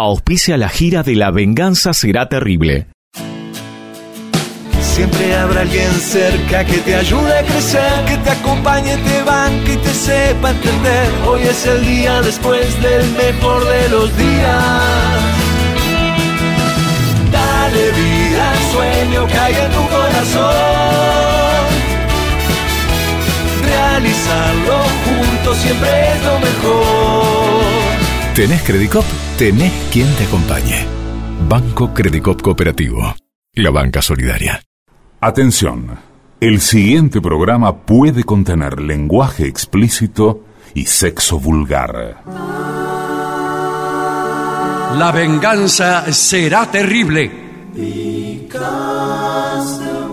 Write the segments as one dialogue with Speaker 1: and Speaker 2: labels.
Speaker 1: auspicia la gira de La Venganza Será Terrible.
Speaker 2: Siempre habrá alguien cerca que te ayude a crecer, que te acompañe, te banque y te sepa entender. Hoy es el día después del mejor de los días. Dale vida al sueño que hay en tu corazón. Realizarlo juntos siempre es lo mejor.
Speaker 3: ¿Tenés Credicop? Tenés quien te acompañe. Banco Credicop Cooperativo. La banca solidaria.
Speaker 4: Atención. El siguiente programa puede contener lenguaje explícito y sexo vulgar.
Speaker 5: La venganza será terrible.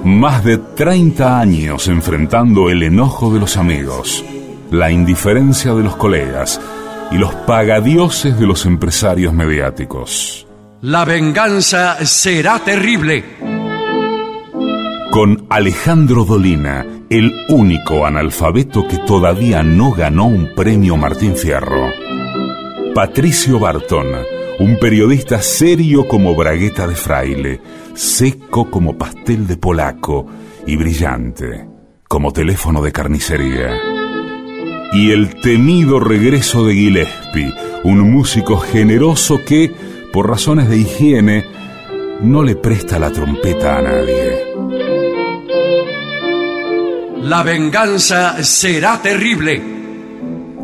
Speaker 4: Más de 30 años enfrentando el enojo de los amigos, la indiferencia de los colegas y los pagadioses de los empresarios mediáticos.
Speaker 5: La venganza será terrible.
Speaker 4: Con Alejandro Dolina, el único analfabeto que todavía no ganó un premio Martín Fierro. Patricio Bartón, un periodista serio como bragueta de fraile, seco como pastel de polaco y brillante como teléfono de carnicería y el temido regreso de Gillespie, un músico generoso que, por razones de higiene, no le presta la trompeta a nadie.
Speaker 5: La venganza será terrible.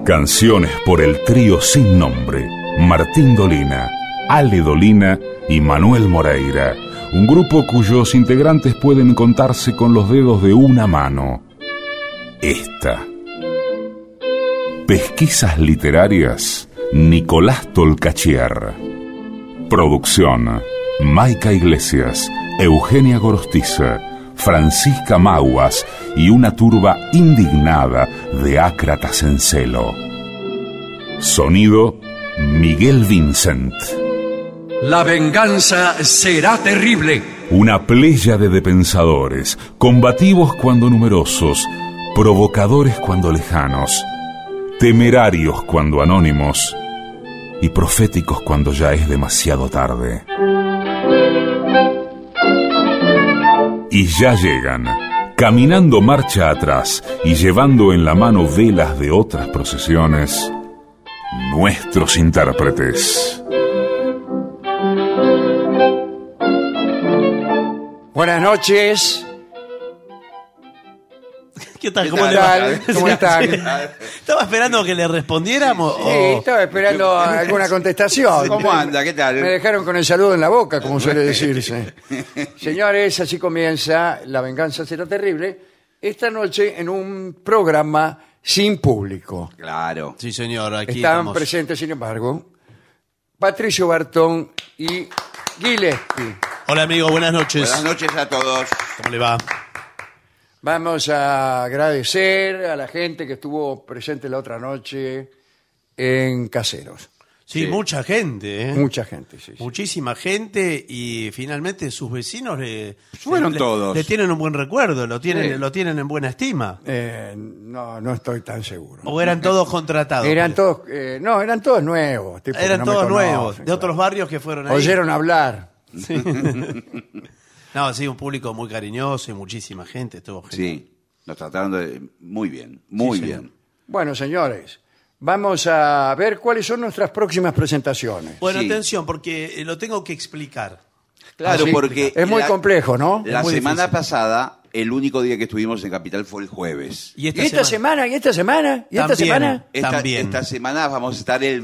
Speaker 4: Canciones por el trío sin nombre, Martín Dolina, Ale Dolina y Manuel Moreira, un grupo cuyos integrantes pueden contarse con los dedos de una mano. Esta. Pesquisas literarias, Nicolás Tolcachier. Producción, Maica Iglesias, Eugenia Gorostiza, Francisca Mauas y una turba indignada de ácratas en celo. Sonido, Miguel Vincent.
Speaker 5: La venganza será terrible.
Speaker 4: Una pléyade de pensadores, combativos cuando numerosos, provocadores cuando lejanos, temerarios cuando anónimos y proféticos cuando ya es demasiado tarde. Y ya llegan, caminando marcha atrás y llevando en la mano velas de otras procesiones, nuestros intérpretes.
Speaker 6: Buenas noches.
Speaker 7: ¿Qué tal?
Speaker 6: ¿Qué
Speaker 7: ¿Cómo
Speaker 6: tal?
Speaker 7: le va?
Speaker 6: ¿Cómo están?
Speaker 7: Sí. Oh. Estaba esperando que le respondiéramos.
Speaker 6: Sí,
Speaker 7: o-
Speaker 6: estaba esperando alguna contestación.
Speaker 8: ¿Cómo anda? ¿Qué
Speaker 6: Me
Speaker 8: tal?
Speaker 6: dejaron con el saludo en la boca, como suele decirse. Señores, así comienza La venganza será terrible. Esta noche en un programa sin público.
Speaker 8: Claro.
Speaker 7: Sí, señor, aquí
Speaker 6: Están
Speaker 7: estamos.
Speaker 6: presentes, sin embargo, Patricio Bartón y Gillespie.
Speaker 7: Hola, amigo, buenas noches.
Speaker 8: Buenas noches a todos.
Speaker 7: ¿Cómo le va?
Speaker 6: Vamos a agradecer a la gente que estuvo presente la otra noche en Caseros.
Speaker 7: Sí, mucha gente, ¿eh?
Speaker 6: Mucha gente, sí. sí.
Speaker 7: Muchísima gente y finalmente sus vecinos le,
Speaker 8: Fueron
Speaker 7: le-
Speaker 8: todos.
Speaker 7: le tienen un buen recuerdo, lo tienen,
Speaker 6: Sí.
Speaker 7: lo tienen en buena estima.
Speaker 6: Eh, no, no estoy tan seguro.
Speaker 7: O eran todos contratados.
Speaker 6: Eran todos, eh, no, eran todos nuevos. tipo que
Speaker 7: Eran
Speaker 6: no me
Speaker 7: todos
Speaker 6: conocen,
Speaker 7: nuevos, de
Speaker 6: claro.
Speaker 7: otros barrios que fueron ahí.
Speaker 6: Oyeron hablar.
Speaker 7: No, sí, un público muy cariñoso y muchísima gente, estuvo genial.
Speaker 8: Sí, nos trataron de- muy bien, muy
Speaker 7: Sí, señor.
Speaker 8: bien.
Speaker 6: Bueno, señores, vamos a ver cuáles son nuestras próximas presentaciones.
Speaker 7: Bueno,
Speaker 8: Sí.
Speaker 7: atención, porque eh, lo tengo que explicar.
Speaker 8: Claro,
Speaker 6: Así-
Speaker 8: porque
Speaker 6: Es muy
Speaker 8: la-
Speaker 6: complejo, ¿no?
Speaker 8: La
Speaker 7: Es muy
Speaker 8: semana
Speaker 7: difícil.
Speaker 8: pasada, el único día que estuvimos en Capital fue el jueves.
Speaker 7: Y
Speaker 6: Y esta semana, y esta semana, y esta
Speaker 7: También.
Speaker 6: semana.
Speaker 8: Esta,
Speaker 7: También.
Speaker 8: esta semana vamos a estar el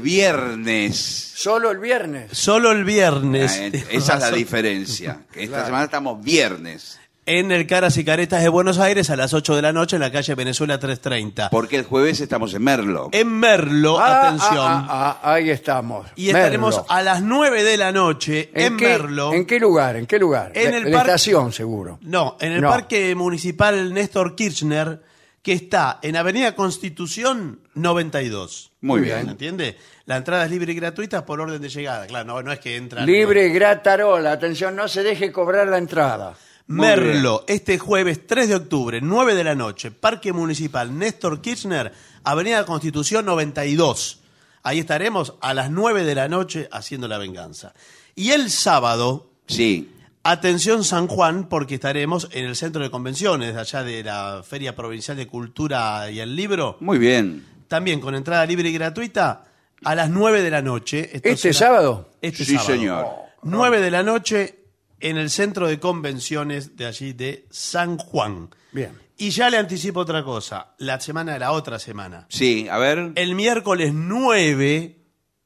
Speaker 8: viernes.
Speaker 6: Solo el viernes.
Speaker 7: Solo el viernes.
Speaker 8: Ah, en-
Speaker 7: tenés
Speaker 8: esa es la
Speaker 7: razón.
Speaker 8: diferencia. que esta semana estamos viernes.
Speaker 7: En el Caras y Caretas de Buenos Aires a las 8 de la noche en la calle Venezuela 330.
Speaker 8: Porque el jueves estamos en Merlo.
Speaker 7: En Merlo,
Speaker 6: Ah,
Speaker 7: atención.
Speaker 6: ah, ah, ah, ahí estamos.
Speaker 7: Y estaremos
Speaker 6: Merlo.
Speaker 7: a las 9 de la noche en,
Speaker 6: qué,
Speaker 7: Merlo.
Speaker 6: ¿En qué lugar? ¿En qué lugar?
Speaker 7: En
Speaker 6: La-
Speaker 7: el
Speaker 6: la
Speaker 7: parque-
Speaker 6: estación, seguro.
Speaker 7: No, en el
Speaker 6: No.
Speaker 7: Parque Municipal Néstor Kirchner, que está en Avenida Constitución 92.
Speaker 8: Muy
Speaker 7: ¿Se
Speaker 8: bien.
Speaker 7: entiende? La entrada es libre y gratuita por orden de llegada. Claro, no, no es que entra.
Speaker 6: Libre gratarola. Atención, no se deje cobrar la entrada.
Speaker 8: Muy
Speaker 7: Merlo, este jueves 3 de octubre, 9 de la noche, Parque Municipal Néstor Kirchner, Avenida Constitución 92. Ahí estaremos a las 9 de la noche haciendo la venganza. Y el sábado,
Speaker 8: Sí.
Speaker 7: atención San Juan, porque estaremos en el centro de convenciones, allá de la Feria Provincial de Cultura y el Libro,
Speaker 8: Muy bien.
Speaker 7: también con entrada libre y gratuita, a las 9 de la noche. Esto
Speaker 6: ¿Este
Speaker 7: será-
Speaker 6: sábado?
Speaker 7: Este
Speaker 8: sí,
Speaker 7: sábado.
Speaker 8: señor.
Speaker 6: Oh,
Speaker 7: 9 de la noche en el centro de convenciones de allí de San Juan.
Speaker 6: Bien.
Speaker 7: Y ya le anticipo otra cosa, la semana de la otra semana.
Speaker 8: Sí, a ver.
Speaker 7: El miércoles 9,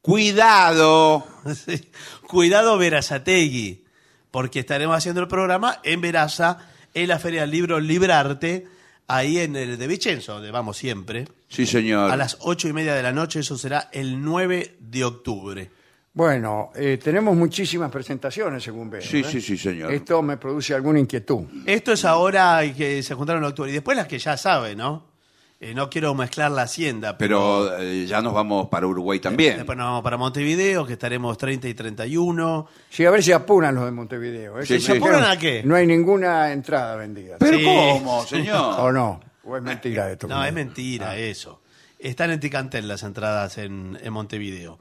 Speaker 8: Cuidado.
Speaker 7: sí, cuidado Verazategui, porque estaremos haciendo el programa en Veraza, en la Feria del Libro Librarte, ahí en el de Vicenzo, donde vamos siempre,
Speaker 8: Sí, señor.
Speaker 7: a las 8 y media de la noche, eso será el 9 de octubre.
Speaker 6: Bueno, eh, tenemos muchísimas presentaciones, según veo.
Speaker 8: Sí,
Speaker 6: ¿eh?
Speaker 8: sí, sí, señor.
Speaker 6: Esto me produce alguna inquietud.
Speaker 7: Esto es ahora que se juntaron en octubre. Y después las que ya sabe, ¿no? Eh, no quiero mezclar la hacienda, pero
Speaker 8: Pero eh, ya nos vamos para Uruguay también.
Speaker 7: después nos vamos para Montevideo, que estaremos 30 y 31.
Speaker 6: Sí, a ver si apuran los de Montevideo. ¿eh?
Speaker 8: Sí,
Speaker 6: Que
Speaker 8: sí.
Speaker 6: dijeron,
Speaker 7: ¿Apuran a qué?
Speaker 6: No hay ninguna entrada vendida.
Speaker 8: Pero
Speaker 7: Sí.
Speaker 8: ¿cómo,
Speaker 6: ¿O
Speaker 8: señor?
Speaker 6: no? ¿O es mentira esto?
Speaker 7: Eh,
Speaker 6: Ah.
Speaker 7: No, es mentira eso. Están en Ticantel las entradas en, en Montevideo.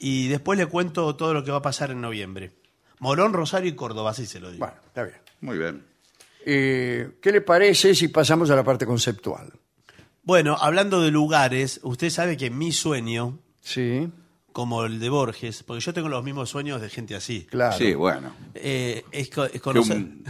Speaker 7: Y después le cuento todo lo que va a pasar en noviembre. Morón, Rosario y Córdoba, así se lo digo.
Speaker 6: Bueno, está bien.
Speaker 8: Muy bien.
Speaker 6: Eh, ¿Qué le parece si pasamos a la parte conceptual?
Speaker 7: Bueno, hablando de lugares, usted sabe que mi sueño,
Speaker 6: Sí,
Speaker 7: como el de Borges, porque yo tengo los mismos sueños de gente así,
Speaker 6: claro.
Speaker 8: Sí, bueno.
Speaker 7: eh, es, co- es
Speaker 8: Que
Speaker 7: conocer...
Speaker 8: un-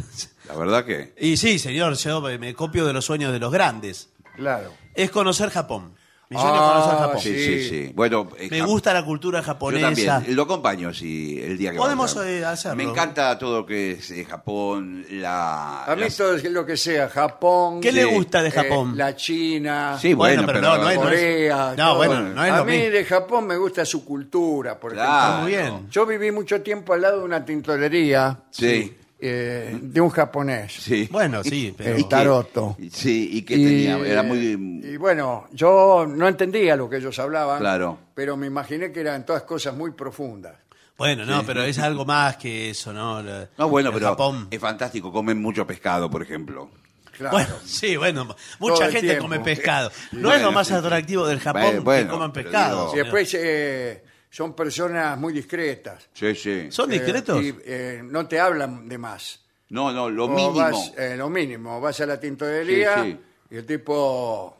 Speaker 8: la verdad que.
Speaker 7: Y sí, señor, yo me copio de los sueños de los grandes.
Speaker 6: Claro.
Speaker 7: Es conocer Japón. Mi sueño
Speaker 6: Ah,
Speaker 7: es conocer Japón.
Speaker 8: Sí, sí,
Speaker 6: Sí.
Speaker 8: sí. Bueno, eh,
Speaker 7: Me
Speaker 8: Jap-
Speaker 7: gusta la cultura
Speaker 8: Yo
Speaker 7: japonesa.
Speaker 8: también. Lo acompaño si el día que
Speaker 7: Podemos,
Speaker 8: vaya.
Speaker 7: eh, hacerlo.
Speaker 8: Me encanta todo lo que es eh, Japón, la.
Speaker 6: A mí
Speaker 8: las-
Speaker 6: todo lo que sea Japón.
Speaker 7: ¿Qué le
Speaker 6: eh,
Speaker 7: gusta de Japón?
Speaker 6: la China.
Speaker 8: Sí, bueno,
Speaker 7: pero,
Speaker 8: pero-
Speaker 7: no, no es, no es-
Speaker 6: Corea.
Speaker 7: no,
Speaker 6: todo.
Speaker 7: bueno, no es
Speaker 6: a
Speaker 7: lo
Speaker 6: mí
Speaker 7: mismo.
Speaker 6: de Japón me gusta su cultura, por ejemplo.
Speaker 8: Claro.
Speaker 7: Muy bien.
Speaker 6: Yo viví mucho tiempo al lado de una tintorería
Speaker 8: Sí,
Speaker 6: eh, de un japonés,
Speaker 8: sí.
Speaker 7: Bueno, sí, pero
Speaker 6: el Taroto.
Speaker 8: Sí, y que
Speaker 6: Y,
Speaker 8: tenía. Era
Speaker 6: y
Speaker 8: muy.
Speaker 6: bueno, yo no entendía lo que ellos hablaban,
Speaker 8: Claro.
Speaker 6: pero me imaginé que eran todas cosas muy profundas.
Speaker 7: bueno, no, pero es algo más que eso, ¿no? La-
Speaker 8: No, bueno,
Speaker 7: el
Speaker 8: pero
Speaker 7: Japón.
Speaker 8: es fantástico. Comen mucho pescado, por ejemplo.
Speaker 6: Claro.
Speaker 7: Bueno, sí, bueno,
Speaker 6: Todo
Speaker 7: mucha
Speaker 6: el
Speaker 7: gente
Speaker 6: tiempo.
Speaker 7: come pescado. No
Speaker 8: Bueno,
Speaker 7: es lo más
Speaker 8: sí, sí.
Speaker 7: atractivo del Japón
Speaker 8: Bueno, bueno,
Speaker 7: que coman
Speaker 8: pero
Speaker 7: pescado.
Speaker 8: digo-
Speaker 6: y después eh, son personas muy discretas.
Speaker 8: Sí, sí.
Speaker 7: ¿Son discretos?
Speaker 6: Eh, y eh, no te hablan de más.
Speaker 8: No, no, lo
Speaker 6: O
Speaker 8: mínimo.
Speaker 6: vas, eh, lo mínimo, vas a la tintorería
Speaker 8: Sí, sí.
Speaker 6: y el tipo,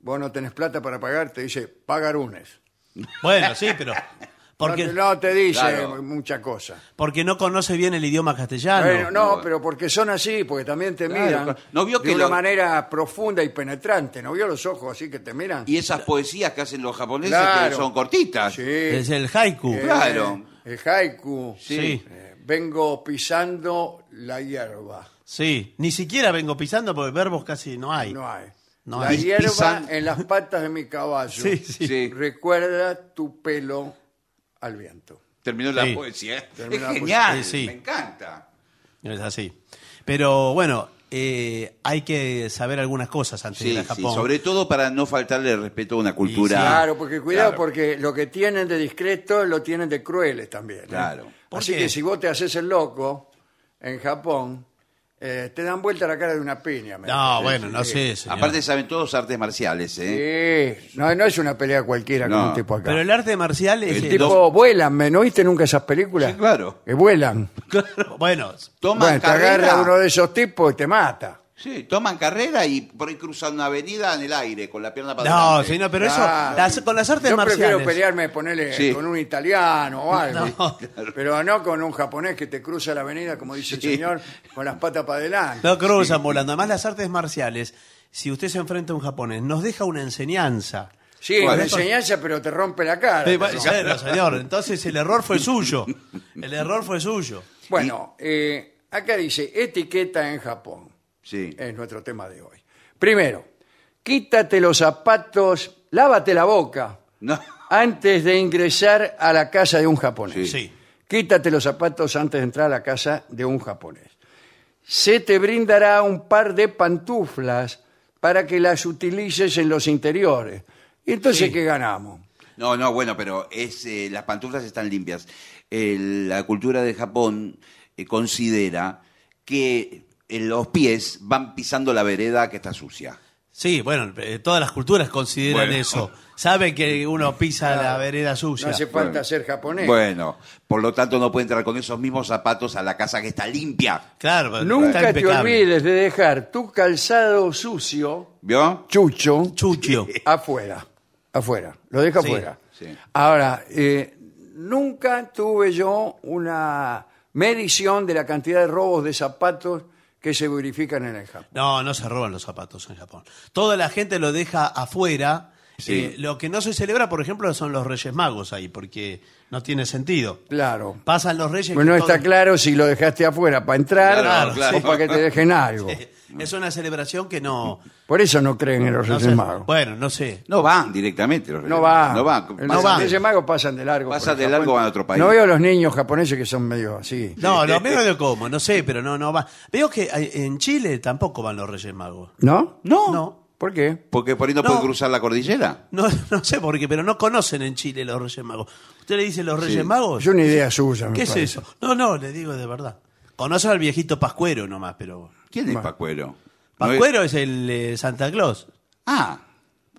Speaker 6: vos no tenés plata para pagar, te dice, pagarunes.
Speaker 7: Bueno, sí, pero...
Speaker 6: No, te-
Speaker 7: Porque,
Speaker 6: no te dice
Speaker 8: Claro.
Speaker 6: mucha cosa.
Speaker 7: porque no conoce bien el idioma castellano.
Speaker 6: Bueno, no,
Speaker 8: bueno.
Speaker 6: pero porque son así, porque también te
Speaker 8: Claro,
Speaker 6: miran
Speaker 8: claro. No vio
Speaker 6: de
Speaker 8: que
Speaker 6: una
Speaker 8: lo-
Speaker 6: manera profunda y penetrante, ¿no vio los ojos así que te miran?
Speaker 8: Y esas poesías que hacen los japoneses
Speaker 6: Claro.
Speaker 8: que son cortitas.
Speaker 6: Sí,
Speaker 7: Es el haiku.
Speaker 6: eh,
Speaker 8: claro.
Speaker 6: El haiku.
Speaker 7: Sí.
Speaker 6: Eh, vengo pisando la hierba.
Speaker 7: Sí, ni siquiera vengo pisando porque verbos casi no hay.
Speaker 6: No hay.
Speaker 7: No
Speaker 6: la
Speaker 7: hay.
Speaker 6: hierba
Speaker 8: Pisan-
Speaker 6: en las patas de mi caballo.
Speaker 7: Sí, sí.
Speaker 8: Sí.
Speaker 6: Recuerda tu pelo al viento.
Speaker 8: Terminó la
Speaker 7: Sí.
Speaker 8: poesía.
Speaker 6: Terminó la
Speaker 8: es genial.
Speaker 7: poesía. Sí, sí.
Speaker 8: Me encanta.
Speaker 7: Es así. Pero bueno, eh, hay que saber algunas cosas antes de
Speaker 8: Sí,
Speaker 7: ir a
Speaker 8: sí,
Speaker 7: Japón.
Speaker 8: sobre todo para no faltarle el respeto a una cultura.
Speaker 6: Claro, porque cuidado,
Speaker 8: Claro.
Speaker 6: porque lo que tienen de discreto lo tienen de crueles también. ¿eh?
Speaker 8: Claro.
Speaker 7: ¿Por
Speaker 6: Así
Speaker 7: qué?
Speaker 6: que si vos te haces el loco en Japón, eh, te dan vuelta la cara de una piña. me
Speaker 7: No,
Speaker 6: parece.
Speaker 7: bueno, no
Speaker 6: Sí.
Speaker 7: sé. señor.
Speaker 8: Aparte saben todos artes marciales, ¿eh?
Speaker 6: Sí. No, no es una pelea cualquiera con
Speaker 8: No.
Speaker 6: un tipo acá.
Speaker 7: Pero el arte marcial es.
Speaker 8: El
Speaker 7: eh,
Speaker 6: tipo, vuelan, ¿me no viste nunca esas películas?
Speaker 8: Sí, claro.
Speaker 6: Que vuelan.
Speaker 7: lo- bueno,
Speaker 8: Toman
Speaker 6: bueno, te
Speaker 8: carrera.
Speaker 6: agarra uno de esos tipos y te mata.
Speaker 8: Sí, toman carrera y por ahí cruzan una avenida en el aire con la pierna para
Speaker 7: no,
Speaker 8: adelante.
Speaker 7: señor, pero eso.
Speaker 6: Claro.
Speaker 7: las- con las artes
Speaker 6: Yo
Speaker 7: marciales.
Speaker 6: prefiero pelearme, ponerle
Speaker 8: Sí.
Speaker 6: con un italiano o algo.
Speaker 7: No.
Speaker 6: Pero no con un japonés que te cruza la avenida, como dice
Speaker 8: Sí.
Speaker 6: el señor, con las patas para adelante.
Speaker 7: No cruzan volando. Además, las artes marciales, si usted se enfrenta a un japonés, nos deja una enseñanza.
Speaker 6: Sí,
Speaker 8: Bueno,
Speaker 6: la
Speaker 8: eso-
Speaker 6: enseñanza, pero te rompe la cara.
Speaker 7: Eh,
Speaker 6: te
Speaker 7: bueno,
Speaker 6: rompe.
Speaker 7: bueno, señor, entonces el error fue suyo. El error fue suyo.
Speaker 6: Bueno, eh, acá dice, etiqueta en Japón.
Speaker 8: Sí.
Speaker 6: Es nuestro tema de hoy. Primero, quítate los zapatos, lávate la boca
Speaker 8: No.
Speaker 6: antes de ingresar a la casa de un japonés.
Speaker 7: Sí.
Speaker 6: Quítate los zapatos antes de entrar a la casa de un japonés. Se te brindará un par de pantuflas para que las utilices en los interiores. ¿Y entonces
Speaker 7: Sí.
Speaker 6: qué ganamos?
Speaker 8: No, no, bueno, pero es, eh, las pantuflas están limpias. El- la cultura de Japón eh, considera que eh, los pies van pisando la vereda que está sucia.
Speaker 7: Sí, bueno, eh, todas las culturas consideran
Speaker 8: Bueno.
Speaker 7: eso. Saben que uno pisa la vereda suya.
Speaker 6: No hace falta ser japonés.
Speaker 8: Bueno, por lo tanto no puede entrar con esos mismos zapatos a la casa que está limpia.
Speaker 7: Claro, pero está
Speaker 6: Nunca te
Speaker 7: impecable.
Speaker 6: olvides de dejar tu calzado sucio,
Speaker 8: ¿Vio?
Speaker 6: chucho,
Speaker 7: Chuchio.
Speaker 6: afuera. Afuera. Lo deja
Speaker 7: Sí,
Speaker 6: afuera.
Speaker 8: sí.
Speaker 6: Ahora, eh, nunca tuve yo una medición de la cantidad de robos de zapatos que se verifican en el Japón.
Speaker 7: No, no se roban los zapatos en Japón. Toda la gente lo deja afuera.
Speaker 8: Sí.
Speaker 7: Eh, lo que no se celebra, por ejemplo, son los Reyes Magos ahí, porque no tiene sentido.
Speaker 6: Claro.
Speaker 7: Pasan los Reyes.
Speaker 6: Bueno,
Speaker 7: que
Speaker 6: está
Speaker 7: todo-
Speaker 6: claro si lo dejaste afuera para entrar
Speaker 7: Claro,
Speaker 6: o
Speaker 8: claro.
Speaker 6: para que te dejen algo.
Speaker 7: Es una celebración que no.
Speaker 6: Por eso no creen en los
Speaker 7: no
Speaker 6: Reyes
Speaker 7: se-
Speaker 6: Magos.
Speaker 7: Bueno, no sé.
Speaker 8: No van directamente. los
Speaker 6: No
Speaker 8: reyes.
Speaker 6: va.
Speaker 8: No van.
Speaker 6: El-
Speaker 8: Pasan-
Speaker 6: Los
Speaker 7: van.
Speaker 6: Reyes Magos pasan de largo.
Speaker 8: Pasan
Speaker 6: por
Speaker 8: de
Speaker 6: el
Speaker 8: largo,
Speaker 6: Japón.
Speaker 8: van a otro país.
Speaker 6: No veo a los niños japoneses que son medio así.
Speaker 7: No, lo menos de cómo, no sé, pero no, no va. Veo que hay- en Chile tampoco van los Reyes Magos.
Speaker 6: ¿No?
Speaker 7: No. No,
Speaker 6: ¿Por qué?
Speaker 8: Porque por ahí no,
Speaker 7: No.
Speaker 8: pueden cruzar la cordillera.
Speaker 7: no, sé por qué, pero no conocen en Chile los Reyes Magos. ¿Usted le dice los Reyes
Speaker 8: Sí.
Speaker 7: Magos?
Speaker 6: Es una idea suya. me
Speaker 7: ¿Qué es
Speaker 6: parece.
Speaker 7: eso? No, no, le digo de verdad. Conocen al viejito Pascuero nomás, pero.
Speaker 8: ¿Quién es Pacuero? ¿No
Speaker 7: Pascuero es el eh, Santa Claus.
Speaker 8: es- Ah.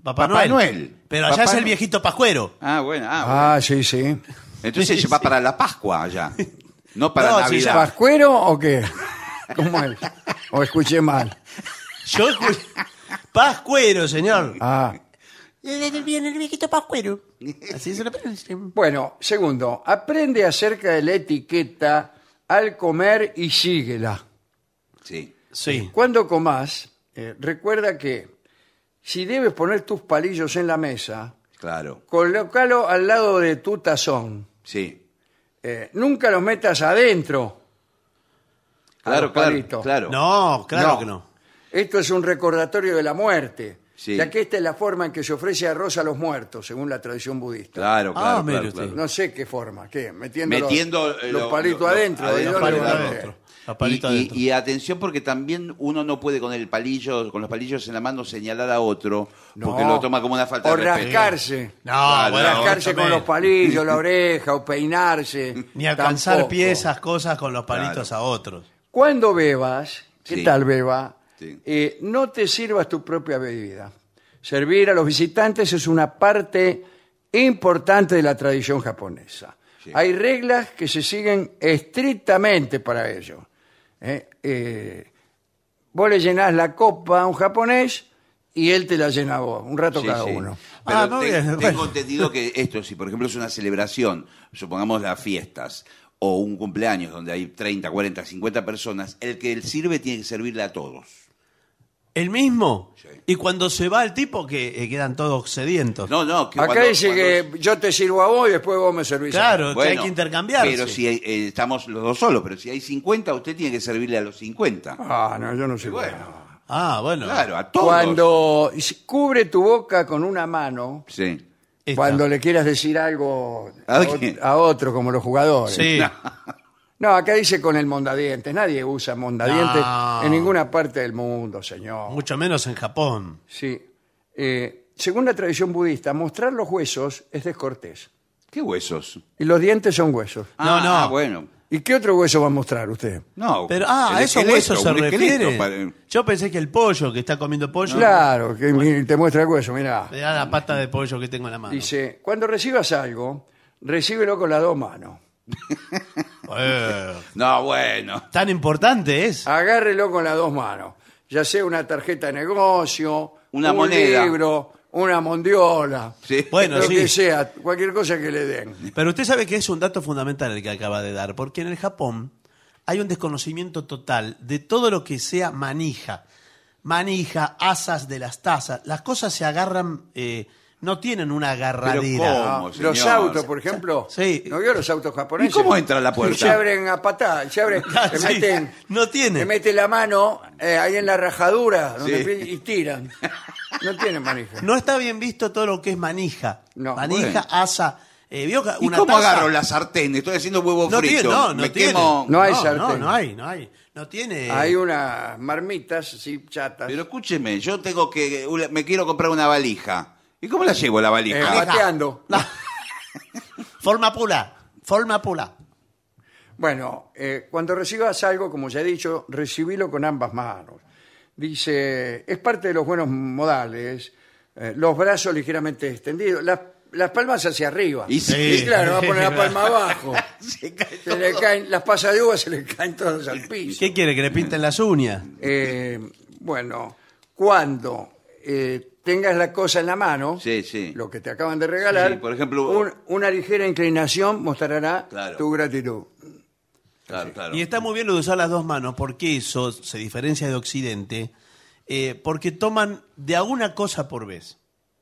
Speaker 7: Papá,
Speaker 8: Papá
Speaker 7: Noel.
Speaker 8: Noel.
Speaker 7: Pero allá
Speaker 8: Papá
Speaker 7: es el
Speaker 8: Noel.
Speaker 7: viejito Pascuero.
Speaker 8: Ah, bueno. Ah, bueno.
Speaker 6: Ah, sí, sí.
Speaker 8: Entonces se va para la Pascua allá. No para
Speaker 7: No, sí,
Speaker 8: Navidad.
Speaker 6: ¿Pascuero o qué? ¿Cómo es? ¿O escuché mal?
Speaker 7: Yo escu- Pascuero, señor.
Speaker 6: Ah.
Speaker 7: Viene el viejito Pascuero. Así se lo pronuncian.
Speaker 6: Bueno, segundo, aprende acerca de la etiqueta al comer y síguela.
Speaker 8: Sí.
Speaker 7: Sí.
Speaker 6: Cuando comas, eh, recuerda que si debes poner tus palillos en la mesa,
Speaker 8: Claro.
Speaker 6: colócalo al lado de tu tazón.
Speaker 8: Sí.
Speaker 6: Eh, nunca los metas adentro. a
Speaker 8: Claro,
Speaker 6: los
Speaker 8: claro.
Speaker 6: palitos.
Speaker 8: Claro.
Speaker 7: No, claro
Speaker 6: No.
Speaker 7: que no.
Speaker 6: Esto es un recordatorio de la muerte,
Speaker 8: Sí.
Speaker 6: ya que esta es la forma en que se ofrece arroz a los muertos, según la tradición budista.
Speaker 8: Claro, claro,
Speaker 7: Ah, mire
Speaker 8: claro,
Speaker 7: usted.
Speaker 8: claro.
Speaker 6: No sé qué forma, ¿qué? Metiendo,
Speaker 8: Metiendo,
Speaker 6: los,
Speaker 8: eh,
Speaker 6: los
Speaker 8: lo-
Speaker 6: palitos
Speaker 8: lo-
Speaker 6: adentro.
Speaker 8: adentro,
Speaker 6: ¿de
Speaker 7: Los
Speaker 8: no,
Speaker 6: dónde
Speaker 7: palitos
Speaker 8: no,
Speaker 6: van a
Speaker 8: no.
Speaker 7: adentro.
Speaker 6: ver?
Speaker 7: Los
Speaker 8: Y,
Speaker 7: palitos
Speaker 8: y-
Speaker 7: adentro.
Speaker 8: y atención porque también uno no puede con el palillo, con los palillos en la mano señalar a otro, porque
Speaker 6: No.
Speaker 8: lo toma como una falta
Speaker 6: O
Speaker 8: de respeto.
Speaker 6: rascarse.
Speaker 7: No,
Speaker 8: Claro,
Speaker 7: bueno,
Speaker 6: rascarse con
Speaker 7: también.
Speaker 6: los palillos, la oreja, o peinarse.
Speaker 7: Ni alcanzar
Speaker 6: tampoco.
Speaker 7: piezas, cosas con los palitos a otros.
Speaker 6: Cuando bebas, ¿qué
Speaker 8: Sí.
Speaker 6: tal beba?
Speaker 8: Sí.
Speaker 6: Eh, no te sirvas tu propia bebida. Servir a los visitantes es una parte importante de la tradición japonesa.
Speaker 8: Sí.
Speaker 6: Hay reglas que se siguen estrictamente para ello. Eh, eh, vos le llenás la copa a un japonés y él te la llena a vos, un rato
Speaker 8: Sí,
Speaker 6: cada
Speaker 8: sí.
Speaker 6: uno.
Speaker 8: Pero
Speaker 7: Ah, muy
Speaker 8: te-
Speaker 7: bien,
Speaker 8: tengo
Speaker 7: bueno.
Speaker 8: entendido que esto, si por ejemplo es una celebración, supongamos las fiestas o un cumpleaños donde hay 30, 40, 50 personas, el que sirve tiene que servirle a todos.
Speaker 7: ¿El mismo?
Speaker 8: Sí.
Speaker 7: Y cuando se va el tipo, que eh, quedan todos sedientos.
Speaker 8: No, no, que
Speaker 6: Acá
Speaker 8: cuando-
Speaker 6: dice
Speaker 8: cuando-
Speaker 6: que yo te sirvo a vos y después vos me servís a mí.
Speaker 7: Claro, que hay que intercambiarse.
Speaker 8: Pero si hay- eh, estamos los dos solos, pero si hay 50, usted tiene que servirle a los 50.
Speaker 6: Ah, no, yo no sirvo. a
Speaker 8: bueno.
Speaker 6: nada.
Speaker 7: Ah, bueno.
Speaker 8: Claro, a todos.
Speaker 6: Cuando cubre tu boca con una mano,
Speaker 8: Sí.
Speaker 7: Esta.
Speaker 6: cuando le quieras decir algo
Speaker 8: ¿A
Speaker 6: a,
Speaker 8: quién?
Speaker 6: ot- a otro, como los jugadores.
Speaker 7: Sí.
Speaker 6: No, acá dice con el mondadientes. Nadie usa mondadientes
Speaker 7: No.
Speaker 6: en ninguna parte del mundo, señor.
Speaker 7: Mucho menos en Japón.
Speaker 6: Sí. Eh, según la tradición budista, mostrar los huesos es descortés.
Speaker 8: ¿Qué huesos?
Speaker 6: Y los dientes son huesos.
Speaker 8: Ah,
Speaker 7: no.
Speaker 8: ah, bueno.
Speaker 6: ¿Y qué otro hueso va a mostrar usted?
Speaker 8: No.
Speaker 7: Pero, ah,
Speaker 8: el
Speaker 7: a esos
Speaker 8: esqueleto,
Speaker 7: huesos se
Speaker 8: un esqueleto
Speaker 7: refiere.
Speaker 8: para-
Speaker 7: Yo pensé que el pollo que está comiendo pollo.
Speaker 6: Claro, que mire, te muestra el hueso, mirá.
Speaker 7: Me da la pata de pollo que tengo en la mano.
Speaker 6: Dice, cuando recibas algo, recíbelo con las dos manos.
Speaker 7: Eh,
Speaker 8: No, bueno.
Speaker 7: tan importante es.
Speaker 6: agárrelo con las dos manos. Ya sea una tarjeta de negocio,
Speaker 8: Una
Speaker 6: un
Speaker 8: moneda.
Speaker 6: libro, una mondiola,
Speaker 8: Sí.
Speaker 7: Bueno,
Speaker 6: lo
Speaker 7: sí.
Speaker 6: que sea, cualquier cosa que le den.
Speaker 7: Pero usted sabe que es un dato fundamental el que acaba de dar, porque en el Japón hay un desconocimiento total de todo lo que sea manija. Manija, asas de las tazas, las cosas se agarran, eh, no tienen una agarradera.
Speaker 8: ¿cómo? Como,
Speaker 6: Ah, los
Speaker 8: señor.
Speaker 6: autos, por ejemplo.
Speaker 7: Sí.
Speaker 6: ¿No vio los autos japoneses?
Speaker 8: ¿Y cómo entra a la puerta?
Speaker 6: Se abren a patada, se abren,
Speaker 7: Ah,
Speaker 6: se
Speaker 7: sí,
Speaker 6: meten,
Speaker 7: no
Speaker 6: se
Speaker 7: tienen.
Speaker 6: mete la mano eh, ahí en la rajadura donde
Speaker 8: Sí.
Speaker 6: pi- y tiran. No tienen manija.
Speaker 7: No está bien visto todo lo que es manija.
Speaker 6: No,
Speaker 7: manija,
Speaker 8: bueno.
Speaker 7: asa. eh, ¿vio que
Speaker 8: ¿Y
Speaker 7: una
Speaker 8: cómo
Speaker 7: taza-
Speaker 8: agarro la sartén? Estoy haciendo huevo
Speaker 7: No
Speaker 8: frito.
Speaker 7: tiene, no, no
Speaker 8: Me
Speaker 7: tiene.
Speaker 8: quemo.
Speaker 6: No hay
Speaker 7: no, No,
Speaker 6: sartén.
Speaker 7: no hay, no hay. No tiene.
Speaker 6: Hay unas marmitas, sí, chatas.
Speaker 8: Pero escúcheme, yo tengo que. una- Me quiero comprar una valija. ¿Y cómo la llevo la
Speaker 6: eh,
Speaker 8: valija?
Speaker 6: pateando.
Speaker 7: Forma pula. Forma pula.
Speaker 6: Bueno, eh, cuando recibas algo, como ya he dicho, recibilo con ambas manos. Dice, es parte de los buenos modales, eh, los brazos ligeramente extendidos, las, las palmas hacia arriba.
Speaker 8: Y sí.
Speaker 6: Y claro, va a poner la palma abajo.
Speaker 8: Se cae
Speaker 6: Se le caen, las pasas de uva se le caen todas al piso.
Speaker 7: ¿Qué quiere? ¿Que le pinten las uñas?
Speaker 6: Eh, bueno, cuando eh, tengas la cosa en la mano,
Speaker 8: Sí, sí.
Speaker 6: lo que te acaban de regalar,
Speaker 8: Sí, por ejemplo-
Speaker 6: un- una ligera inclinación mostrará
Speaker 8: Claro.
Speaker 6: tu gratitud.
Speaker 8: Claro, claro.
Speaker 7: Y está muy bien lo de usar las dos manos, porque eso se diferencia de Occidente, eh, porque toman de alguna cosa por vez.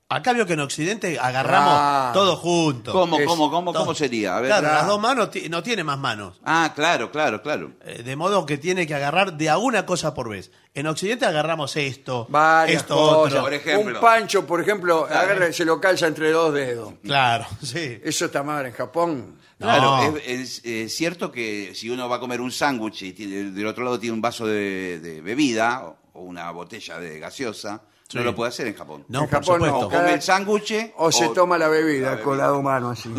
Speaker 7: Acá veo que en Occidente agarramos
Speaker 6: Ah.
Speaker 7: todo junto.
Speaker 8: ¿Cómo,
Speaker 6: Es-
Speaker 8: cómo, cómo, cómo
Speaker 7: Todo.
Speaker 8: sería? A ver.
Speaker 7: Claro,
Speaker 8: ah.
Speaker 7: las dos manos ti- no tiene más manos.
Speaker 8: Ah, claro, claro, claro.
Speaker 7: Eh, De modo que tiene que agarrar de alguna cosa por vez. En Occidente agarramos esto,
Speaker 6: Varias
Speaker 7: esto
Speaker 6: cosas.
Speaker 8: por
Speaker 7: otro.
Speaker 8: ejemplo.
Speaker 6: Un pancho, por ejemplo, agarra y se lo calza entre dos dedos.
Speaker 7: Claro, sí.
Speaker 6: Eso está mal en Japón.
Speaker 8: Claro,
Speaker 7: No.
Speaker 8: es, es, eh, cierto que si uno va a comer un sándwich y tiene- del otro lado tiene un vaso de, de bebida o- o una botella de gaseosa, no lo puede hacer en Japón.
Speaker 7: No,
Speaker 6: en
Speaker 7: por
Speaker 6: Japón no.
Speaker 7: supuesto.
Speaker 8: O come el sándwich
Speaker 6: O, se toma la
Speaker 8: la
Speaker 6: bebida,
Speaker 8: bebida.
Speaker 6: con la mano así.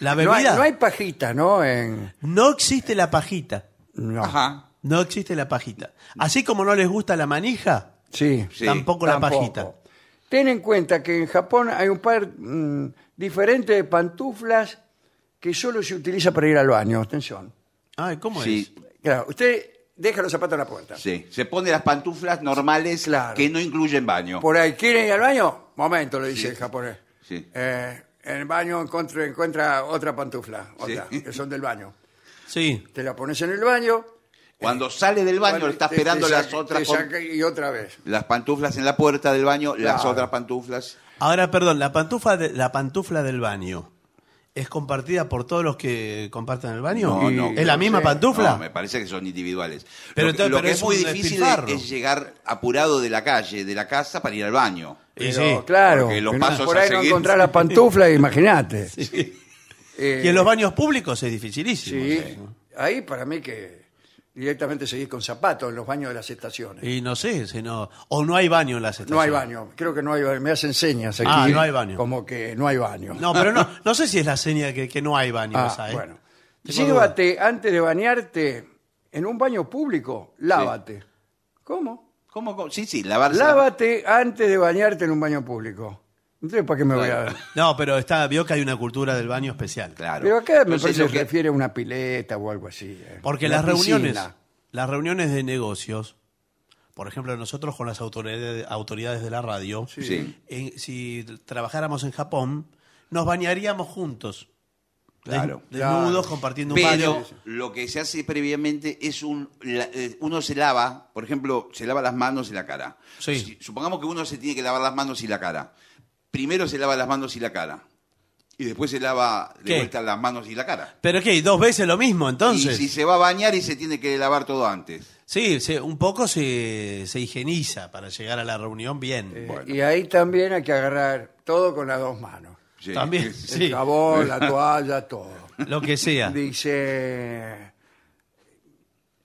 Speaker 7: La
Speaker 6: No hay,
Speaker 7: bebida.
Speaker 6: no hay pajita, ¿no? En,
Speaker 7: No existe la pajita.
Speaker 6: no.
Speaker 8: Ajá.
Speaker 7: No existe la pajita. Así como no les gusta la manija,
Speaker 6: Sí.
Speaker 8: Sí.
Speaker 7: tampoco, la pajita.
Speaker 6: Ten en cuenta que en Japón hay un par mm, diferente de pantuflas que solo se utiliza para ir al baño. Atención.
Speaker 7: Ay, ¿cómo
Speaker 8: Sí,
Speaker 6: Claro, usted deja los zapatos en la puerta.
Speaker 8: sí. Se pone las pantuflas normales
Speaker 6: Claro.
Speaker 8: que no incluyen baño.
Speaker 6: Por ahí, ¿quiere ir al baño? Momento, le dice el japonés.
Speaker 8: Sí.
Speaker 6: Eh, en el baño encuentra, encuentra otra pantufla, otra,
Speaker 8: Sí.
Speaker 6: que son del baño.
Speaker 7: es? Sí.
Speaker 6: Te la pones en el baño.
Speaker 8: Cuando sale del baño,
Speaker 6: cuando
Speaker 8: está
Speaker 6: te-
Speaker 8: esperando
Speaker 6: te
Speaker 8: las
Speaker 6: saca-
Speaker 8: otras
Speaker 6: te
Speaker 8: pan-
Speaker 6: saca y otra vez.
Speaker 8: las pantuflas en la puerta del baño, las
Speaker 6: Claro.
Speaker 8: otras pantuflas.
Speaker 7: Ahora, perdón, la pantufla, de- la pantufla del baño. ¿Es compartida por todos los que comparten el baño?
Speaker 8: No, no,
Speaker 7: ¿Es
Speaker 8: creo
Speaker 7: la
Speaker 8: que
Speaker 7: misma
Speaker 6: sí.
Speaker 7: pantufla?
Speaker 8: No, me parece que son individuales.
Speaker 7: Pero
Speaker 8: lo que,
Speaker 7: entonces-
Speaker 8: lo
Speaker 7: pero
Speaker 8: que
Speaker 7: es
Speaker 8: es muy
Speaker 7: un
Speaker 8: difícil es,
Speaker 7: despilfarro.
Speaker 8: es llegar apurado de la calle, de la casa, para ir al baño.
Speaker 7: Y
Speaker 6: Pero,
Speaker 7: sí.
Speaker 6: claro,
Speaker 8: porque los
Speaker 6: que no-
Speaker 8: pasos
Speaker 6: por
Speaker 8: a
Speaker 6: ahí no
Speaker 8: seguir-
Speaker 6: encontrás la pantufla, imagínate. Eh,
Speaker 7: Y en los baños públicos es dificilísimo.
Speaker 6: Sí,
Speaker 7: eso.
Speaker 6: ahí para mí que directamente seguís con zapatos en los baños de las estaciones.
Speaker 7: Y no sé, si no- o no hay baño en las estaciones.
Speaker 6: No hay baño, creo que no hay baño. Me hacen señas aquí.
Speaker 7: Ah, no hay baño.
Speaker 6: Como que no hay baño.
Speaker 7: No, pero no, no sé si es la señal que, que no hay baño
Speaker 6: Ah,
Speaker 7: esa, ¿eh?
Speaker 6: bueno.
Speaker 7: Tengo
Speaker 6: Llévate antes de bañarte en un baño público, lávate. ¿Cómo?
Speaker 8: ¿Cómo, cómo? Sí, sí, lavarse. la-
Speaker 6: Lávate antes de bañarte en un baño público. Entonces, ¿para qué me voy a
Speaker 8: Claro.
Speaker 6: ver?
Speaker 7: No, pero está, vio que hay una cultura del baño especial.
Speaker 8: Claro.
Speaker 6: Pero acá me
Speaker 8: Entonces,
Speaker 6: parece
Speaker 8: lo
Speaker 6: que se refiere a una pileta o algo así. eh.
Speaker 7: Porque
Speaker 6: Una
Speaker 7: las reuniones,
Speaker 6: piscina.
Speaker 7: las reuniones de negocios, por ejemplo, nosotros con las autoridades, autoridades de la radio,
Speaker 8: Sí.
Speaker 7: en- si trabajáramos en Japón, nos bañaríamos juntos. Des-
Speaker 8: Claro.
Speaker 7: Desnudos,
Speaker 6: Claro.
Speaker 7: compartiendo un
Speaker 8: Pero
Speaker 7: baño.
Speaker 8: lo que se hace previamente es un. la- eh, uno se lava, por ejemplo, se lava las manos y la cara.
Speaker 7: Sí.
Speaker 8: Si- supongamos que uno se tiene que lavar las manos y la cara. Primero se lava las manos y la cara. Y después se lava de
Speaker 7: ¿Qué?
Speaker 8: vuelta las manos y la cara.
Speaker 7: Pero qué, dos veces lo mismo, entonces.
Speaker 8: Y si se va a bañar y se tiene que lavar todo antes.
Speaker 7: Sí, se- un poco se, se higieniza para llegar a la reunión bien.
Speaker 6: Eh,
Speaker 7: Bueno,
Speaker 6: Y ahí también hay que agarrar todo con las dos manos.
Speaker 8: Sí.
Speaker 7: También,
Speaker 8: Sí.
Speaker 6: El
Speaker 7: sí,
Speaker 6: jabón, la toalla, todo.
Speaker 7: lo que sea.
Speaker 6: Dice,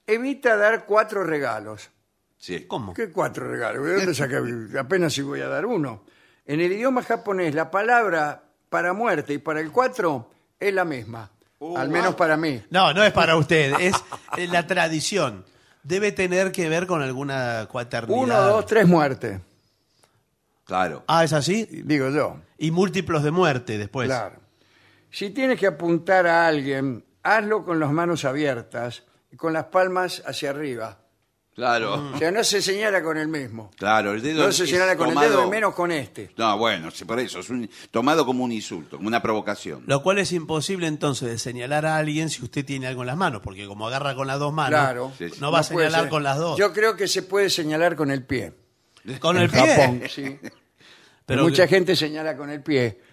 Speaker 6: evita dar cuatro regalos.
Speaker 8: Sí.
Speaker 7: ¿Cómo?
Speaker 6: ¿Qué cuatro regalos? ¿De dónde saca? Apenas si voy a dar uno. En el idioma japonés, la palabra para muerte y para el cuatro es la misma.
Speaker 7: Uh,
Speaker 6: al menos
Speaker 7: ah.
Speaker 6: para mí.
Speaker 7: No, no es para usted, es eh, la tradición. Debe tener que ver con alguna cuaternidad.
Speaker 6: Uno, dos, tres muertes,
Speaker 8: Claro.
Speaker 7: Ah, pues. ¿es así?
Speaker 6: digo yo.
Speaker 7: Y múltiplos de muerte después.
Speaker 6: Claro. Si tienes que apuntar a alguien, hazlo con las manos abiertas y con las palmas hacia arriba.
Speaker 8: Claro.
Speaker 7: Mm.
Speaker 6: O sea, no se señala con el mismo.
Speaker 8: Claro, el dedo
Speaker 6: No se
Speaker 8: es
Speaker 6: señala con el
Speaker 8: tomado-
Speaker 6: dedo y menos con este.
Speaker 8: No, bueno, sí, por eso, es un- tomado como un insulto, como una provocación.
Speaker 7: Lo cual es imposible entonces de señalar a alguien si usted tiene algo en las manos, porque como agarra con las dos manos,
Speaker 6: Claro.
Speaker 8: Sí, sí.
Speaker 7: no va a
Speaker 6: puede
Speaker 7: señalar
Speaker 6: ser.
Speaker 7: con las dos.
Speaker 6: Yo creo que se puede señalar con el pie.
Speaker 7: con el
Speaker 6: En
Speaker 7: pie.
Speaker 6: Japón, sí.
Speaker 7: Pero
Speaker 6: Mucha gente señala con el pie.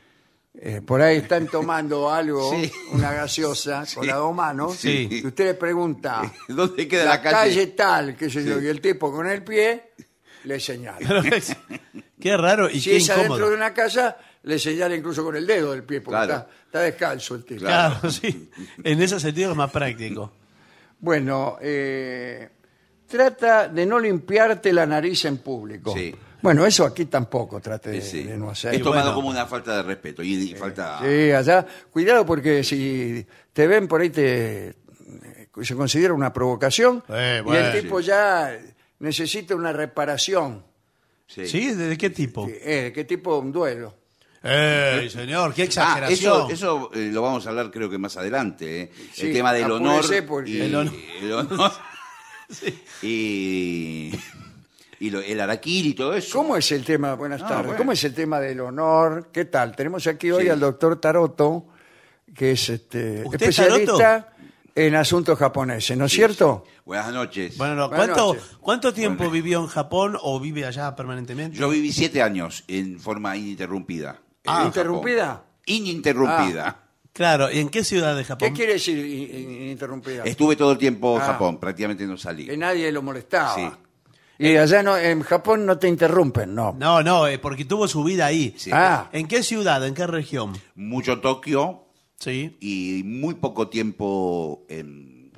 Speaker 6: Eh, por ahí están tomando algo,
Speaker 8: Sí.
Speaker 6: una gaseosa, con las dos manos.
Speaker 7: Sí.
Speaker 6: Y usted le pregunta,
Speaker 8: ¿Dónde queda
Speaker 6: la,
Speaker 8: la,
Speaker 6: calle? tal, qué sé yo, y el tipo con el pie le señala.
Speaker 7: qué raro y
Speaker 6: Si
Speaker 7: qué
Speaker 6: es adentro
Speaker 7: incómodo.
Speaker 6: de una casa, le señala incluso con el dedo del pie, porque
Speaker 8: Claro.
Speaker 6: está, está descalzo el tipo.
Speaker 7: Claro, sí. En ese sentido es más práctico.
Speaker 6: Bueno, eh, trata de no limpiarte la nariz en público.
Speaker 8: Sí.
Speaker 6: Bueno,
Speaker 7: Eh,
Speaker 6: eso aquí tampoco trate de,
Speaker 8: Sí, sí.
Speaker 6: de no hacer.
Speaker 8: Es tomado
Speaker 7: bueno.
Speaker 8: como una falta de respeto y, y falta...
Speaker 6: Sí, allá. Cuidado porque si te ven por ahí te se considera una provocación
Speaker 7: Eh,
Speaker 6: y
Speaker 7: bueno.
Speaker 6: el tipo ya necesita una reparación.
Speaker 8: Sí.
Speaker 7: ¿Sí? ¿De qué tipo?
Speaker 6: Eh, ¿Qué tipo? Un duelo.
Speaker 7: ¡Ey, eh, señor! ¡Qué
Speaker 8: Ah, eso,
Speaker 7: exageración!
Speaker 8: eso eh, lo vamos a hablar creo que más adelante. ¿eh?
Speaker 6: Sí,
Speaker 8: el tema del honor.
Speaker 6: apúrese porque-
Speaker 8: Y,
Speaker 6: El
Speaker 8: el
Speaker 6: honor.
Speaker 8: honor. y, y lo- el araquiri y todo eso.
Speaker 6: ¿Cómo es el tema? Buenas
Speaker 8: Ah,
Speaker 6: tardes.
Speaker 8: bueno.
Speaker 6: ¿Cómo es el tema del honor? ¿Qué tal? Tenemos aquí hoy
Speaker 8: Sí.
Speaker 6: al doctor Taroto, que es este,
Speaker 7: ¿Usted,
Speaker 6: especialista en asuntos japoneses, ¿no es cierto?
Speaker 8: Buenas noches.
Speaker 7: Bueno, no,
Speaker 6: Buenas
Speaker 7: ¿cuánto,
Speaker 6: noches.
Speaker 7: ¿cuánto tiempo
Speaker 8: Buenas.
Speaker 7: vivió en Japón o vive allá permanentemente?
Speaker 8: Yo eh, viví siete años en forma ininterrumpida. en
Speaker 6: Ah,
Speaker 8: Japón.
Speaker 6: ¿interrumpida? Ah,
Speaker 8: Ininterrumpida.
Speaker 7: Claro, ¿y en qué ciudad de
Speaker 6: ¿Qué
Speaker 7: Japón?
Speaker 6: quiere decir in- in- ininterrumpida?
Speaker 8: Estuve todo el tiempo en
Speaker 6: Ah.
Speaker 8: Japón, prácticamente no salí.
Speaker 6: Que nadie lo molestaba.
Speaker 8: Sí. Eh,
Speaker 6: Y allá no, en Japón no te interrumpen, no.
Speaker 7: No, no, eh, porque tuvo su vida ahí.
Speaker 8: Sí.
Speaker 6: Ah,
Speaker 7: ¿En qué ciudad? ¿En qué región?
Speaker 8: Mucho Tokio
Speaker 7: Sí.
Speaker 8: y muy poco tiempo en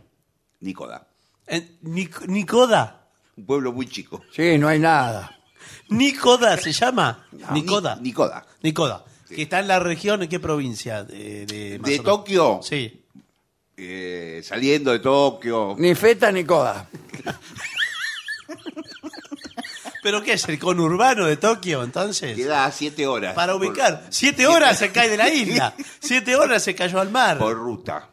Speaker 8: Nicoda.
Speaker 7: En Nic- Nicoda.
Speaker 8: Un pueblo muy chico.
Speaker 6: sí, no hay nada.
Speaker 7: Nicoda se llama. Nicoda.
Speaker 8: Ni- Nicoda.
Speaker 7: Nicoda. Que está en la región, ¿en qué provincia? De, de- más
Speaker 8: De
Speaker 7: o menos?
Speaker 8: Tokio.
Speaker 7: Sí.
Speaker 8: eh, saliendo de Tokio.
Speaker 6: Ni feta ni coda.
Speaker 7: ¿Pero qué es? ¿El conurbano de Tokio, entonces?
Speaker 8: Queda siete horas.
Speaker 7: Para
Speaker 8: por-
Speaker 7: ubicar. Siete horas se cae de la isla. Siete horas se cayó al mar.
Speaker 8: Por ruta.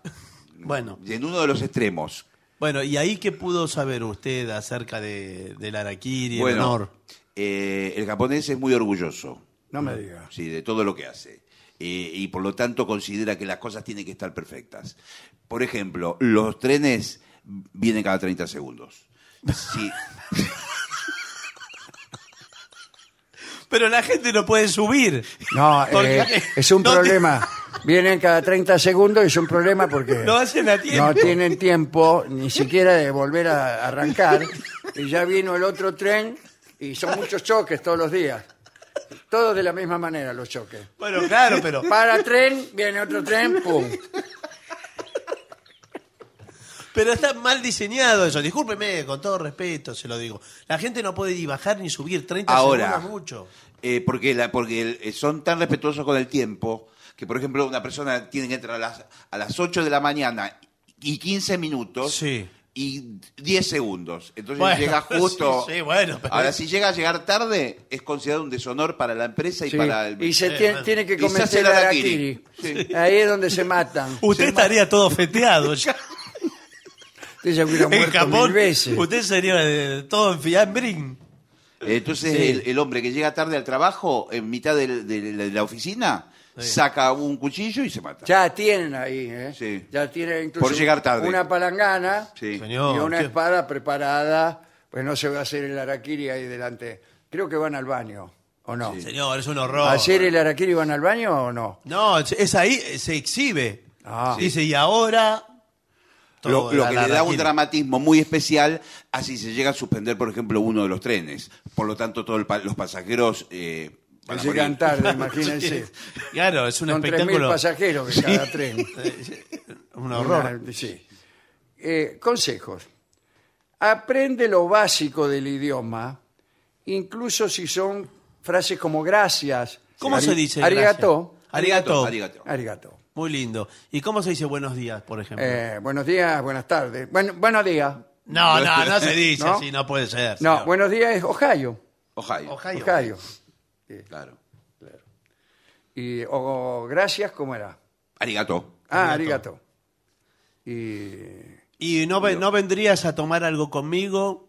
Speaker 7: Bueno,
Speaker 8: Y en uno de los extremos.
Speaker 7: bueno, ¿y ahí qué pudo saber usted acerca de, del Araquiri, el
Speaker 8: bueno,
Speaker 7: honor?
Speaker 8: eh, el japonés es muy orgulloso
Speaker 6: No me digas.
Speaker 8: sí, de todo lo que hace. Eh, y por lo tanto considera que las cosas tienen que estar perfectas. Por ejemplo, los trenes vienen cada 30 segundos. Sí.
Speaker 7: Pero la gente no puede subir.
Speaker 6: No,
Speaker 7: Porque-
Speaker 6: eh, es un
Speaker 7: no ti-
Speaker 6: problema. Vienen cada 30 segundos y es un problema porque
Speaker 7: No hacen a tiempo.
Speaker 6: no tienen tiempo ni siquiera de volver a arrancar. Y ya vino el otro tren y son muchos choques todos los días. Todos de la misma manera los choques.
Speaker 7: Bueno, claro, pero.
Speaker 6: Para tren, viene otro tren, pum.
Speaker 7: Pero está mal diseñado eso. Discúlpeme, con todo respeto se lo digo. La gente no puede ni bajar ni subir. 30
Speaker 8: Ahora,
Speaker 7: segundos es mucho.
Speaker 8: eh, porque, la- porque el- eh, son tan respetuosos con el tiempo que, por ejemplo, una persona tiene que entrar a las, a las 8 de la mañana y 15 minutos
Speaker 7: Sí.
Speaker 8: y 10 segundos. Entonces
Speaker 7: Bueno,
Speaker 8: llega justo.
Speaker 7: sí, sí, bueno, pero-
Speaker 8: Ahora, si llega a llegar tarde, es considerado un deshonor para la empresa y
Speaker 6: Sí.
Speaker 8: para el.
Speaker 6: Y se
Speaker 7: Eh,
Speaker 6: tie-
Speaker 7: bueno.
Speaker 6: tiene que
Speaker 8: Y se hace
Speaker 6: cometer
Speaker 8: el
Speaker 6: el
Speaker 8: harakiri.
Speaker 6: harakiri. Ahí es donde se matan.
Speaker 7: Usted estaría todo feteado ya.
Speaker 6: Usted ya hubiera
Speaker 7: En
Speaker 6: muerto
Speaker 7: Japón,
Speaker 6: mil veces.
Speaker 7: usted sería eh, todo en fiambrín.
Speaker 8: Entonces,
Speaker 7: Sí.
Speaker 8: el, el hombre que llega tarde al trabajo, en mitad del- del- de, la- de la oficina, saca un cuchillo y se mata.
Speaker 6: Ya tienen ahí, ¿eh?
Speaker 8: Sí.
Speaker 6: Ya tienen incluso
Speaker 8: Por llegar tarde.
Speaker 6: una palangana
Speaker 8: Sí.
Speaker 7: Señor,
Speaker 6: y una
Speaker 7: ¿qué?
Speaker 6: espada preparada. Pues no se va a hacer el araquiri ahí delante. Creo que van al baño, ¿o no?
Speaker 7: Señor, es un horror.
Speaker 6: ¿A ¿Hacer el araquiri van al baño o no?
Speaker 7: No, es- es ahí, eh, se exhibe.
Speaker 6: Ah.
Speaker 7: Dice, y ahora.
Speaker 8: Lo,
Speaker 7: Todo
Speaker 8: lo
Speaker 7: la-
Speaker 8: que
Speaker 7: la
Speaker 8: le da un
Speaker 7: raquina.
Speaker 8: dramatismo muy especial así se llega a suspender, por ejemplo, uno de los trenes. Por lo tanto, todos los pasajeros eh, van a
Speaker 6: Llegan
Speaker 8: morir.
Speaker 6: tarde, imagínense.
Speaker 7: Claro, es un
Speaker 6: Son 3.000
Speaker 7: espectáculo. Eh,
Speaker 6: pasajeros que cada tren.
Speaker 7: Un horror.
Speaker 6: Una- sí. Eh, consejos. Aprende lo básico del idioma, incluso si son frases como gracias.
Speaker 7: ¿Cómo
Speaker 6: Ari-
Speaker 7: se dice? gracias?
Speaker 6: Arigato.
Speaker 7: Arigato.
Speaker 8: Arigato.
Speaker 6: Arigato.
Speaker 7: Muy lindo. ¿Y cómo se dice buenos días, por ejemplo?
Speaker 6: Eh, buenos días, buenas tardes. Bueno, buenos días.
Speaker 7: no, no, no se dice
Speaker 6: ¿No?
Speaker 7: así, no puede ser.
Speaker 6: No,
Speaker 7: señor.
Speaker 6: buenos días es Ohio.
Speaker 8: Ohio.
Speaker 7: Ohio.
Speaker 6: Ohio.
Speaker 8: Claro.
Speaker 6: Y, o gracias, ¿cómo era?
Speaker 8: Arigato.
Speaker 6: Ah, arigato. Y
Speaker 7: ¿Y no, ve- no vendrías a tomar algo conmigo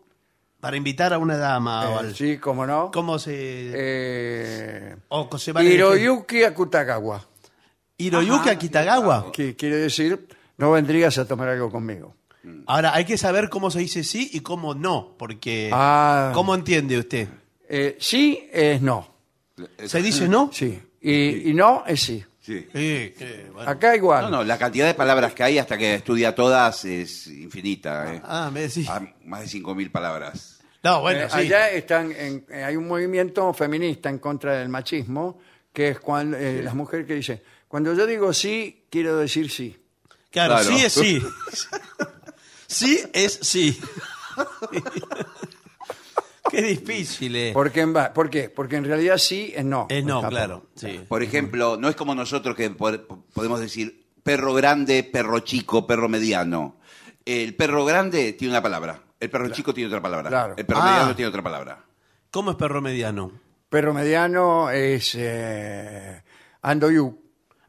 Speaker 7: para invitar a una dama? o
Speaker 6: eh,
Speaker 7: al-
Speaker 6: sí, ¿cómo no?
Speaker 7: ¿Cómo se.?
Speaker 6: Eh,
Speaker 7: o se va a elegir?
Speaker 6: Hiroyuki Akutagawa.
Speaker 7: Hiroyuki a Kitagawa.
Speaker 6: que quiere decir no vendrías a tomar algo conmigo.
Speaker 7: Ahora, hay que saber cómo se dice sí y cómo no, porque...
Speaker 6: Ah.
Speaker 7: Eh, ¿Cómo entiende usted?
Speaker 6: Eh, sí es no,
Speaker 7: ¿Se dice no?
Speaker 6: sí. Y, y no es sí.
Speaker 8: Sí.
Speaker 7: Sí, qué bueno.
Speaker 6: Acá igual.
Speaker 8: No, no, la cantidad de palabras que hay hasta que estudia todas es infinita. eh.
Speaker 7: Ah, me decís.
Speaker 8: Ah, más de 5.000 palabras.
Speaker 7: No, bueno,
Speaker 6: Eh,
Speaker 7: sí.
Speaker 6: Allá están en- eh, hay un movimiento feminista en contra del machismo, que es cuando eh, las mujeres que dicen, cuando yo digo sí, quiero decir sí.
Speaker 7: Claro,
Speaker 8: Claro.
Speaker 7: sí es sí. sí es sí. qué difícil es.
Speaker 6: Porque en va- ¿Por qué? Porque en realidad sí es no.
Speaker 7: Es no,
Speaker 6: Está-
Speaker 7: claro. Sí.
Speaker 8: Por ejemplo, no es como nosotros que pod- podemos decir perro grande, perro chico, perro mediano. El perro grande tiene una palabra. El perro chico tiene otra palabra.
Speaker 6: Claro.
Speaker 8: El perro
Speaker 7: Ah.
Speaker 8: mediano tiene otra palabra.
Speaker 7: ¿Cómo es perro mediano?
Speaker 6: Perro mediano es eh, Andoyú.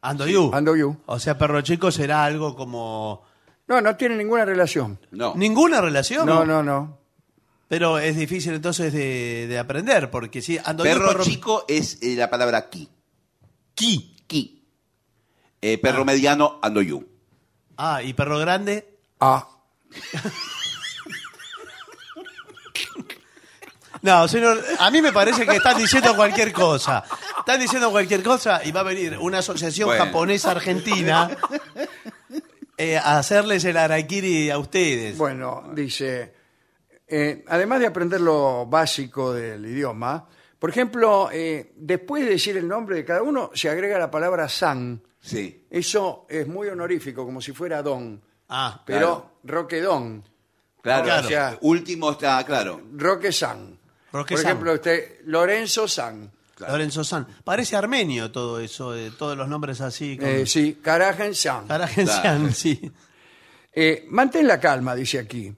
Speaker 7: Andoyú.
Speaker 6: Andoyú.
Speaker 7: O sea, perro chico será algo como.
Speaker 6: No, no tiene ninguna relación.
Speaker 8: No.
Speaker 7: ¿Ninguna relación?
Speaker 6: No, no, no.
Speaker 7: Pero es difícil entonces de, de aprender, porque sí, Andoyú.
Speaker 8: perro chico es eh, la palabra ki. Ki. Ki. Eh, perro mediano, andoyu.
Speaker 7: Ah, y perro grande.
Speaker 6: Ah,
Speaker 7: No, señor, a mí me parece que están diciendo cualquier cosa. Están diciendo cualquier cosa y va a venir una asociación
Speaker 8: Bueno.
Speaker 7: japonesa-argentina eh, a hacerles el harakiri a ustedes.
Speaker 6: bueno, dice, eh, además de aprender lo básico del idioma, por ejemplo, eh, después de decir el nombre de cada uno, se agrega la palabra san.
Speaker 8: Sí.
Speaker 6: Eso es muy honorífico, como si fuera don.
Speaker 7: Ah,
Speaker 6: Pero Roque Don,
Speaker 8: Claro.
Speaker 7: Claro.
Speaker 8: O sea, último está, claro.
Speaker 6: Roque San.
Speaker 7: Roque
Speaker 6: Por
Speaker 7: San.
Speaker 6: ejemplo, usted, Lorenzo San.
Speaker 7: Lorenzo San. Parece armenio todo eso, eh, todos los nombres así. Con...
Speaker 6: Eh, sí, Carajan San.
Speaker 7: Karajan San, sí.
Speaker 6: Eh, mantén la calma, dice aquí.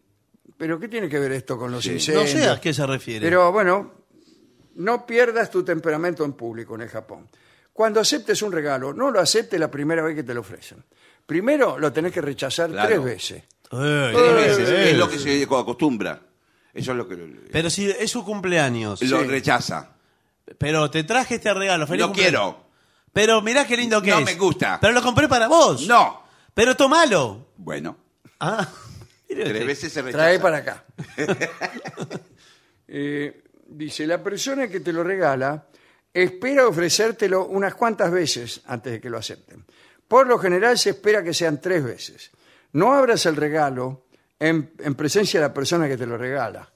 Speaker 6: Pero ¿qué tiene que ver esto con los
Speaker 7: No
Speaker 6: incendios?
Speaker 7: sé a qué se refiere.
Speaker 6: Pero bueno, no pierdas tu temperamento en público en el Japón. Cuando aceptes un regalo, no lo aceptes la primera vez que te lo ofrecen. Primero lo tenés que rechazar
Speaker 8: Claro.
Speaker 6: tres veces. Eh,
Speaker 7: Ey,
Speaker 8: Tres
Speaker 7: ey,
Speaker 8: veces.
Speaker 7: ey.
Speaker 8: Es lo que se acostumbra. Eso es lo que lo,
Speaker 7: Pero si es su cumpleaños.
Speaker 8: lo rechaza.
Speaker 7: Pero te traje este regalo. Feliz
Speaker 8: Lo
Speaker 7: cumpleaños.
Speaker 8: quiero.
Speaker 7: Pero mirá qué lindo que
Speaker 8: No
Speaker 7: es.
Speaker 8: me gusta.
Speaker 7: Pero lo compré para vos.
Speaker 8: No.
Speaker 7: Pero tomalo.
Speaker 8: Bueno.
Speaker 7: Ah, mire
Speaker 8: Tres
Speaker 7: usted.
Speaker 8: veces se rechaza.
Speaker 6: Trae para acá. Eh, dice, la persona que te lo regala espera ofrecértelo unas cuantas veces antes de que lo acepten. Por lo general se espera que sean tres veces. No abras el regalo en, en presencia de la persona que te lo regala.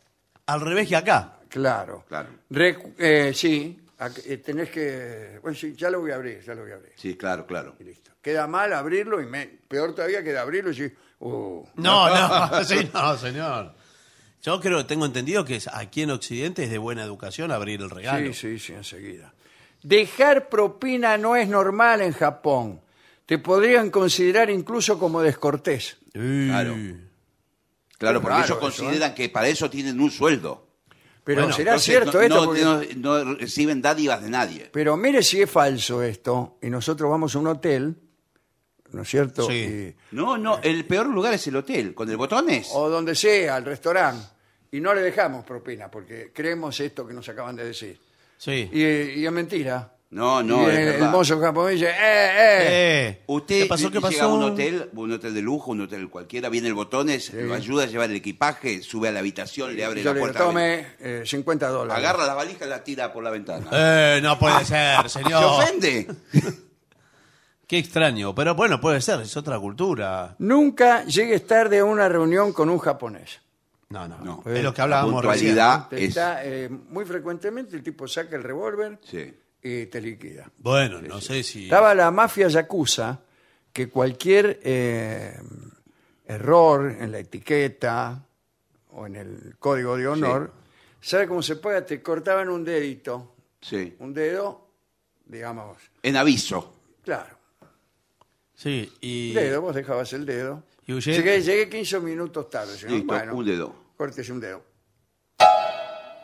Speaker 7: Al revés que acá.
Speaker 6: Claro.
Speaker 8: Claro.
Speaker 6: Recu- eh, sí, ac- eh, tenés que... Bueno, sí, ya lo voy a abrir, ya lo voy a abrir.
Speaker 8: Sí, claro, claro.
Speaker 6: Y listo. Queda mal abrirlo y me- peor todavía queda abrirlo y decir, "Uh".
Speaker 7: No, no, sí, no, señor. Yo creo, tengo entendido que es- aquí en Occidente es de buena educación abrir el regalo.
Speaker 6: Sí, sí, sí, enseguida. Dejar propina no es normal en Japón. Te podrían considerar incluso como descortés.
Speaker 7: Uy.
Speaker 8: Claro. Claro,
Speaker 6: Qué
Speaker 8: porque ellos
Speaker 6: raro eso, ¿eh?
Speaker 8: consideran que para eso tienen un sueldo.
Speaker 6: Pero
Speaker 7: Bueno,
Speaker 6: será
Speaker 8: Entonces,
Speaker 6: cierto
Speaker 8: no,
Speaker 6: esto.
Speaker 8: no-
Speaker 6: porque-
Speaker 8: no- no reciben dádivas de nadie.
Speaker 6: Pero mire si es falso esto. Y nosotros vamos a un hotel, ¿no es cierto?
Speaker 7: Sí.
Speaker 6: Y-
Speaker 8: No, no, el peor lugar es el hotel, con el botones.
Speaker 6: o donde sea, al restaurante. Y no le dejamos propina porque creemos esto que nos acaban de decir.
Speaker 7: Sí.
Speaker 6: Y, y es mentira.
Speaker 8: No, no,
Speaker 6: Y
Speaker 8: es
Speaker 6: el, el
Speaker 8: verdad.
Speaker 6: mozo japonés dice, ¡eh, eh!
Speaker 7: Eh,
Speaker 8: Usted
Speaker 7: ¿Qué pasó? ¿Qué
Speaker 8: llega
Speaker 7: pasó?
Speaker 8: a un hotel, un hotel de lujo, un hotel cualquiera, viene el botones, lo ayuda a llevar el equipaje, sube a la habitación, le abre
Speaker 6: Yo
Speaker 8: la
Speaker 6: le digo,
Speaker 8: puerta.
Speaker 6: tome eh, 50 dólares.
Speaker 8: Agarra las valijas y las tira por la ventana.
Speaker 7: Eh, no
Speaker 6: Ah,
Speaker 7: puede ser,
Speaker 8: ¿Se
Speaker 7: señor.
Speaker 8: ofende?
Speaker 7: Qué extraño. Pero bueno, puede ser, es otra cultura.
Speaker 6: Nunca llegues tarde a una reunión con un japonés.
Speaker 7: No, no,
Speaker 8: No.
Speaker 7: Es lo que
Speaker 8: La
Speaker 7: hablábamos recién.
Speaker 8: puntualidad
Speaker 6: Te
Speaker 8: es...
Speaker 6: está, eh, muy frecuentemente el tipo saca el revólver
Speaker 8: Sí.
Speaker 6: y te liquida.
Speaker 7: Bueno, no sé si.
Speaker 6: Estaba la mafia yakuza que cualquier eh, error en la etiqueta o en el código de honor, ¿sabe cómo se paga? Te cortaban un dedito,
Speaker 8: Sí.
Speaker 6: un dedo, digamos,
Speaker 8: En aviso.
Speaker 6: claro,
Speaker 7: Sí, y.
Speaker 6: dedo, vos dejabas el dedo.
Speaker 7: Y huyendo.
Speaker 6: Llegué, llegué 15 minutos tarde, señor.
Speaker 8: Listo,
Speaker 6: bueno,
Speaker 8: un dedo.
Speaker 6: Córtese un dedo.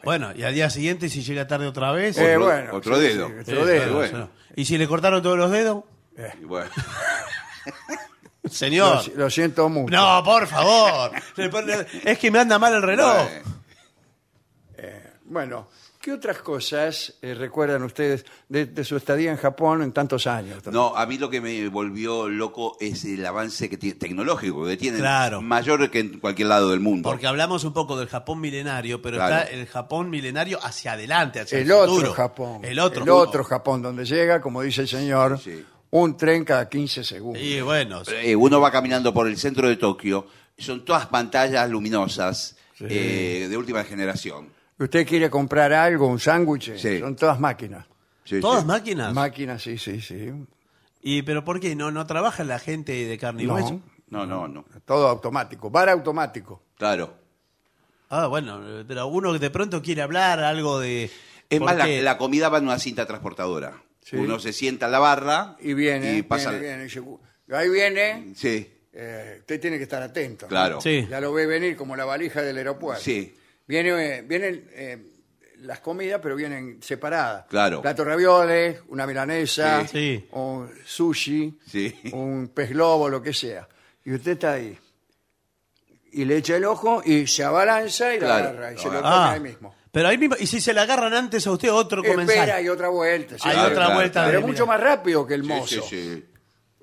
Speaker 7: Bueno, y al día siguiente, si llega tarde otra vez.
Speaker 6: Eh,
Speaker 8: Otro-
Speaker 6: bueno,
Speaker 8: otro
Speaker 6: sí,
Speaker 8: dedo.
Speaker 6: sí,
Speaker 7: Sí,
Speaker 6: otro dedo.
Speaker 7: claro,
Speaker 8: bueno.
Speaker 7: señor. ¿Y si le cortaron todos los dedos?
Speaker 8: Y bueno,
Speaker 7: Señor.
Speaker 6: Lo, lo siento mucho.
Speaker 7: No, por favor. Le pone- es que me anda mal el reloj.
Speaker 8: bueno.
Speaker 6: Bueno, ¿qué otras cosas eh, recuerdan ustedes de, de su estadía en Japón en tantos años?
Speaker 8: No, a mí lo que me volvió loco es el avance que tiene, tecnológico que tienen.
Speaker 7: Claro.
Speaker 8: Mayor que en cualquier lado del mundo.
Speaker 7: Porque hablamos un poco del Japón milenario, pero
Speaker 8: Claro.
Speaker 7: está el Japón milenario hacia adelante, hacia el,
Speaker 6: el otro
Speaker 7: futuro.
Speaker 6: Japón.
Speaker 7: El otro.
Speaker 6: Japón, donde llega, como dice el señor,
Speaker 8: Sí.
Speaker 6: un tren cada 15 segundos.
Speaker 7: Y bueno, sí.
Speaker 8: Eh, uno va caminando por el centro de Tokio, son todas pantallas luminosas eh, de última generación.
Speaker 6: ¿Usted quiere comprar algo, un sándwich?
Speaker 8: Sí.
Speaker 6: Son todas máquinas.
Speaker 8: Sí,
Speaker 7: todas
Speaker 8: sí.
Speaker 7: máquinas.
Speaker 6: Máquinas, sí, sí, sí.
Speaker 7: ¿Y pero por qué? ¿No, no trabaja la gente de carne y
Speaker 6: No.
Speaker 7: hueso?
Speaker 8: No, no, no.
Speaker 6: Todo automático, bar automático.
Speaker 8: Claro.
Speaker 7: Ah, bueno, pero uno que de pronto quiere hablar algo de...
Speaker 8: Es más, la,
Speaker 7: porque-
Speaker 8: la comida va en una cinta transportadora.
Speaker 6: Sí.
Speaker 8: Uno se sienta a la barra
Speaker 6: Y viene,
Speaker 8: y pasa.
Speaker 6: viene, viene, y dice, "Uh, ahí viene
Speaker 8: Sí.
Speaker 6: eh, usted tiene que estar atento. ¿no?
Speaker 8: Claro.
Speaker 7: Sí.
Speaker 6: Ya lo ve venir como la valija del aeropuerto.
Speaker 8: Sí.
Speaker 6: Viene, eh, vienen eh, las comidas, pero vienen separadas.
Speaker 8: Claro.
Speaker 6: Plato de ravioles, una milanesa,
Speaker 7: Sí. Sí.
Speaker 6: un sushi,
Speaker 8: Sí.
Speaker 6: un pez globo, lo que sea. Y usted está ahí. Y le echa el ojo y se abalanza y
Speaker 8: Claro.
Speaker 6: la agarra. Y se lo
Speaker 8: Ah.
Speaker 6: come ahí mismo.
Speaker 7: Pero ahí mismo. Y si se la agarran antes a usted, otro
Speaker 6: Espera,
Speaker 7: comensal.
Speaker 6: hay otra vuelta. sí,
Speaker 7: Hay
Speaker 6: claro.
Speaker 7: otra
Speaker 8: claro,
Speaker 7: vuelta.
Speaker 8: claro.
Speaker 7: de-
Speaker 6: Pero mucho más rápido que el
Speaker 8: Sí, sí,
Speaker 6: mozo.
Speaker 8: sí.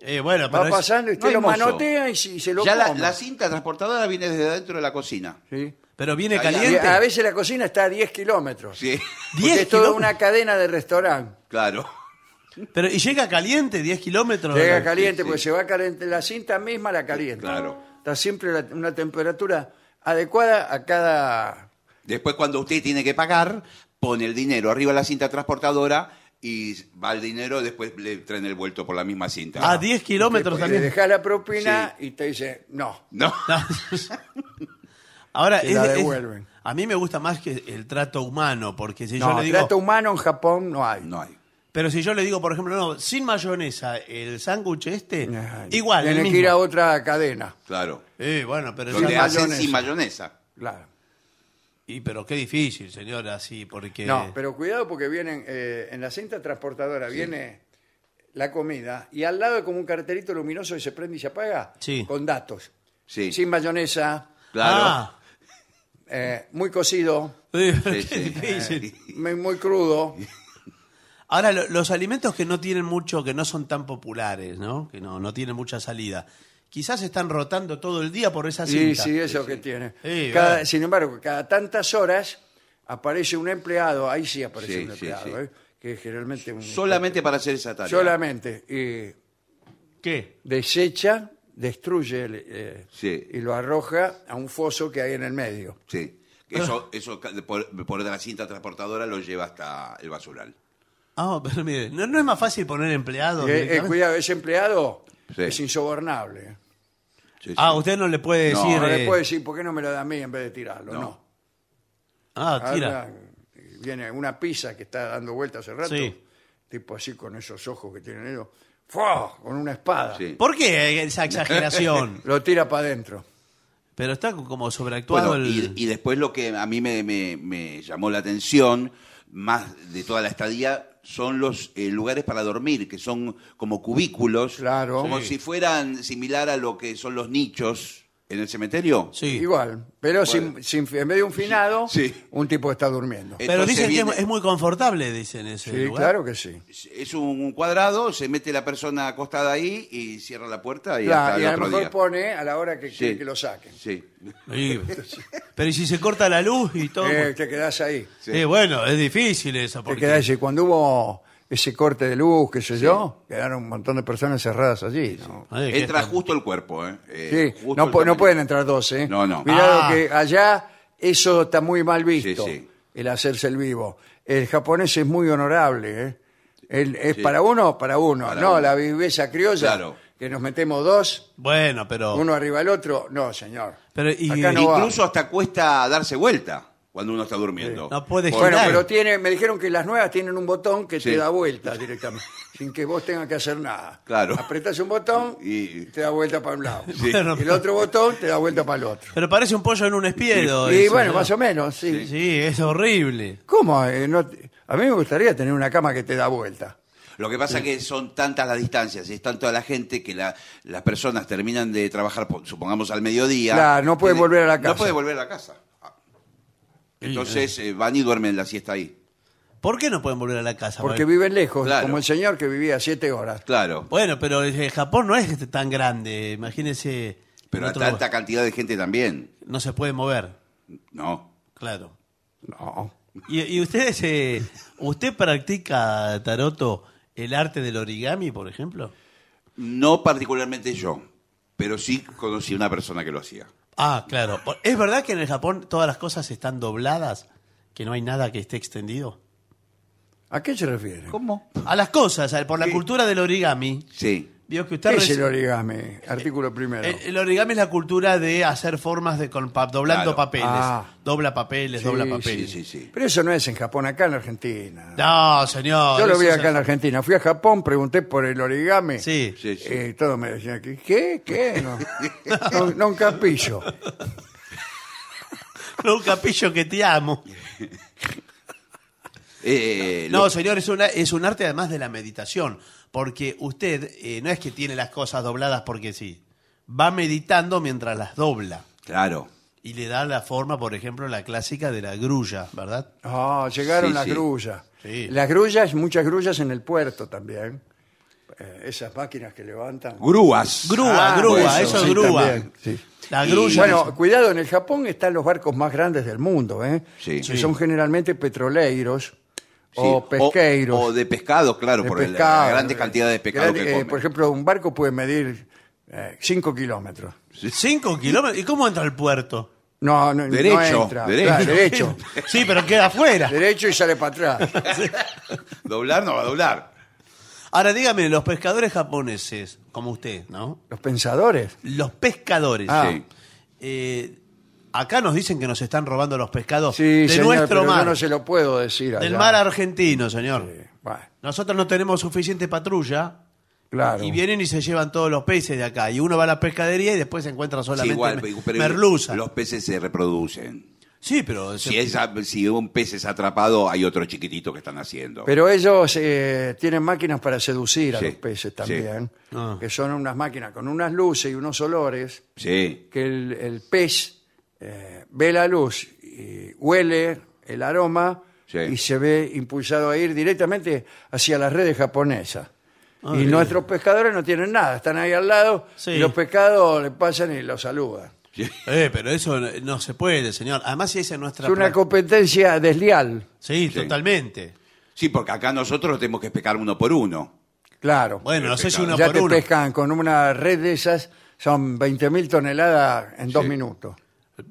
Speaker 7: Eh, bueno, pero
Speaker 6: Va
Speaker 7: es-
Speaker 6: pasando y usted
Speaker 8: no hay
Speaker 6: lo
Speaker 8: mozo.
Speaker 6: manotea y se, y se lo
Speaker 8: Ya la,
Speaker 6: come.
Speaker 8: la cinta transportadora viene desde adentro de la cocina.
Speaker 6: Sí.
Speaker 7: pero viene
Speaker 8: Ahí-
Speaker 6: Y
Speaker 7: caliente.
Speaker 6: a veces la cocina está a 10 kilómetros.
Speaker 8: Sí,
Speaker 6: Porque
Speaker 7: 10
Speaker 6: es toda
Speaker 7: kilómetros.
Speaker 6: una cadena de restaurante.
Speaker 8: claro.
Speaker 7: Pero, y llega caliente, 10 kilómetros.
Speaker 6: Llega
Speaker 7: ¿no?
Speaker 6: caliente, pues,
Speaker 8: sí.
Speaker 6: porque se va caliente. La cinta misma la calienta.
Speaker 8: Claro.
Speaker 6: Está siempre la- una temperatura adecuada a cada.
Speaker 8: Después cuando usted tiene que pagar, pone el dinero arriba de la cinta transportadora y va el dinero, después le traen el vuelto por la misma cinta.
Speaker 7: A 10 Ah, kilómetros
Speaker 6: Le
Speaker 7: también.
Speaker 6: deja la propina y te dice, no.
Speaker 8: No.
Speaker 7: Ah. Ahora,
Speaker 6: Te la
Speaker 7: es- es-
Speaker 6: devuelven.
Speaker 7: a mí me gusta más que el trato humano, porque si yo
Speaker 6: No,
Speaker 7: le digo.
Speaker 6: trato humano en Japón no hay.
Speaker 8: No hay.
Speaker 7: Pero si yo le digo, por ejemplo, no, sin mayonesa, el sándwich este,
Speaker 6: Ay,
Speaker 7: igual. el
Speaker 6: Tiene que
Speaker 7: mismo.
Speaker 6: ir a otra cadena.
Speaker 8: Claro.
Speaker 7: Eh, bueno, pero,
Speaker 8: Donde
Speaker 7: ya-
Speaker 8: hacen
Speaker 6: mayonesa.
Speaker 8: sin mayonesa.
Speaker 6: Claro.
Speaker 7: y, pero qué difícil, señora, así, porque.
Speaker 8: Eh,
Speaker 6: No, pero cuidado porque vienen eh, en la cinta transportadora viene la comida y al lado es como un cartelito luminoso que se prende y se apaga
Speaker 7: Sí.
Speaker 6: con datos.
Speaker 8: Sí.
Speaker 6: Sin mayonesa,
Speaker 8: Claro.
Speaker 7: Ah,
Speaker 6: eh, muy cocido,
Speaker 7: eh,
Speaker 8: Sí,
Speaker 7: qué
Speaker 8: sí.
Speaker 7: difícil.
Speaker 6: muy, muy crudo.
Speaker 7: Ahora, lo- los alimentos que no tienen mucho, que no son tan populares, ¿no? Que no, no tienen mucha salida. Quizás están rotando todo el día por esa
Speaker 6: Sí,
Speaker 7: cinta.
Speaker 6: sí, eso que tiene.
Speaker 7: Sí,
Speaker 6: Cada-
Speaker 7: vale.
Speaker 6: Sin embargo, cada tantas horas aparece un empleado, ahí sí aparece
Speaker 8: Sí,
Speaker 6: un
Speaker 8: sí,
Speaker 6: empleado,
Speaker 8: sí.
Speaker 6: ¿eh? que es generalmente un-
Speaker 8: Solamente para hacer esa tarea.
Speaker 6: solamente y
Speaker 7: ¿Qué?
Speaker 6: desecha, destruye el, eh,
Speaker 8: Sí.
Speaker 6: y lo arroja a un foso que hay en el medio.
Speaker 8: Sí. Eso, eso ca- por, por la cinta transportadora lo lleva hasta el basural.
Speaker 7: Ah, pero mire, ¿no, no es más fácil poner empleados?
Speaker 6: Eh, eh,
Speaker 7: directamente?
Speaker 6: cuidado, ese empleado
Speaker 8: Sí.
Speaker 6: es insobornable. ¿eh?
Speaker 8: Sí, sí.
Speaker 7: ah, usted no le puede
Speaker 8: No,
Speaker 7: decir...
Speaker 6: No le
Speaker 7: eh,
Speaker 6: puede decir, ¿por qué no me lo da a mí en vez de tirarlo? No.
Speaker 8: No.
Speaker 7: Ah,
Speaker 6: Ahora
Speaker 7: tira.
Speaker 6: viene una pizza que está dando vueltas hace rato,
Speaker 7: Sí.
Speaker 6: tipo así con esos ojos que tienen ellos, ¡fua! con una espada.
Speaker 8: Sí.
Speaker 7: ¿Por qué esa exageración?
Speaker 6: Lo tira para adentro.
Speaker 7: pero está como sobreactuado
Speaker 8: Bueno, y,
Speaker 7: el...
Speaker 8: y después lo que a mí me, me- me llamó la atención, más de toda la estadía, son los eh, lugares para dormir, que son como cubículos,
Speaker 6: Claro.
Speaker 8: como
Speaker 6: Sí.
Speaker 8: si fueran similar a lo que son los nichos en el cementerio.
Speaker 7: Sí.
Speaker 6: Igual, pero sin, sin- en medio de un finado,
Speaker 8: Sí.
Speaker 6: un tipo está durmiendo.
Speaker 8: Eh,
Speaker 7: Pero
Speaker 8: Entonces
Speaker 7: dicen que
Speaker 8: viene-
Speaker 7: es- es muy confortable, dicen ese
Speaker 6: sí,
Speaker 7: lugar.
Speaker 6: claro que sí.
Speaker 8: Es un cuadrado, se mete la persona acostada ahí y cierra la puerta y
Speaker 6: Claro,
Speaker 8: hasta el
Speaker 6: y a lo
Speaker 8: otro
Speaker 6: mejor
Speaker 8: día.
Speaker 6: pone a la hora que
Speaker 8: Sí.
Speaker 6: quiere que lo saquen.
Speaker 8: Sí.
Speaker 7: Sí. Pero ¿y si se corta la luz y todo?
Speaker 6: Eh, te quedás ahí.
Speaker 7: Eh, bueno, es difícil eso.
Speaker 6: Te
Speaker 7: Porque...
Speaker 6: quedás allí. Cuando hubo ese corte de luz, qué sé yo, quedaron un montón de personas cerradas allí. ¿no?
Speaker 7: Ay, que
Speaker 8: Entra
Speaker 7: está-
Speaker 8: justo el cuerpo, ¿eh? Eh,
Speaker 6: Sí,
Speaker 8: justo
Speaker 6: no,
Speaker 8: el
Speaker 6: po- no
Speaker 8: tamaño.
Speaker 6: pueden entrar dos, ¿eh?
Speaker 8: No, no.
Speaker 6: Cuidado
Speaker 7: Ah.
Speaker 6: que allá eso está muy mal visto,
Speaker 8: Sí, sí.
Speaker 6: el hacerse el vivo. El japonés es muy honorable, ¿eh? El- es
Speaker 8: Sí.
Speaker 6: para uno, para uno.
Speaker 8: Para
Speaker 6: no,
Speaker 8: uno.
Speaker 6: la viveza criolla,
Speaker 8: Claro.
Speaker 6: que nos metemos dos,
Speaker 7: Bueno, pero...
Speaker 6: uno arriba del otro. No, señor.
Speaker 7: pero y-
Speaker 6: acá no va.
Speaker 8: Incluso hasta cuesta darse vuelta cuando uno está durmiendo.
Speaker 7: No puede
Speaker 8: Por-
Speaker 6: Bueno,
Speaker 7: girar.
Speaker 6: pero tiene, me dijeron que las nuevas tienen un botón que te
Speaker 8: Sí.
Speaker 6: da vuelta directamente, sin que vos tengas que hacer nada.
Speaker 8: Claro.
Speaker 6: Apretás un botón
Speaker 8: Y-
Speaker 6: y te da vuelta para un lado.
Speaker 8: Sí.
Speaker 7: Bueno,
Speaker 6: El otro botón te da vuelta para el otro.
Speaker 7: pero parece un pollo en un espiedo.
Speaker 6: Y
Speaker 7: eso,
Speaker 6: bueno,
Speaker 7: ¿no?
Speaker 6: más o menos, sí.
Speaker 7: Sí, es horrible.
Speaker 6: ¿Cómo? Eh, no te- a mí me gustaría tener una cama que te da vuelta.
Speaker 8: Lo que pasa es que son tantas las distancias y es tanta la gente que la- las personas terminan de trabajar, po- supongamos, al mediodía.
Speaker 6: Claro, no puede
Speaker 8: Tiene-
Speaker 6: volver a la casa.
Speaker 8: No puede volver a la casa. Ah. Entonces eh, van y duermen la siesta ahí.
Speaker 7: ¿Por qué no pueden volver a la casa?
Speaker 6: Porque viven lejos,
Speaker 8: Claro.
Speaker 6: como el señor que vivía siete horas.
Speaker 8: Claro.
Speaker 7: Bueno, pero eh, Japón no es tan grande, imagínese.
Speaker 8: Pero a
Speaker 7: otro-
Speaker 8: tanta cantidad de gente también.
Speaker 7: No se puede mover,
Speaker 8: No.
Speaker 7: claro.
Speaker 6: No.
Speaker 7: ¿Y, y ustedes, eh, usted practica, Taroto, el arte del origami, por ejemplo?
Speaker 8: No particularmente yo, pero sí conocí una persona que lo hacía.
Speaker 7: Ah, claro. ¿Es verdad que en el Japón todas las cosas están dobladas? ¿Que no hay nada que esté extendido?
Speaker 6: ¿A qué se refiere?
Speaker 8: ¿Cómo?
Speaker 7: A las cosas, a- por la cultura del origami,
Speaker 8: Sí.
Speaker 7: Vio que usted
Speaker 6: ¿Qué es
Speaker 7: reci- Eh,
Speaker 6: el origami? Artículo primero.
Speaker 7: el- el origami es la cultura de hacer formas de con pa- doblando
Speaker 8: Claro.
Speaker 7: papeles.
Speaker 6: Ah.
Speaker 7: Dobla papeles,
Speaker 6: Sí,
Speaker 7: dobla
Speaker 6: sí,
Speaker 7: papeles.
Speaker 8: sí, sí.
Speaker 6: Pero eso no es en Japón, acá en la Argentina.
Speaker 7: No, señor.
Speaker 6: Yo lo
Speaker 7: eso
Speaker 6: vi
Speaker 7: es-
Speaker 6: acá en la Argentina. Fui a Japón, pregunté por el origami.
Speaker 7: Sí.
Speaker 8: Sí, sí.
Speaker 6: Eh, todos me decían, que, ¿qué? ¿Qué? No, no, no un capillo.
Speaker 7: Un capillo que te amo.
Speaker 8: Eh,
Speaker 7: No,
Speaker 8: lo-
Speaker 7: señor, es, una, es un arte además de la meditación, porque usted eh, no es que tiene las cosas dobladas porque sí, va meditando mientras las dobla
Speaker 8: Claro.
Speaker 7: y le da la forma, por ejemplo, la clásica de la grulla, ¿verdad?
Speaker 6: No, llegaron
Speaker 8: Sí,
Speaker 6: las
Speaker 8: sí.
Speaker 6: grullas.
Speaker 7: Sí.
Speaker 6: Las grullas, muchas grullas en el puerto también. Eh, esas máquinas que levantan. Ah,
Speaker 8: Grúas.
Speaker 7: Grúa, grúa,
Speaker 8: bueno,
Speaker 7: eso es
Speaker 6: sí,
Speaker 7: grúa.
Speaker 6: también, sí.
Speaker 7: La
Speaker 8: Y-
Speaker 7: grulla.
Speaker 6: Bueno, cuidado, en el Japón están los barcos más grandes del mundo, ¿eh?
Speaker 8: Sí.
Speaker 6: Que
Speaker 8: Sí.
Speaker 6: son generalmente petroleiros
Speaker 8: Sí,
Speaker 6: o pesqueiros.
Speaker 8: O, de pescado, claro,
Speaker 6: de
Speaker 8: por el-
Speaker 6: pescado.
Speaker 8: la grande cantidad de pescado
Speaker 6: Gran-
Speaker 8: que
Speaker 6: eh,
Speaker 8: comen.
Speaker 6: Por ejemplo, un barco puede medir 5 kilómetros.
Speaker 7: Cinco kilómetros. ¿Y cómo entra al puerto?
Speaker 6: No, no, no
Speaker 8: Derecho,
Speaker 6: entra.
Speaker 8: derecho.
Speaker 6: Claro, derecho.
Speaker 7: Sí, pero queda afuera.
Speaker 6: Derecho y sale para atrás.
Speaker 8: Doblar no va a doblar.
Speaker 7: Ahora dígame, los pescadores japoneses, como usted, ¿no?
Speaker 6: Los pensadores.
Speaker 7: Los pescadores.
Speaker 6: Ah.
Speaker 8: Sí.
Speaker 7: eh, acá nos dicen que nos están robando los pescados
Speaker 6: Sí,
Speaker 7: de
Speaker 6: señor,
Speaker 7: nuestro
Speaker 6: pero
Speaker 7: mar,
Speaker 6: yo no se lo puedo decir
Speaker 7: del
Speaker 6: allá.
Speaker 7: mar argentino, señor.
Speaker 6: Eh, bueno,
Speaker 7: Nosotros no tenemos suficiente patrulla.
Speaker 6: claro.
Speaker 7: Y vienen y se llevan todos los peces de acá. Y uno va a la pescadería y después se encuentra
Speaker 8: Sí,
Speaker 7: solamente
Speaker 8: igual,
Speaker 7: me-
Speaker 8: pero- pero
Speaker 7: merluza.
Speaker 8: Los peces se reproducen.
Speaker 7: Sí, pero... se-
Speaker 8: Si, es, si un pez es atrapado, hay otro chiquitito que están haciendo.
Speaker 6: Pero ellos eh, tienen máquinas para seducir a
Speaker 8: Sí,
Speaker 6: los peces
Speaker 8: sí.
Speaker 6: también,
Speaker 7: Ah.
Speaker 6: que son unas máquinas con unas luces y unos olores
Speaker 8: sí.
Speaker 6: que el, el pez eh, ve la luz y huele el aroma
Speaker 8: Sí.
Speaker 6: y se ve impulsado a ir directamente hacia las redes japonesas. y nuestros pescadores no tienen nada, están ahí al lado
Speaker 7: Ah, Sí.
Speaker 6: y los pescados le pasan y los saludan.
Speaker 7: Eh, pero eso no, no se puede, señor. Además, si esa es nuestra...
Speaker 6: Es una
Speaker 7: pra-
Speaker 6: competencia desleal,
Speaker 7: sí,
Speaker 8: Sí.
Speaker 7: totalmente.
Speaker 8: Sí, porque acá nosotros tenemos que pescar uno por uno.
Speaker 6: claro.
Speaker 7: Bueno, no sé si
Speaker 8: Pescado.
Speaker 7: uno
Speaker 6: ya
Speaker 7: por
Speaker 6: te
Speaker 7: uno.
Speaker 6: pescan con una red de esas, son 20.000 toneladas en dos minutos.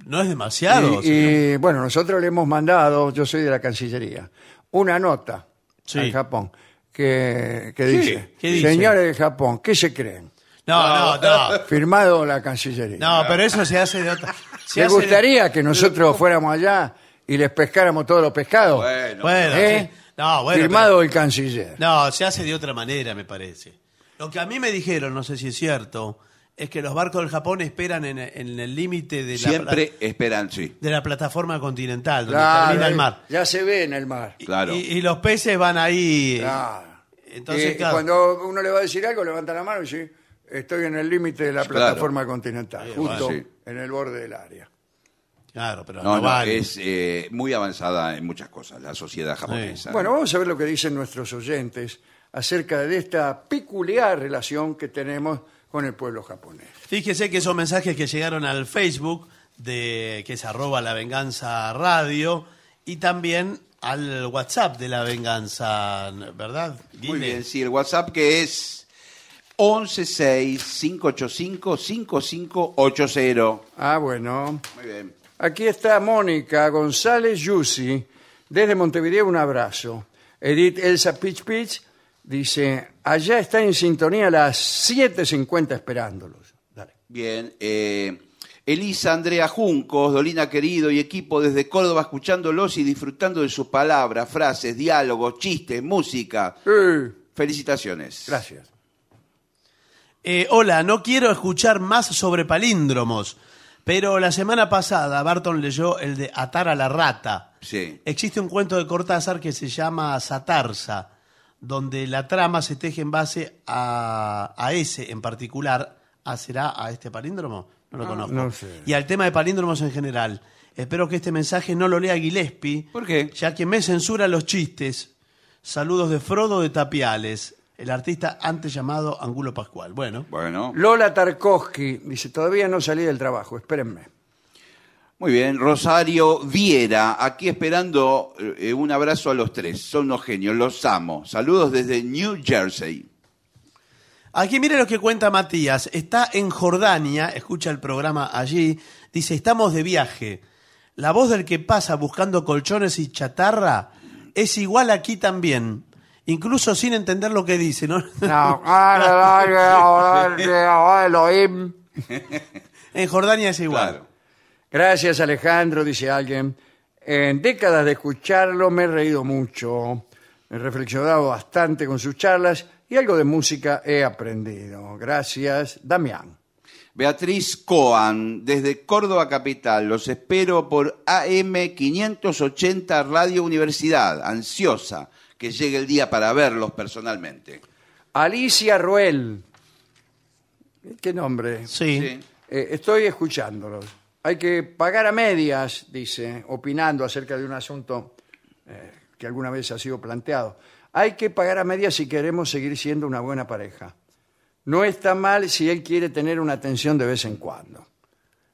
Speaker 7: No es demasiado.
Speaker 6: Y-
Speaker 7: señor.
Speaker 6: y, bueno, nosotros le hemos mandado, yo soy de la Cancillería, una nota
Speaker 7: Sí.
Speaker 6: al Japón que, que dice,
Speaker 7: ¿Qué dice?
Speaker 6: señores de Japón, ¿qué se creen?
Speaker 7: No, no, no.
Speaker 6: Firmado la Cancillería.
Speaker 7: No, pero eso se hace de otra... se
Speaker 6: ¿Te
Speaker 7: hace de-
Speaker 6: gustaría que nosotros fuéramos allá y les pescáramos todos los pescados?
Speaker 8: Bueno,
Speaker 7: Bueno,
Speaker 6: ¿Eh?
Speaker 7: sí. No, bueno,
Speaker 6: Firmado el canciller.
Speaker 7: No, se hace de otra manera, me parece. Lo que a mí me dijeron, no sé si es cierto, es que los barcos del Japón esperan en, en el límite de, la-
Speaker 8: siempre esperan, sí.
Speaker 7: de la plataforma continental, donde
Speaker 6: Claro,
Speaker 7: termina el
Speaker 6: ahí
Speaker 7: mar.
Speaker 6: Ya se ve en el mar.
Speaker 7: Y-
Speaker 8: Claro.
Speaker 7: Y, y los peces van ahí. eh,
Speaker 6: Claro.
Speaker 7: Entonces,
Speaker 6: Eh, Y
Speaker 7: claro,
Speaker 6: cuando uno le va a decir algo, levanta la mano y dice, estoy en el límite de la
Speaker 8: Claro.
Speaker 6: plataforma continental, justo
Speaker 8: bueno, sí.
Speaker 6: en el borde del área.
Speaker 7: claro, pero
Speaker 8: No,
Speaker 7: no,
Speaker 8: no,
Speaker 7: vale.
Speaker 8: es eh, muy avanzada en muchas cosas la sociedad japonesa.
Speaker 6: Bueno, vamos a ver lo que dicen nuestros oyentes acerca de esta peculiar relación que tenemos con el pueblo japonés.
Speaker 7: Fíjese que esos mensajes que llegaron al Facebook, de que es arroba la venganza radio, y también al WhatsApp de la venganza, ¿verdad?
Speaker 8: Muy
Speaker 7: Guille?
Speaker 8: bien, sí, el WhatsApp que es 116-585-5580.
Speaker 6: Ah, bueno.
Speaker 8: Muy bien.
Speaker 6: Aquí está Mónica González Yusi. Desde Montevideo, un abrazo. Edith Elsa Pitch Pitch dice, allá está en sintonía a las 7.50 esperándolos. Dale.
Speaker 8: Bien. eh, Elisa Andrea Juncos, Dolina Querido y equipo desde Córdoba, escuchándolos y disfrutando de sus palabras, frases, diálogos, chistes, música.
Speaker 6: Eh,
Speaker 8: Felicitaciones.
Speaker 6: gracias.
Speaker 7: Eh, hola, no quiero escuchar más sobre palíndromos, pero la semana pasada Barton leyó el de Atar a la rata.
Speaker 8: Sí.
Speaker 7: Existe un cuento de Cortázar que se llama Satarsa, donde la trama se teje en base a, a ese en particular. ¿Ah, ¿Será a este palíndromo? No lo conozco.
Speaker 6: no sé.
Speaker 7: Y al tema de palíndromos en general. Espero que este mensaje no lo lea Gillespie.
Speaker 8: ¿Por qué?
Speaker 7: Ya que me censura los chistes. Saludos de Frodo de Tapiales, el artista antes llamado Angulo Pascual. Bueno,
Speaker 8: Bueno.
Speaker 6: Lola Tarkovsky dice, todavía no salí del trabajo, espérenme.
Speaker 8: Muy bien, Rosario Viera, aquí esperando eh, un abrazo a los tres. Son unos genios, los amo. Saludos desde New Jersey.
Speaker 7: Aquí mire lo que cuenta Matías. Está en Jordania, escucha el programa allí. Dice, estamos de viaje. La voz del que pasa buscando colchones y chatarra es igual aquí también. incluso sin entender lo que dice, ¿no?
Speaker 6: No, ahora, ahora, ahora, ahora, Elohim.
Speaker 7: en Jordania es igual.
Speaker 8: Claro.
Speaker 6: Gracias, Alejandro, dice alguien. En décadas de escucharlo me he reído mucho, he reflexionado bastante con sus charlas y algo de música he aprendido. Gracias, Damián.
Speaker 8: Beatriz Coan, desde Córdoba Capital, los espero por AM580 Radio Universidad, ansiosa que llegue el día para verlos personalmente.
Speaker 6: Alicia Ruel. ¿Qué nombre?
Speaker 7: Sí.
Speaker 8: Sí.
Speaker 6: Eh, estoy escuchándolos. Hay que pagar a medias, dice, opinando acerca de un asunto eh, que alguna vez ha sido planteado. Hay que pagar a medias si queremos seguir siendo una buena pareja. No está mal si él quiere tener una atención de vez en cuando.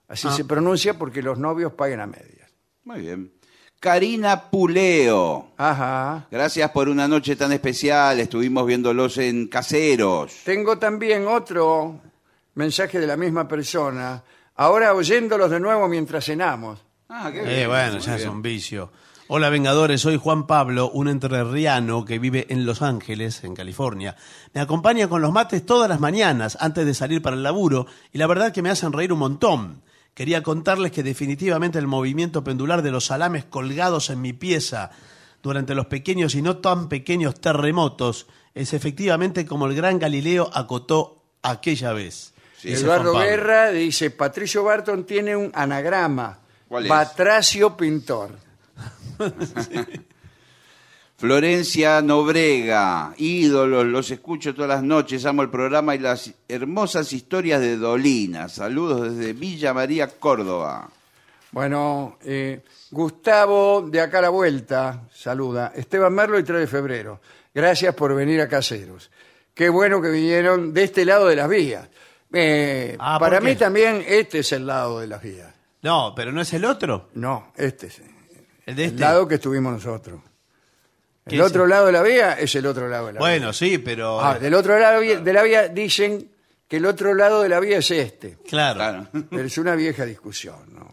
Speaker 6: Así se pronuncia porque los novios paguen a medias.
Speaker 8: Muy bien. Karina Puleo,
Speaker 6: Ajá.
Speaker 8: gracias por una noche tan especial, estuvimos viéndolos en Caseros.
Speaker 6: Tengo también otro mensaje de la misma persona. Ahora oyéndolos de nuevo mientras cenamos.
Speaker 8: Ah, qué
Speaker 7: Eh, bueno, ya es un vicio. Hola Vengadores, soy Juan Pablo, un entrerriano que vive en Los Ángeles, en California. Me acompaña con los mates todas las mañanas antes de salir para el laburo y la verdad que me hacen reír un montón. Quería contarles que definitivamente el movimiento pendular de los salames colgados en mi pieza durante los pequeños y no tan pequeños terremotos es efectivamente como el gran Galileo acotó aquella vez.
Speaker 8: Sí.
Speaker 7: Dice
Speaker 6: Eduardo
Speaker 7: Juan Pablo.
Speaker 6: Guerra dice, Patricio Barton tiene un anagrama.
Speaker 8: ¿Cuál es?
Speaker 6: Batracio Pintor.
Speaker 8: Florencia Nobrega, ídolos, los escucho todas las noches, amo el programa y las hermosas historias de Dolina. Saludos desde Villa María, Córdoba.
Speaker 6: Bueno, eh, Gustavo de acá a la vuelta, saluda. Esteban Merlo y 3 de febrero. Gracias por venir a Caseros. Qué bueno que vinieron de este lado de las vías. Eh,
Speaker 7: Ah, ¿por
Speaker 6: para
Speaker 7: qué?
Speaker 6: mí también este es el lado de las vías.
Speaker 7: No, pero no es el otro.
Speaker 6: No, este es el
Speaker 7: El de este.
Speaker 6: lado que estuvimos nosotros.
Speaker 7: ¿Qué
Speaker 6: El
Speaker 7: es?
Speaker 6: otro lado de la vía es el otro lado de la vía.
Speaker 7: Bueno, sí, pero...
Speaker 6: Ah, del otro lado de la vía dicen que el otro lado de la vía es este.
Speaker 7: Claro.
Speaker 8: Claro.
Speaker 6: Pero es una vieja discusión, ¿no?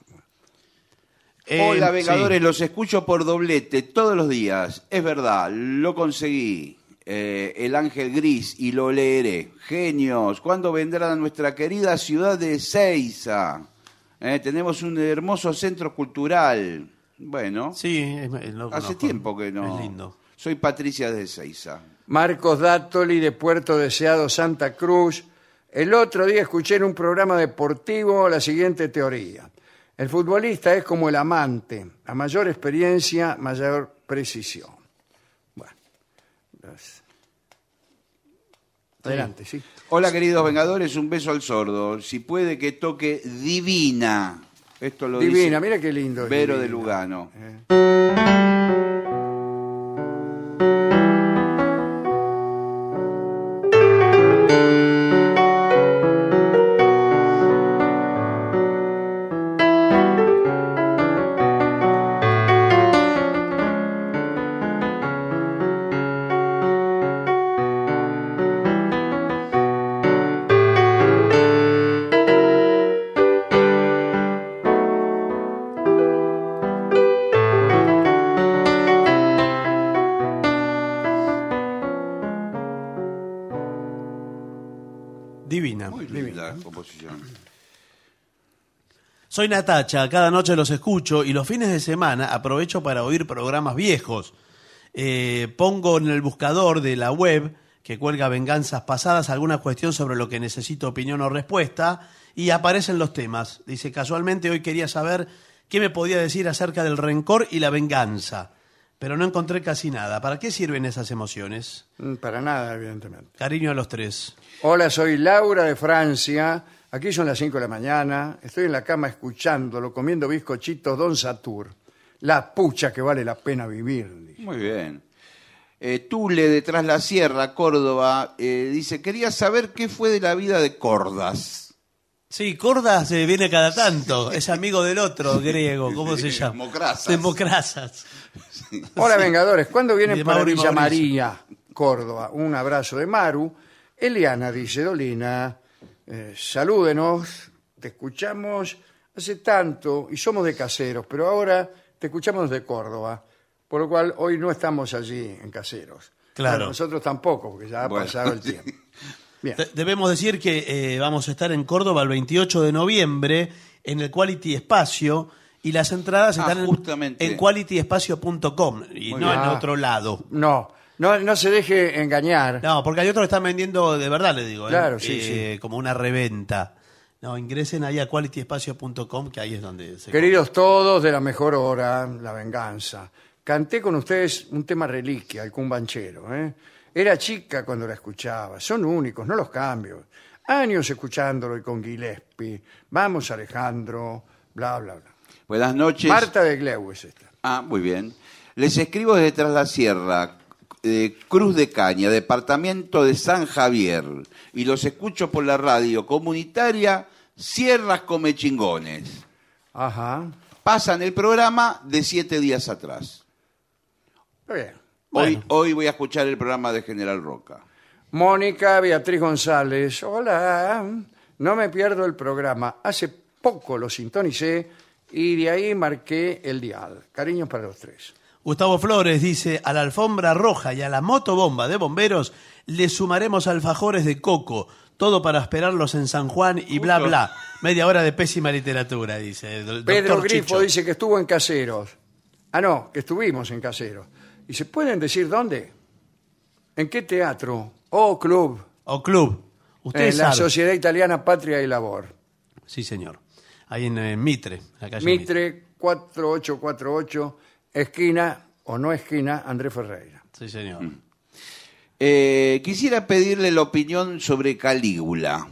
Speaker 7: Eh,
Speaker 8: Hola,
Speaker 7: sí.
Speaker 8: Vengadores, los escucho por doblete todos los días. Es verdad, lo conseguí. Eh, el Ángel Gris y lo leeré. Genios, ¿cuándo vendrán a nuestra querida ciudad de Seiza? tenemos un hermoso centro cultural. Bueno,
Speaker 7: Sí, es- es- lo
Speaker 8: hace
Speaker 7: conozco.
Speaker 8: tiempo que no.
Speaker 7: Es lindo.
Speaker 8: Soy Patricia de Seiza.
Speaker 6: Marcos Dátoli de Puerto Deseado, Santa Cruz. El otro día escuché en un programa deportivo la siguiente teoría. El futbolista es como el amante, a mayor experiencia, mayor precisión. Bueno, las- adelante, sí.
Speaker 8: Hola, queridos Vengadores, un beso al sordo. Si puede que toque Divina. Esto lo
Speaker 6: Divina,
Speaker 8: dice
Speaker 6: mira qué lindo. es
Speaker 8: Vero de
Speaker 6: Divina. Eh.
Speaker 8: Lugano.
Speaker 7: Divina.
Speaker 8: Muy linda composición.
Speaker 7: Soy Natacha, cada noche los escucho y los fines de semana aprovecho para oír programas viejos. Eh, pongo en el buscador de la web que cuelga venganzas pasadas alguna cuestión sobre lo que necesito opinión o respuesta y aparecen los temas. Dice, casualmente hoy quería saber qué me podía decir acerca del rencor y la venganza, pero no encontré casi nada. ¿Para qué sirven esas emociones?
Speaker 6: Mm, Para nada, evidentemente.
Speaker 7: Cariño a los tres.
Speaker 6: Hola, soy Laura de Francia. Aquí son las 5 de la mañana. Estoy en la cama escuchándolo, comiendo bizcochitos Don Satur. La pucha que vale la pena vivir. dice.
Speaker 8: Muy bien. Eh, Tule, detrás la sierra, Córdoba, eh, dice, quería saber qué fue de la vida de Cordas.
Speaker 7: Sí, Cordas eh, viene cada tanto. Es amigo del otro griego. ¿Cómo se llama?
Speaker 8: Democrasas.
Speaker 7: Democrasas.
Speaker 6: Hola, Vengadores. ¿Cuándo
Speaker 7: Y
Speaker 6: vienen
Speaker 7: de
Speaker 6: para
Speaker 7: Mauro y
Speaker 6: Villa
Speaker 7: Mauricio.
Speaker 6: María, Córdoba? Un abrazo de Maru. Eliana dice, Dolina, eh, salúdenos. Te escuchamos hace tanto y somos de caseros, pero ahora te escuchamos de Córdoba. Por lo cual hoy no estamos allí en caseros.
Speaker 7: Claro.
Speaker 6: Nosotros tampoco, porque ya ha
Speaker 8: Bueno.
Speaker 6: pasado el tiempo. Bien.
Speaker 7: De- Debemos decir que eh, vamos a estar en Córdoba el 28 de noviembre en el Quality Espacio y las entradas
Speaker 8: Ah,
Speaker 7: están en-
Speaker 8: justamente.
Speaker 7: en qualityespacio.com y
Speaker 8: Muy
Speaker 7: no
Speaker 6: bien.
Speaker 7: en
Speaker 6: Ah.
Speaker 7: otro lado.
Speaker 6: No, no, no se deje engañar.
Speaker 7: No, porque hay otros que están vendiendo de verdad, le digo. ¿eh?
Speaker 6: Claro, sí,
Speaker 7: Eh, Como una reventa. No, ingresen ahí a qualityespacio.com que ahí es donde se...
Speaker 6: Queridos todos de la mejor hora, la venganza. Canté con ustedes un tema reliquia, el cumbanchero. ¿eh? Era chica cuando la escuchaba. Son únicos, no los cambios. Años escuchándolo y con Gillespie. Vamos, Alejandro, bla, bla, bla.
Speaker 8: Buenas noches.
Speaker 6: Marta de Gleu es esta.
Speaker 8: Ah, muy bien. Les escribo desde Tras la Sierra, eh, Cruz de Caña, departamento de San Javier, y los escucho por la radio comunitaria Sierras Come Chingones.
Speaker 6: Ajá.
Speaker 8: Pasan el programa de siete días atrás.
Speaker 6: Está bien.
Speaker 8: Hoy, hoy voy a escuchar el programa de General Roca.
Speaker 6: Mónica Beatriz González. Hola, no me pierdo el programa. Hace poco lo sintonicé y de ahí marqué el dial. Cariños para los tres.
Speaker 7: Gustavo Flores dice, a la alfombra roja y a la motobomba de bomberos le sumaremos alfajores de coco, todo para esperarlos en San Juan y bla, bla. Media hora de pésima literatura, dice el do-
Speaker 6: Pedro
Speaker 7: doctor
Speaker 6: Grifo
Speaker 7: Chicho.
Speaker 6: dice que estuvo en Caseros. Ah, no, que estuvimos en Caseros. ¿Y se pueden decir dónde? ¿En qué teatro o club?
Speaker 7: O club. Usted
Speaker 6: en la
Speaker 7: sabe.
Speaker 6: Sociedad Italiana Patria y Labor.
Speaker 7: Sí, señor. Ahí en eh, Mitre, en la calle Mitre.
Speaker 6: Mitre 4848, esquina o no esquina, Andrés Ferreira.
Speaker 7: Sí, señor.
Speaker 8: Mm. Eh, quisiera pedirle la opinión sobre Calígula,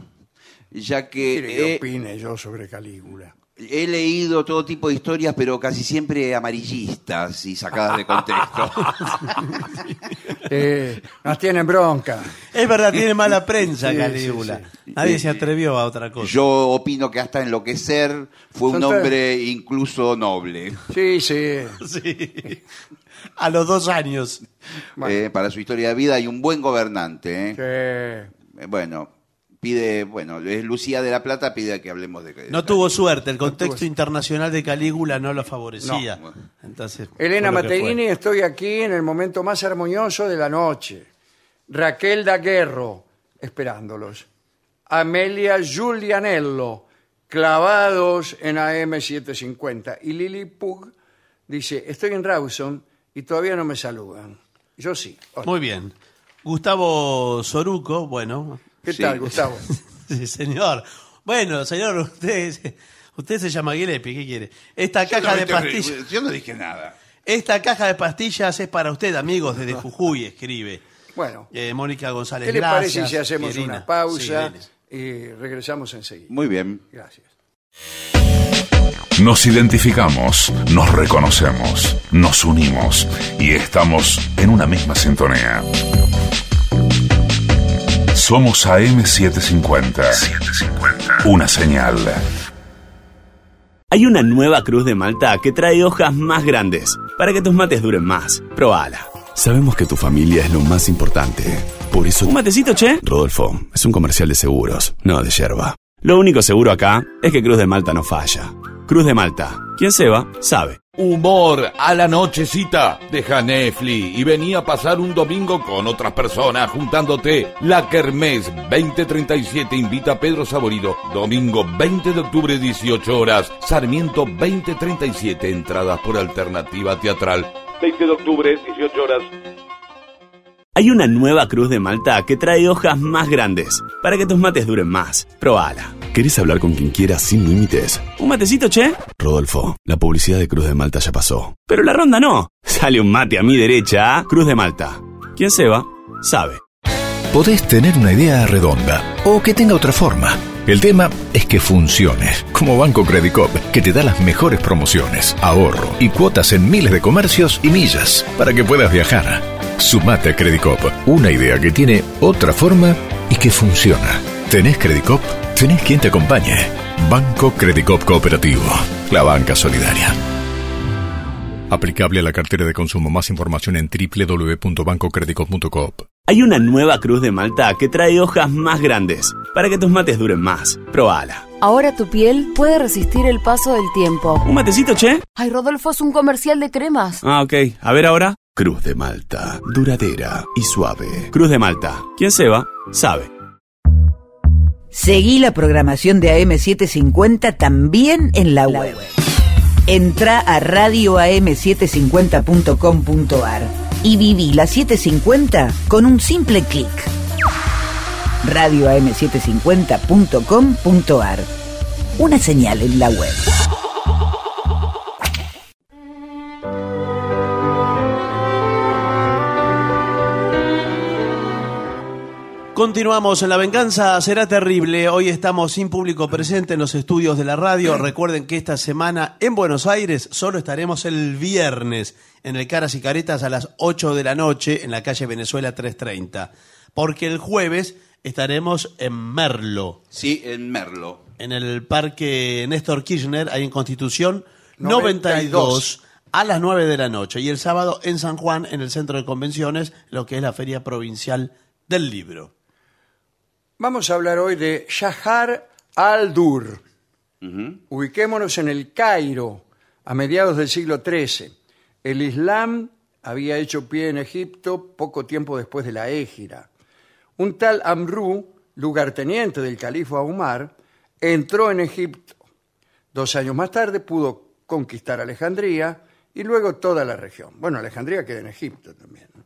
Speaker 8: ya que
Speaker 6: Mire, ¿Qué
Speaker 8: he-
Speaker 6: opine yo sobre Calígula?
Speaker 8: He leído todo tipo de historias, pero casi siempre amarillistas y sacadas de contexto.
Speaker 6: Eh, nos tienen bronca.
Speaker 7: Es verdad, tiene mala prensa
Speaker 6: Sí,
Speaker 7: Calígula.
Speaker 6: sí,
Speaker 7: Nadie
Speaker 8: Eh,
Speaker 7: se atrevió a otra cosa.
Speaker 8: Yo opino que hasta enloquecer fue un
Speaker 6: Son tan-
Speaker 8: hombre incluso noble eh,
Speaker 6: Sí, sí.
Speaker 7: Sí. A los dos años.
Speaker 6: Bueno.
Speaker 8: eh, para su historia de vida y un buen gobernante. ¿eh?
Speaker 6: que-
Speaker 8: Eh, Bueno, pide, bueno, es Lucía de la Plata pide que hablemos de.
Speaker 7: No tuvo suerte, el contexto internacional de Calígula no lo favorecía.
Speaker 8: No.
Speaker 7: Entonces,
Speaker 6: Elena
Speaker 7: fue lo que
Speaker 6: Mateguini, estoy aquí en el momento más armonioso de la noche. Raquel Daguerro, esperándolos. Amelia Giulianello, clavados en AM750. Y Lili Pug dice, estoy en Rawson y todavía no me saludan. Yo sí.
Speaker 7: fue.
Speaker 6: Hola.
Speaker 7: Muy bien. Gustavo Soruco, bueno.
Speaker 6: ¿Qué
Speaker 8: Sí.
Speaker 6: tal, Gustavo?
Speaker 7: Sí, señor. Bueno, señor, usted, usted se llama Guilepi, ¿qué quiere? Esta caja de pastillas.
Speaker 8: Yo no dije nada.
Speaker 6: pues.
Speaker 7: Esta caja de pastillas es para usted, amigos, desde Jujuy, escribe.
Speaker 6: Bueno,
Speaker 7: Eh, Mónica González.
Speaker 6: ¿qué les parece
Speaker 7: gracias,
Speaker 6: si hacemos
Speaker 7: Irina.
Speaker 6: una pausa
Speaker 7: Sí, Irene.
Speaker 6: y regresamos enseguida?
Speaker 8: Muy bien.
Speaker 6: Gracias.
Speaker 4: Nos identificamos, nos reconocemos, nos unimos y estamos en una misma sintonía. Somos AM750. Una señal.
Speaker 9: Hay una nueva cruz de Malta que trae hojas más grandes para que tus mates duren más. Probala.
Speaker 3: Sabemos que tu familia es lo más importante. Por eso,
Speaker 9: ¿Un matecito, che?
Speaker 3: Rodolfo, es un comercial de seguros, no de yerba.
Speaker 9: Lo único seguro acá es que Cruz de Malta no falla. Cruz de Malta. Quien se va, sabe.
Speaker 10: Humor a la nochecita. Deja Netflix y venía a pasar un domingo con otras personas juntándote. La Kermés 2037 invita a Pedro Saborido. Domingo 20 de octubre, 18 horas. Sarmiento 2037. Entradas por alternativa teatral. 20 de octubre, 18 horas.
Speaker 9: Hay una nueva cruz de Malta que trae hojas más grandes para que tus mates duren más. Probala.
Speaker 3: ¿Querés hablar con quien quieras sin límites?
Speaker 9: ¿Un matecito, che?
Speaker 3: Rodolfo, la publicidad de Cruz de Malta ya pasó.
Speaker 9: Pero la ronda no. Sale un mate a mi derecha, ¿ah? Cruz de Malta. Quien se va, sabe.
Speaker 3: Podés tener una idea redonda o que tenga otra forma. El tema es que funcione, como Banco Credit Cop, que te da las mejores promociones, ahorro y cuotas en miles de comercios y millas para que puedas viajar. Sumate a Credit Cop, una idea que tiene otra forma y que funciona. ¿Tenés Credit Cop? Tenés quien te acompañe. Banco Credit Cop Cooperativo, la banca solidaria. Aplicable a la cartera de consumo. Más información en www.bancocreditcop.coop.
Speaker 9: Hay una nueva cruz de Malta que trae hojas más grandes para que tus mates duren más. Probala.
Speaker 11: Ahora tu piel puede resistir el paso del tiempo.
Speaker 9: ¿Un matecito, che?
Speaker 11: Ay, Rodolfo es un comercial de cremas.
Speaker 9: Ah, ok. A ver ahora.
Speaker 12: Cruz de Malta, duradera y suave.
Speaker 9: Cruz de Malta. Quien se va, sabe.
Speaker 13: Seguí la programación de AM750 también en la web. Entra a radioam750.com.ar y viví la 750 con un simple clic. radioam750.com.ar Una señal en la web.
Speaker 7: Continuamos en La Venganza Será Terrible. Hoy estamos sin público presente en los estudios de la radio. Recuerden que esta semana en Buenos Aires solo estaremos el viernes en el Caras y Caretas a las 8 de la noche en la calle Venezuela 330. Porque el jueves estaremos en Merlo.
Speaker 8: Sí, en Merlo.
Speaker 7: En el Parque Néstor Kirchner, ahí en Constitución 92 a las 9 de la noche y el sábado en San Juan, en el centro de convenciones, lo que es la Feria Provincial del Libro.
Speaker 6: Vamos a hablar hoy de Shahar al-Dur. Ubiquémonos en el Cairo, a mediados del siglo XIII. El Islam había hecho pie en Egipto poco tiempo después de la Égira. Un tal Amrú, lugarteniente del califa Umar, entró en Egipto. Dos años más tarde pudo conquistar Alejandría y luego toda la región. Bueno, Alejandría queda en Egipto también. ¿no?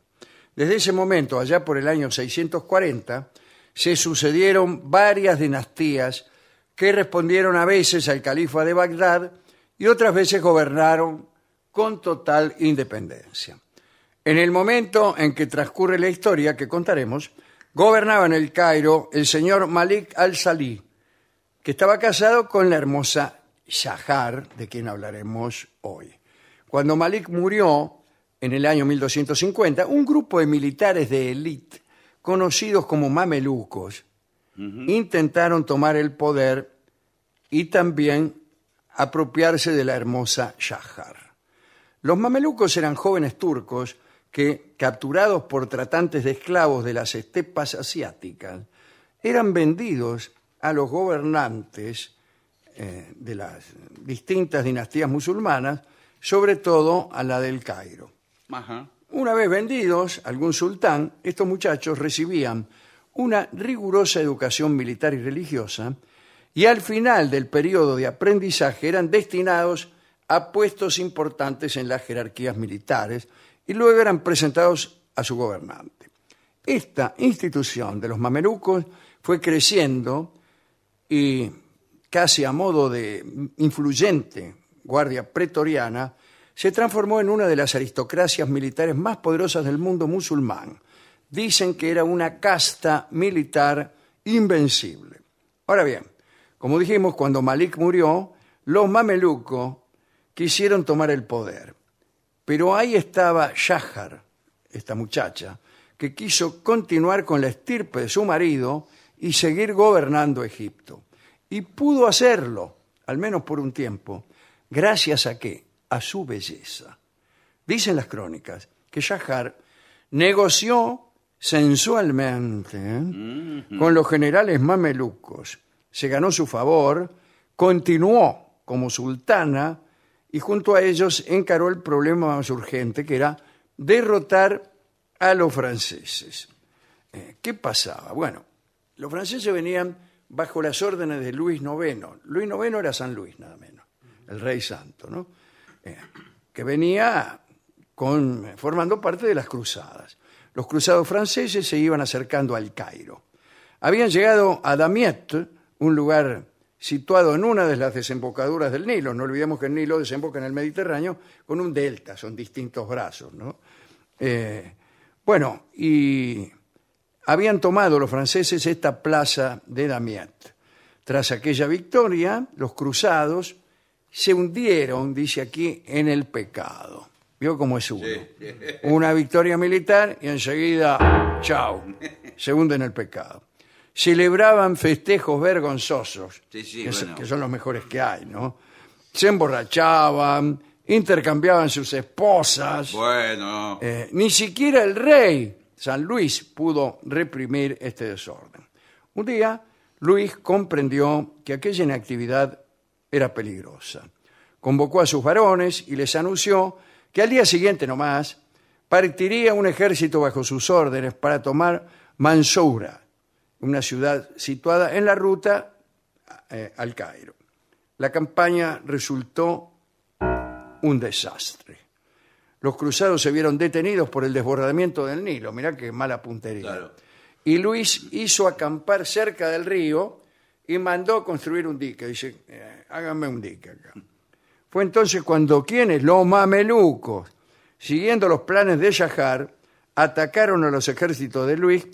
Speaker 6: Desde ese momento, allá por el año 640, se sucedieron varias dinastías que respondieron a veces al califa de Bagdad y otras veces gobernaron con total independencia. En el momento en que transcurre la historia que contaremos, gobernaba en el Cairo el señor Malik al-Salih, que estaba casado con la hermosa Shahar, de quien hablaremos hoy. Cuando Malik murió en el año 1250, un grupo de militares de élite, conocidos como mamelucos, intentaron tomar el poder y también apropiarse de la hermosa Shahar. Los mamelucos eran jóvenes turcos que, capturados por tratantes de esclavos de las estepas asiáticas, eran vendidos a los gobernantes eh, de las distintas dinastías musulmanas, sobre todo a la del Cairo. Una vez vendidos, algún sultán, estos muchachos recibían una rigurosa educación militar y religiosa y al final del periodo de aprendizaje eran destinados a puestos importantes en las jerarquías militares y luego eran presentados a su gobernante. Esta institución de los mamelucos fue creciendo y casi a modo de influyente guardia pretoriana, se transformó en una de las aristocracias militares más poderosas del mundo musulmán. Dicen que era una casta militar invencible. Ahora bien, como dijimos, cuando Malik murió, los mamelucos quisieron tomar el poder. Pero ahí estaba Shahar, esta muchacha, que quiso continuar con la estirpe de su marido y seguir gobernando Egipto. Y pudo hacerlo, al menos por un tiempo, gracias a qué? A su belleza. Dicen las crónicas que Shahar negoció sensualmente ¿eh? con los generales mamelucos, se ganó su favor, continuó como sultana y junto a ellos encaró el problema más urgente que era derrotar a los franceses. Eh, ¿Qué pasaba? Bueno, los franceses venían bajo las órdenes de Luis IX. Luis IX era San Luis, nada menos el rey santo, ¿no? Eh, que venía con, formando parte de las cruzadas. Los cruzados franceses se iban acercando al Cairo. Habían llegado a Damiette, un lugar situado en una de las desembocaduras del Nilo. No olvidemos que el Nilo desemboca en el Mediterráneo con un delta, son distintos brazos, ¿no? Eh, bueno, y habían tomado los franceses esta plaza de Damiette. Tras aquella victoria, los cruzados se hundieron, dice aquí, en el pecado. Vio cómo es uno. Una victoria militar y enseguida, chao, se hunde en el pecado. Celebraban festejos vergonzosos,
Speaker 8: Sí, sí,
Speaker 6: que, se-
Speaker 8: bueno.
Speaker 6: que son los mejores que hay, ¿no? Se emborrachaban, intercambiaban sus esposas.
Speaker 8: Bueno.
Speaker 6: Eh, ni siquiera el rey San Luis pudo reprimir este desorden. Un día, Luis comprendió que aquella inactividad era peligrosa. Convocó a sus varones y les anunció que al día siguiente nomás partiría un ejército bajo sus órdenes para tomar Mansoura, una ciudad situada en la ruta eh, al Cairo. La campaña resultó un desastre. Los cruzados se vieron detenidos por el desbordamiento del Nilo, mirá qué mala puntería. Y Luis hizo acampar cerca del río y mandó construir un dique. Dice, "Eh, háganme un dique acá. Fue entonces cuando quienes, los mamelucos, siguiendo los planes de Yahar, atacaron a los ejércitos de Luis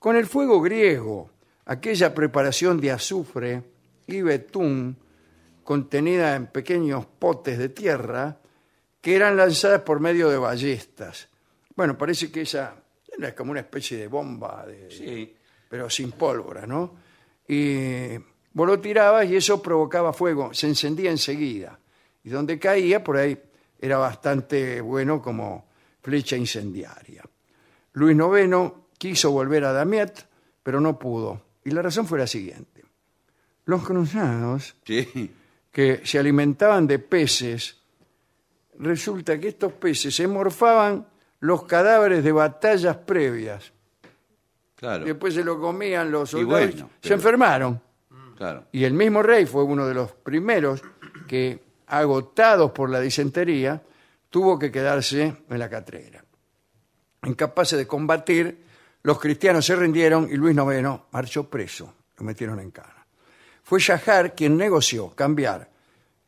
Speaker 6: con el fuego griego, aquella preparación de azufre y betún contenida en pequeños potes de tierra que eran lanzadas por medio de ballestas. Bueno, parece que esa era como una especie de bomba, de- pero sin pólvora, ¿no? Y vos lo tirabas y eso provocaba fuego, se encendía enseguida. Y donde caía, por ahí era bastante bueno como flecha incendiaria. Luis IX quiso volver a Damiet, pero no pudo. Y la razón fue la siguiente. Los cruzados que se alimentaban de peces, resulta que estos peces se morfaban los cadáveres de batallas previas.
Speaker 8: Claro.
Speaker 6: Después se lo comían los
Speaker 8: Y
Speaker 6: soldados.
Speaker 8: bueno,
Speaker 6: se
Speaker 8: pero- Mm.
Speaker 6: enfermaron.
Speaker 8: Claro.
Speaker 6: Y el mismo rey fue uno de los primeros que, agotados por la disentería, tuvo que quedarse en la catrera. Incapaces de combatir, los cristianos se rindieron y Luis IX marchó preso. Lo metieron en cana. Fue Yahar quien negoció cambiar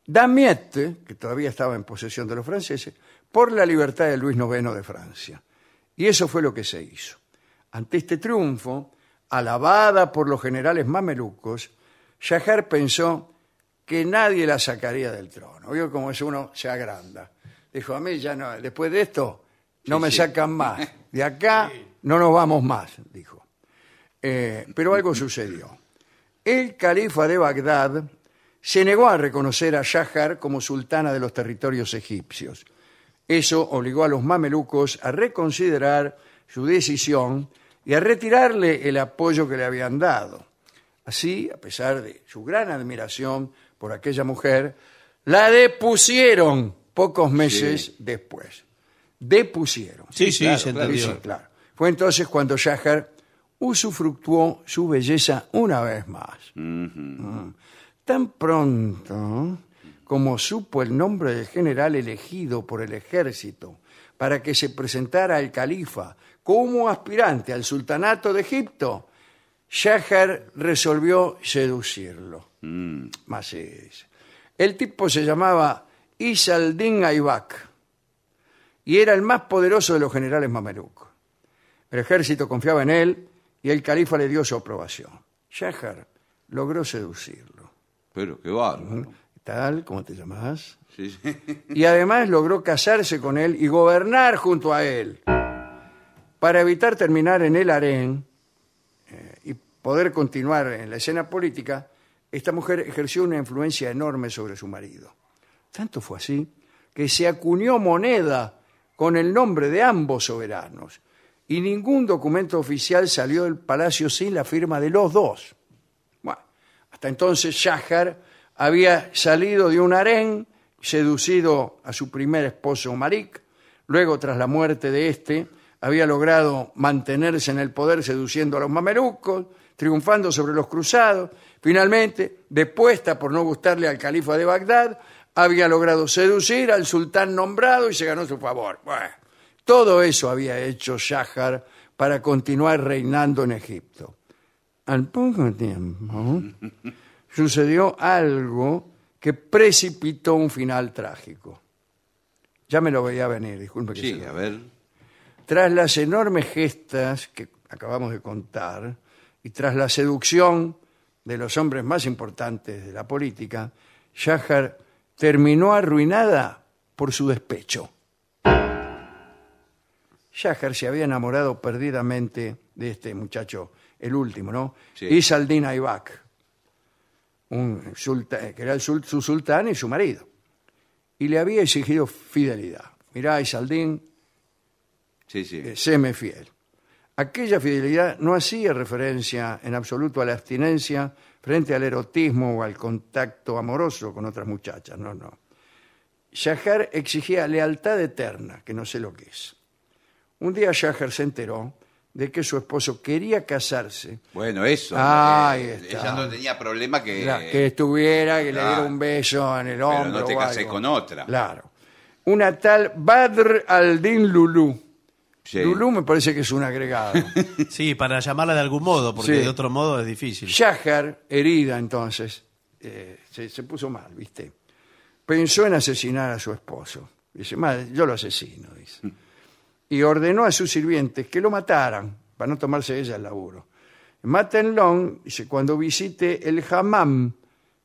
Speaker 6: Damiette, que todavía estaba en posesión de los franceses, por la libertad de Luis IX de Francia. Y eso fue lo que se hizo. Ante este triunfo, alabada por los generales mamelucos, Yahar pensó que nadie la sacaría del trono. Vio como es uno se agranda. Dijo, a mí ya no, después de esto no
Speaker 8: Sí,
Speaker 6: me
Speaker 8: sí.
Speaker 6: sacan más. De acá no nos vamos más, dijo. Eh, pero algo sucedió. El califa de Bagdad se negó a reconocer a Yahar como sultana de los territorios egipcios. Eso obligó a los mamelucos a reconsiderar su decisión y a retirarle el apoyo que le habían dado. Así, a pesar de su gran admiración por aquella mujer, la depusieron pocos meses después. Depusieron.
Speaker 7: Sí, sí, se entendió.
Speaker 6: Sí, sí, claro. Fue entonces cuando Yahar usufructuó su belleza una vez más. Mm. Tan pronto como supo el nombre del general elegido por el ejército para que se presentara al califa como aspirante al sultanato de Egipto, Shahar resolvió seducirlo. Más es. El tipo se llamaba Isaldin Aybak y era el más poderoso de los generales mamelucos. El ejército confiaba en él y el califa le dio su aprobación. Shahar logró seducirlo.
Speaker 8: Pero qué bárbaro.
Speaker 6: Tal, ¿cómo te llamás?
Speaker 8: Sí, sí.
Speaker 6: y además logró casarse con él y gobernar junto a él para evitar terminar en el harén eh, y poder continuar en la escena política. Esta mujer ejerció una influencia enorme sobre su marido. Tanto fue así que se acuñó moneda con el nombre de ambos soberanos y ningún documento oficial salió del palacio sin la firma de los dos. Bueno, hasta entonces Shahar había salido de un harén, seducido a su primer esposo Marik, luego tras la muerte de este había logrado mantenerse en el poder seduciendo a los mamelucos, triunfando sobre los cruzados, finalmente, depuesta por no gustarle al califa de Bagdad, había logrado seducir al sultán nombrado y se ganó su favor. Bueno, todo eso había hecho Shahar para continuar reinando en Egipto. Al poco tiempo sucedió algo que precipitó un final trágico. Ya me lo veía venir, disculpe que
Speaker 8: Sí,
Speaker 6: sea.
Speaker 8: a ver.
Speaker 6: Tras las enormes gestas que acabamos de contar y tras la seducción de los hombres más importantes de la política, Shahar terminó arruinada por su despecho. Shahar se había enamorado perdidamente de este muchacho, el último, ¿no?
Speaker 8: Sí.
Speaker 6: Isaldin Aybak, un sulta- que era el sul- su sultán y su marido. Y le había exigido fidelidad. Mirá, Isaldin,
Speaker 8: Sí, sí.
Speaker 6: eh, séme fiel. Aquella fidelidad no hacía referencia en absoluto a la abstinencia frente al erotismo o al contacto amoroso con otras muchachas, no, no. Shahar exigía lealtad eterna, que no sé lo que es. Un día Shaher se enteró de que su esposo quería casarse.
Speaker 8: Bueno, eso.
Speaker 6: Ahí
Speaker 8: eh,
Speaker 6: está.
Speaker 8: Ella no tenía problema que.
Speaker 6: La- que estuviera, que le
Speaker 8: claro.
Speaker 6: diera un beso en el hombro.
Speaker 8: Pero no te
Speaker 6: o
Speaker 8: cases
Speaker 6: algo.
Speaker 8: con otra.
Speaker 6: Claro. Una tal Badr al-Din Lulú.
Speaker 8: Sí.
Speaker 6: Lulú me parece que es un agregado.
Speaker 7: Sí, para llamarla de algún modo, porque
Speaker 6: Sí.
Speaker 7: de otro modo es difícil.
Speaker 6: Shahar, herida entonces, eh, se, se puso mal, ¿viste? Pensó en asesinar a su esposo. Dice, "Madre, yo lo asesino, dice.
Speaker 8: Mm.
Speaker 6: Y ordenó a sus sirvientes que lo mataran para no tomarse ella el laburo. Mátenlo, dice, cuando visite el hammam,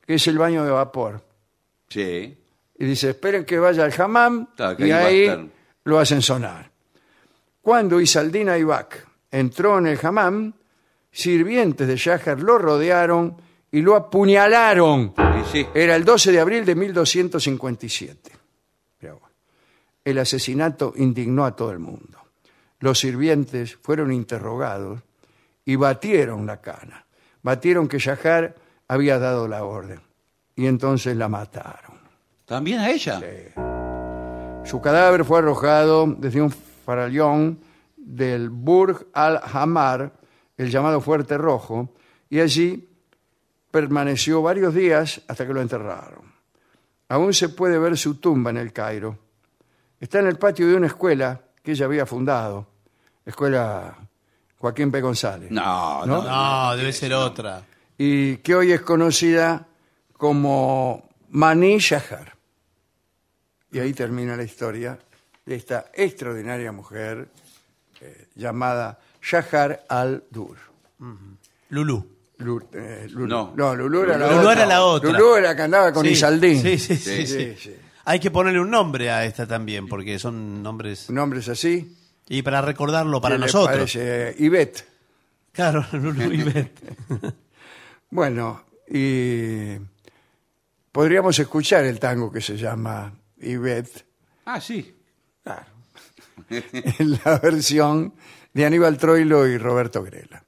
Speaker 6: que es el baño de vapor.
Speaker 8: Sí.
Speaker 6: Y dice, esperen que vaya al hammam
Speaker 8: Claro, que ahí
Speaker 6: y
Speaker 8: va a
Speaker 6: ahí
Speaker 8: estar.
Speaker 6: lo hacen sonar. Cuando Isaldina Ibak entró en el hammam, sirvientes de Shahar lo rodearon y lo apuñalaron. Era el 12 de abril de 1257. Mirá vos. El asesinato indignó a todo el mundo. Los sirvientes fueron interrogados y batieron la cana. Batieron que Shahar había dado la orden. Y entonces la mataron.
Speaker 8: ¿También a ella?
Speaker 6: Su cadáver fue arrojado desde un farallón del Burj al-Hamar, el llamado Fuerte Rojo, y allí permaneció varios días hasta que lo enterraron. Aún se puede ver su tumba en el Cairo. Está en el patio de una escuela que ella había fundado, Escuela Joaquín P. González,
Speaker 8: No,
Speaker 6: ¿No?
Speaker 7: no, debe ser otra.
Speaker 6: y que hoy es conocida como Mani Shahar. Y ahí termina la historia de esta extraordinaria mujer eh, llamada Shahar al-Dur.
Speaker 7: Lulú.
Speaker 6: Lu- eh, Lu-
Speaker 7: No.
Speaker 6: no, Lulú era la
Speaker 7: Lulú
Speaker 6: otra.
Speaker 7: era la otra.
Speaker 6: Lulú era la que andaba con
Speaker 7: Sí,
Speaker 6: Isaldín.
Speaker 7: Sí sí sí, sí. Hay que ponerle un nombre a esta también, porque son nombres.
Speaker 6: ¿Nombres así?
Speaker 7: Y para recordarlo para
Speaker 6: ¿Qué le
Speaker 7: nosotros.
Speaker 6: parece? eh, Ivette.
Speaker 7: Claro, Lulú Ivette.
Speaker 6: Bueno, y podríamos escuchar el tango que se llama Ivette,
Speaker 8: Ah, sí.
Speaker 6: Claro. en la versión de Aníbal Troilo y Roberto Grela.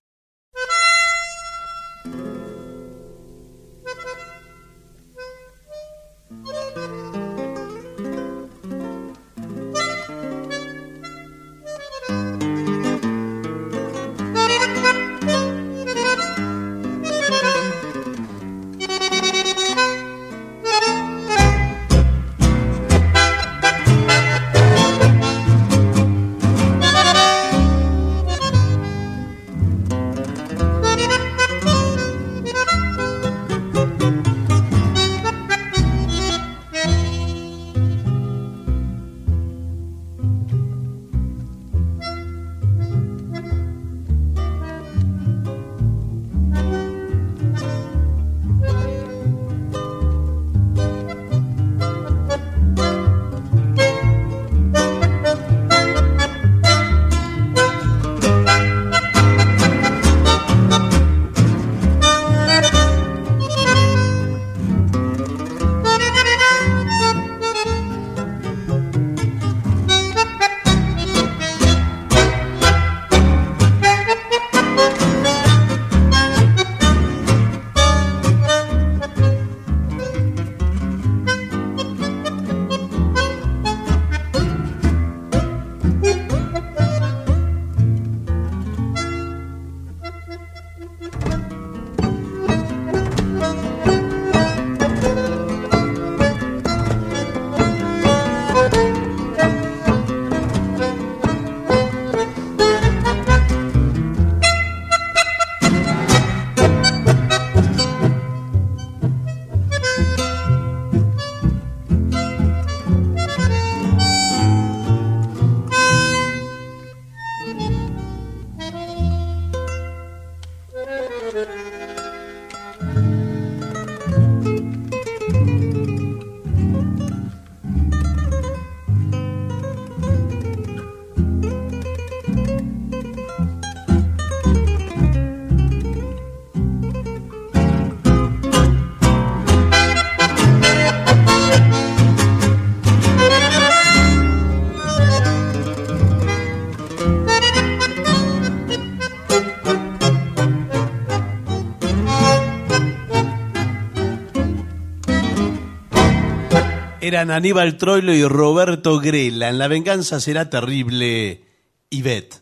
Speaker 7: Eran Aníbal Troilo y Roberto Grela. En La venganza será terrible. IBET.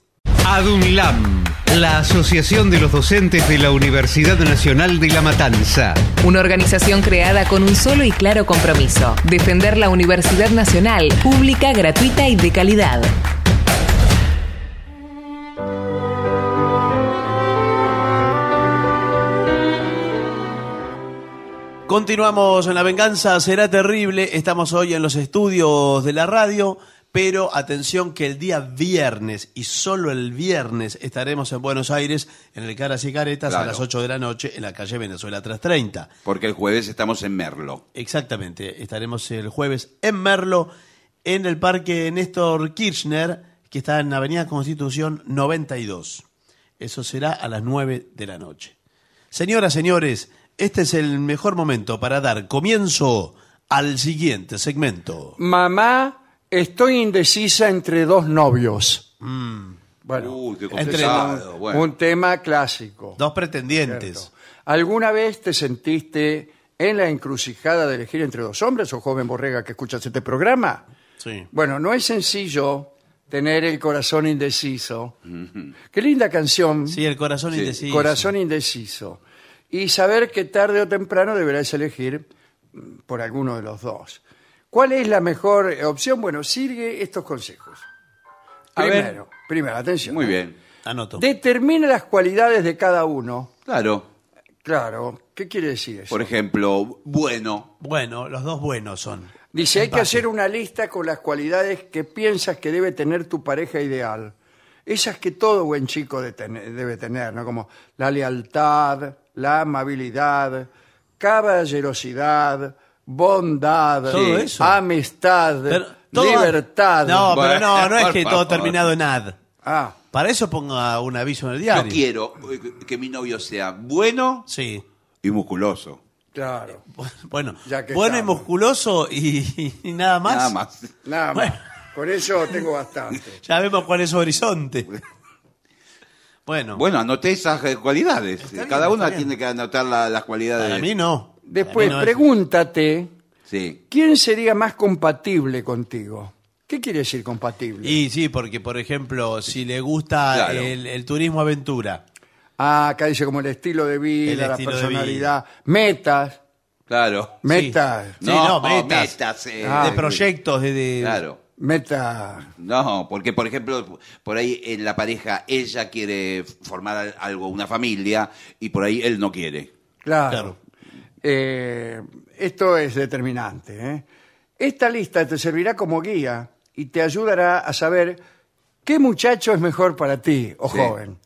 Speaker 14: ADUMILAM, la Asociación de los Docentes de la Universidad Nacional de La Matanza.
Speaker 15: Una organización creada con un solo y claro compromiso, defender la Universidad Nacional, pública, gratuita y de calidad.
Speaker 7: Continuamos en La Venganza Será Terrible. Estamos hoy en los estudios de la radio, pero atención que el día viernes y solo el viernes estaremos en Buenos Aires en el Caras y Caretas a
Speaker 8: Claro.
Speaker 7: las 8 de la noche en la calle Venezuela 330.
Speaker 8: Porque el jueves estamos en Merlo.
Speaker 7: Exactamente, estaremos el jueves en Merlo, en el Parque Néstor Kirchner, que está en Avenida Constitución 92. Eso será a las 9 de la noche. Señoras, señores, este es el mejor momento para dar comienzo al siguiente segmento.
Speaker 6: Mamá, estoy indecisa entre dos novios.
Speaker 7: Mm.
Speaker 6: Bueno,
Speaker 7: complicado,
Speaker 6: un-
Speaker 7: bueno.
Speaker 6: un tema clásico.
Speaker 7: Dos pretendientes.
Speaker 6: ¿Alguna vez te sentiste en la encrucijada de elegir entre dos hombres o joven borrega que escuchas este programa?
Speaker 7: Sí.
Speaker 6: Bueno, no es sencillo tener el corazón indeciso. Qué linda canción.
Speaker 7: Sí, el corazón
Speaker 6: Sí,
Speaker 7: indeciso.
Speaker 6: Corazón indeciso. Y saber que tarde o temprano deberás elegir mm, por alguno de los dos. ¿Cuál es la mejor eh, opción? Bueno, sigue estos consejos.
Speaker 8: A ver.
Speaker 6: primero, primero, atención.
Speaker 8: Muy bien.
Speaker 7: Anoto.
Speaker 6: Determina las cualidades de cada uno.
Speaker 8: Claro.
Speaker 6: Claro, ¿qué quiere decir eso?
Speaker 8: Por ejemplo, bueno.
Speaker 7: Bueno, los dos buenos son.
Speaker 6: Dice, hay que hacer una lista con las cualidades que piensas que debe tener tu pareja ideal. Esas que todo buen chico de tener- debe tener, ¿no? Como la lealtad, la amabilidad, caballerosidad, bondad,
Speaker 7: Todo eso.
Speaker 6: amistad,
Speaker 7: todo-
Speaker 6: libertad.
Speaker 7: No, pero no, no es
Speaker 6: Por
Speaker 7: que todo
Speaker 6: favor.
Speaker 7: terminado en ad.
Speaker 6: Ah.
Speaker 7: Para eso ponga un aviso en el diario.
Speaker 8: Yo quiero eh, que mi novio sea bueno
Speaker 7: Sí.
Speaker 8: y musculoso.
Speaker 6: Claro.
Speaker 7: Bueno,
Speaker 6: Ya que
Speaker 7: bueno y
Speaker 6: estamos.
Speaker 7: musculoso y, y nada más.
Speaker 8: Nada más.
Speaker 6: Nada más. Con eso tengo bastante.
Speaker 7: Ya vemos cuál es su horizonte. Bueno,
Speaker 8: Bueno, anoté esas eh, cualidades.
Speaker 7: bien,
Speaker 8: Cada
Speaker 7: está
Speaker 8: una
Speaker 7: bien.
Speaker 8: tiene que anotar la- las cualidades.
Speaker 7: para mí no.
Speaker 6: Después,
Speaker 7: Para mí no es-
Speaker 6: pregúntate,
Speaker 8: Sí.
Speaker 6: ¿quién sería más compatible contigo? ¿Qué quiere decir compatible?
Speaker 7: Y sí, porque por ejemplo, si le gusta
Speaker 6: Claro.
Speaker 7: el, el turismo aventura,
Speaker 6: Ah, acá dice como el estilo de vida,
Speaker 7: El
Speaker 6: la
Speaker 7: estilo de
Speaker 6: personalidad, metas,
Speaker 8: Claro.
Speaker 6: metas,
Speaker 7: Sí, no, metas.
Speaker 8: eh,
Speaker 6: Ah,
Speaker 7: de proyectos, de, de-
Speaker 8: Claro.
Speaker 6: metas.
Speaker 8: No, porque por ejemplo, por ahí en la pareja ella quiere formar al- algo, una familia, y por ahí él no quiere.
Speaker 6: Claro.
Speaker 7: Claro.
Speaker 6: Eh, esto es determinante. ¿eh? Esta lista te servirá como guía y te ayudará a saber qué muchacho es mejor para ti o
Speaker 8: Sí.
Speaker 6: joven.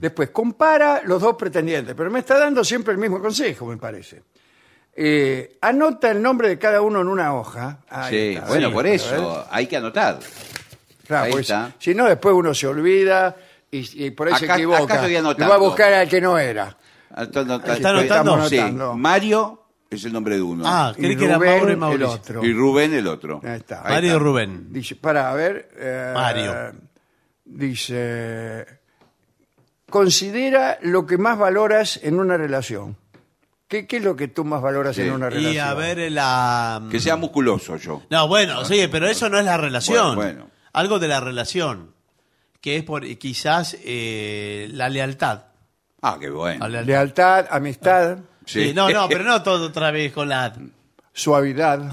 Speaker 6: Después, compara los dos pretendientes, pero me está dando siempre el mismo consejo, me parece. Eh, anota el nombre de cada uno en una hoja. Ahí
Speaker 8: Sí,
Speaker 6: está,
Speaker 8: bueno,
Speaker 6: ahí
Speaker 8: por
Speaker 6: está,
Speaker 8: eso
Speaker 6: ¿ves?
Speaker 8: hay que anotar.
Speaker 6: Claro, pues,
Speaker 8: Ahí
Speaker 6: Ah, porque
Speaker 8: está.
Speaker 6: Si si no, después uno se olvida y, y por ahí se
Speaker 8: Acá-
Speaker 6: equivoca.
Speaker 8: acá estoy
Speaker 6: Y va a
Speaker 8: anotando.
Speaker 6: buscar al que no era.
Speaker 8: Anota- anota-
Speaker 7: ¿Está
Speaker 8: estoy-
Speaker 7: anotando?
Speaker 8: Ah, Sí,
Speaker 6: Anotando.
Speaker 8: Mario es el nombre de uno.
Speaker 7: Ah,
Speaker 6: Y
Speaker 7: creí que era
Speaker 6: Rubén,
Speaker 7: Mauro y
Speaker 6: el
Speaker 7: Mauricio.
Speaker 6: otro.
Speaker 8: y Rubén el otro.
Speaker 6: Ahí está.
Speaker 8: Ahí
Speaker 7: Mario
Speaker 8: está.
Speaker 7: Rubén.
Speaker 6: Dice, para, a ver. eh,
Speaker 7: Mario.
Speaker 6: Dice, considera lo que más valoras en una relación. ¿Qué, qué es lo que tú más valoras
Speaker 8: Sí.
Speaker 6: en una relación? Ah.
Speaker 7: Y a ver eh, la
Speaker 8: Que sea musculoso yo.
Speaker 7: No, bueno, sí, pero eso no es la relación.
Speaker 8: Bueno, bueno.
Speaker 7: Algo de la relación, que es por quizás eh, la lealtad.
Speaker 8: Ah, qué bueno.
Speaker 7: La lealtad.
Speaker 6: Lealtad, amistad,
Speaker 7: Sí, no, no, pero no todo otra vez con la...
Speaker 6: suavidad.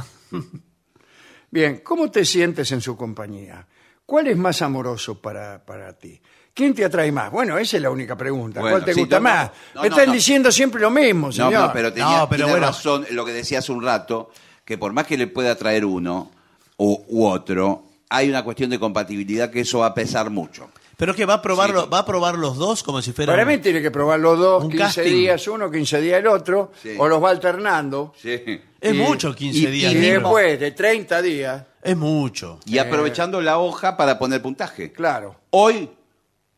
Speaker 6: Bien, ¿cómo te sientes en su compañía? ¿Cuál es más amoroso para, para ti? ¿Quién te atrae más? Bueno, esa es la única pregunta.
Speaker 8: Bueno,
Speaker 6: ¿Cuál te
Speaker 8: sí,
Speaker 6: gusta
Speaker 8: no, no,
Speaker 6: más?
Speaker 8: no,
Speaker 6: Me
Speaker 8: no,
Speaker 6: están
Speaker 8: no.
Speaker 6: diciendo siempre lo
Speaker 8: No,
Speaker 6: mismo, Oh, señor.
Speaker 8: no, pero tenía
Speaker 7: No, pero
Speaker 8: tiene
Speaker 7: bueno.
Speaker 8: razón lo que decía hace un rato, que por más que le pueda traer uno u, u otro, hay una cuestión de compatibilidad que eso va a pesar mucho.
Speaker 7: Pero es que va a probarlo, va a probar los dos como si fuera...
Speaker 6: Para mí tiene que probar los dos,
Speaker 7: un
Speaker 6: 15
Speaker 7: casting.
Speaker 6: días uno, 15 días el otro,
Speaker 8: Sí.
Speaker 6: o los va alternando.
Speaker 8: Sí.
Speaker 7: Es
Speaker 6: Y-
Speaker 7: mucho 15
Speaker 8: y-
Speaker 7: días.
Speaker 6: y
Speaker 7: Nino.
Speaker 6: después de 30 días,
Speaker 7: Es mucho.
Speaker 8: Y aprovechando la hoja para poner puntaje.
Speaker 6: Eh. claro.
Speaker 8: Hoy,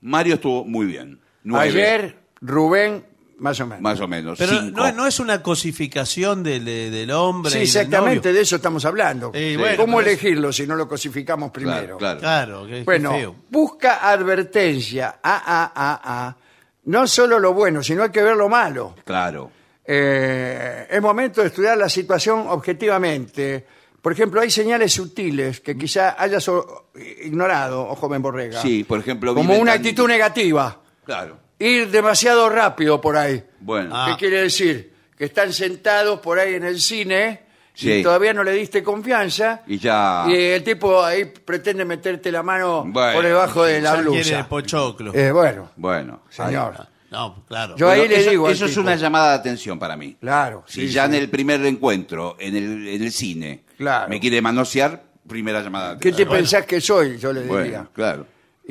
Speaker 8: Mario estuvo muy bien. Nueve,
Speaker 6: Ayer, Rubén, más o menos.
Speaker 8: Más o menos.
Speaker 7: Pero
Speaker 8: cinco.
Speaker 7: no, no es una cosificación del, de- del hombre.
Speaker 6: sí,
Speaker 7: y del
Speaker 6: exactamente,
Speaker 7: novio.
Speaker 6: de eso estamos hablando.
Speaker 7: Eh, bueno,
Speaker 6: ¿Cómo
Speaker 7: pero es-
Speaker 6: elegirlo si no lo cosificamos primero?
Speaker 8: Claro, claro.
Speaker 7: Claro, que, bueno,
Speaker 6: Bueno, busca advertencia. Ah, ah, ah, ah. No solo lo bueno, sino hay que ver lo malo.
Speaker 8: Claro.
Speaker 6: Eh, es momento de estudiar la situación objetivamente Por ejemplo, hay señales sutiles que quizá hayas o- ignorado, o joven borrega.
Speaker 8: Sí, por ejemplo,
Speaker 6: Como
Speaker 8: vive
Speaker 6: una
Speaker 8: tan-
Speaker 6: actitud negativa.
Speaker 8: Claro.
Speaker 6: Ir demasiado rápido por ahí.
Speaker 8: Bueno.
Speaker 6: ¿Qué quiere decir? Que están sentados por ahí en el cine y
Speaker 8: Sí.
Speaker 6: todavía no le diste confianza.
Speaker 8: Y ya.
Speaker 6: Y el tipo ahí pretende meterte la mano
Speaker 8: Bueno.
Speaker 6: por debajo de la
Speaker 8: Ya
Speaker 6: blusa.
Speaker 8: quiere el
Speaker 7: pochoclo.
Speaker 6: Eh, bueno,
Speaker 8: Bueno.
Speaker 6: señor.
Speaker 7: No, claro.
Speaker 6: Yo ahí
Speaker 8: Pero
Speaker 6: le
Speaker 8: eso,
Speaker 6: digo al
Speaker 8: Eso es
Speaker 6: tipo.
Speaker 8: una llamada de atención para mí.
Speaker 6: Claro.
Speaker 8: Si
Speaker 6: sí,
Speaker 8: ya
Speaker 6: sí.
Speaker 8: en el primer encuentro, en el, en el cine,
Speaker 6: Claro.
Speaker 8: me quiere manosear, primera llamada de
Speaker 6: ¿Qué te
Speaker 8: atención.
Speaker 6: pensás que soy? Yo le
Speaker 8: Bueno,
Speaker 6: diría.
Speaker 8: bueno, claro.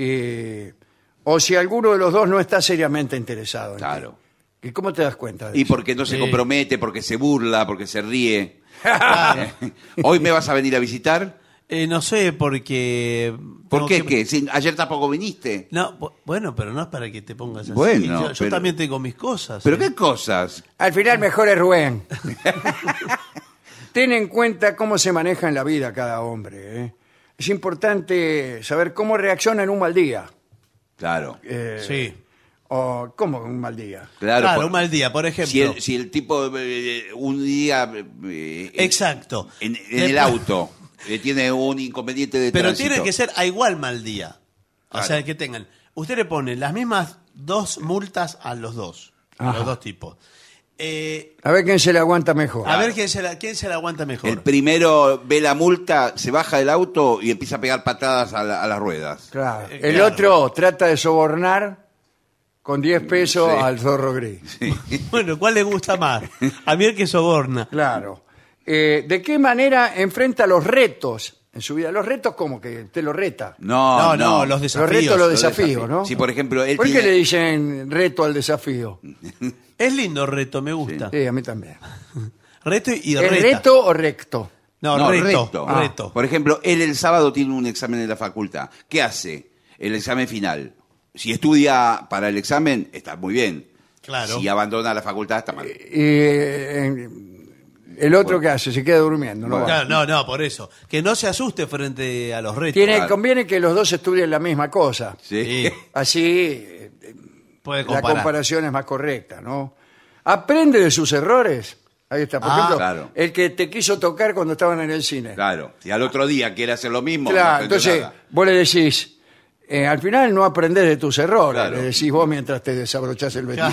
Speaker 6: Eh, o si alguno de los dos no está seriamente interesado. en ti.
Speaker 8: Claro.
Speaker 6: ¿Y cómo te das cuenta? de
Speaker 8: Y
Speaker 6: eso?
Speaker 8: porque no se
Speaker 6: Sí.
Speaker 8: compromete, porque se burla, porque se ríe. Hoy me vas a venir a visitar.
Speaker 7: Eh, no sé, porque...
Speaker 8: ¿Por
Speaker 7: tengo
Speaker 8: qué?
Speaker 7: que-
Speaker 8: ¿Qué? Si ayer tampoco viniste.
Speaker 7: No, bu- bueno, pero no es para que te pongas así.
Speaker 8: Bueno,
Speaker 7: yo, yo
Speaker 8: pero-
Speaker 7: también tengo mis cosas. ¿eh?
Speaker 8: ¿Pero qué cosas?
Speaker 6: Al final mejor es Rubén. Ten en cuenta cómo se maneja en la vida cada hombre. ¿eh? Es importante saber cómo reacciona en un mal día. Eh,
Speaker 8: Claro.
Speaker 7: sí.
Speaker 6: O cómo en un mal día.
Speaker 8: Claro,
Speaker 7: Claro,
Speaker 8: por-
Speaker 7: un mal día, por ejemplo.
Speaker 8: Si el, si el tipo eh, un día. eh, en-
Speaker 7: Exacto.
Speaker 8: En, en el auto eh, tiene un inconveniente de
Speaker 7: Pero
Speaker 8: tránsito.
Speaker 7: tiene que ser a igual mal día. O sea, que tengan. Usted le pone las mismas dos multas a los dos. A
Speaker 6: Ajá.
Speaker 7: los dos tipos. Eh,
Speaker 6: A ver quién se le aguanta mejor.
Speaker 7: A ver quién se, la, quién se la aguanta mejor.
Speaker 8: El primero ve la multa, se baja del auto y empieza a pegar patadas a, la- a las ruedas.
Speaker 6: Claro.
Speaker 8: Eh,
Speaker 6: El
Speaker 8: claro.
Speaker 6: otro trata de sobornar con 10 pesos
Speaker 8: Sí.
Speaker 6: al zorro gris.
Speaker 7: Bueno, ¿cuál le gusta más? A mí el que soborna.
Speaker 6: Claro. Eh, ¿De qué manera enfrenta los retos en su vida? Los retos como que te lo reta.
Speaker 8: No, no,
Speaker 7: los
Speaker 6: desafíos. Los retos, los desafíos, ¿no?
Speaker 8: Si, por ejemplo, él
Speaker 6: ¿Por qué
Speaker 8: tiene-
Speaker 6: le dicen reto al desafío?
Speaker 7: Es lindo reto, me gusta.
Speaker 6: Sí, a mí también.
Speaker 7: Reto y
Speaker 6: ¿Es
Speaker 7: reta.
Speaker 6: reto o recto? Ah,
Speaker 7: No,
Speaker 8: No,
Speaker 7: reto.
Speaker 8: recto.
Speaker 7: reto.
Speaker 8: Por ejemplo, él el sábado tiene un examen de la facultad. ¿Qué hace? El examen final. Si estudia para el examen, está muy bien.
Speaker 7: Claro.
Speaker 8: Si abandona la facultad, está mal.
Speaker 6: Y eh, el otro que hace, se queda durmiendo. ¿no?
Speaker 7: Claro, no, no, por eso. Que no se asuste frente a los retos.
Speaker 6: Tiene, Conviene que los dos estudien la misma cosa.
Speaker 8: Sí.
Speaker 6: Así eh,
Speaker 7: Puede
Speaker 6: la
Speaker 7: comparar.
Speaker 6: comparación es más correcta, ¿no? Aprende de sus errores. Ahí está, por
Speaker 8: Ah,
Speaker 6: ejemplo,
Speaker 8: claro.
Speaker 6: el que te quiso tocar cuando estaban en el cine.
Speaker 8: Claro. Si al otro día quiere hacer lo mismo, no
Speaker 6: Claro,
Speaker 8: aprendió
Speaker 6: entonces
Speaker 8: nada.
Speaker 6: vos le decís, eh, al final no aprendés de tus errores,
Speaker 8: Claro.
Speaker 6: le decís vos mientras te desabrochás el vestido.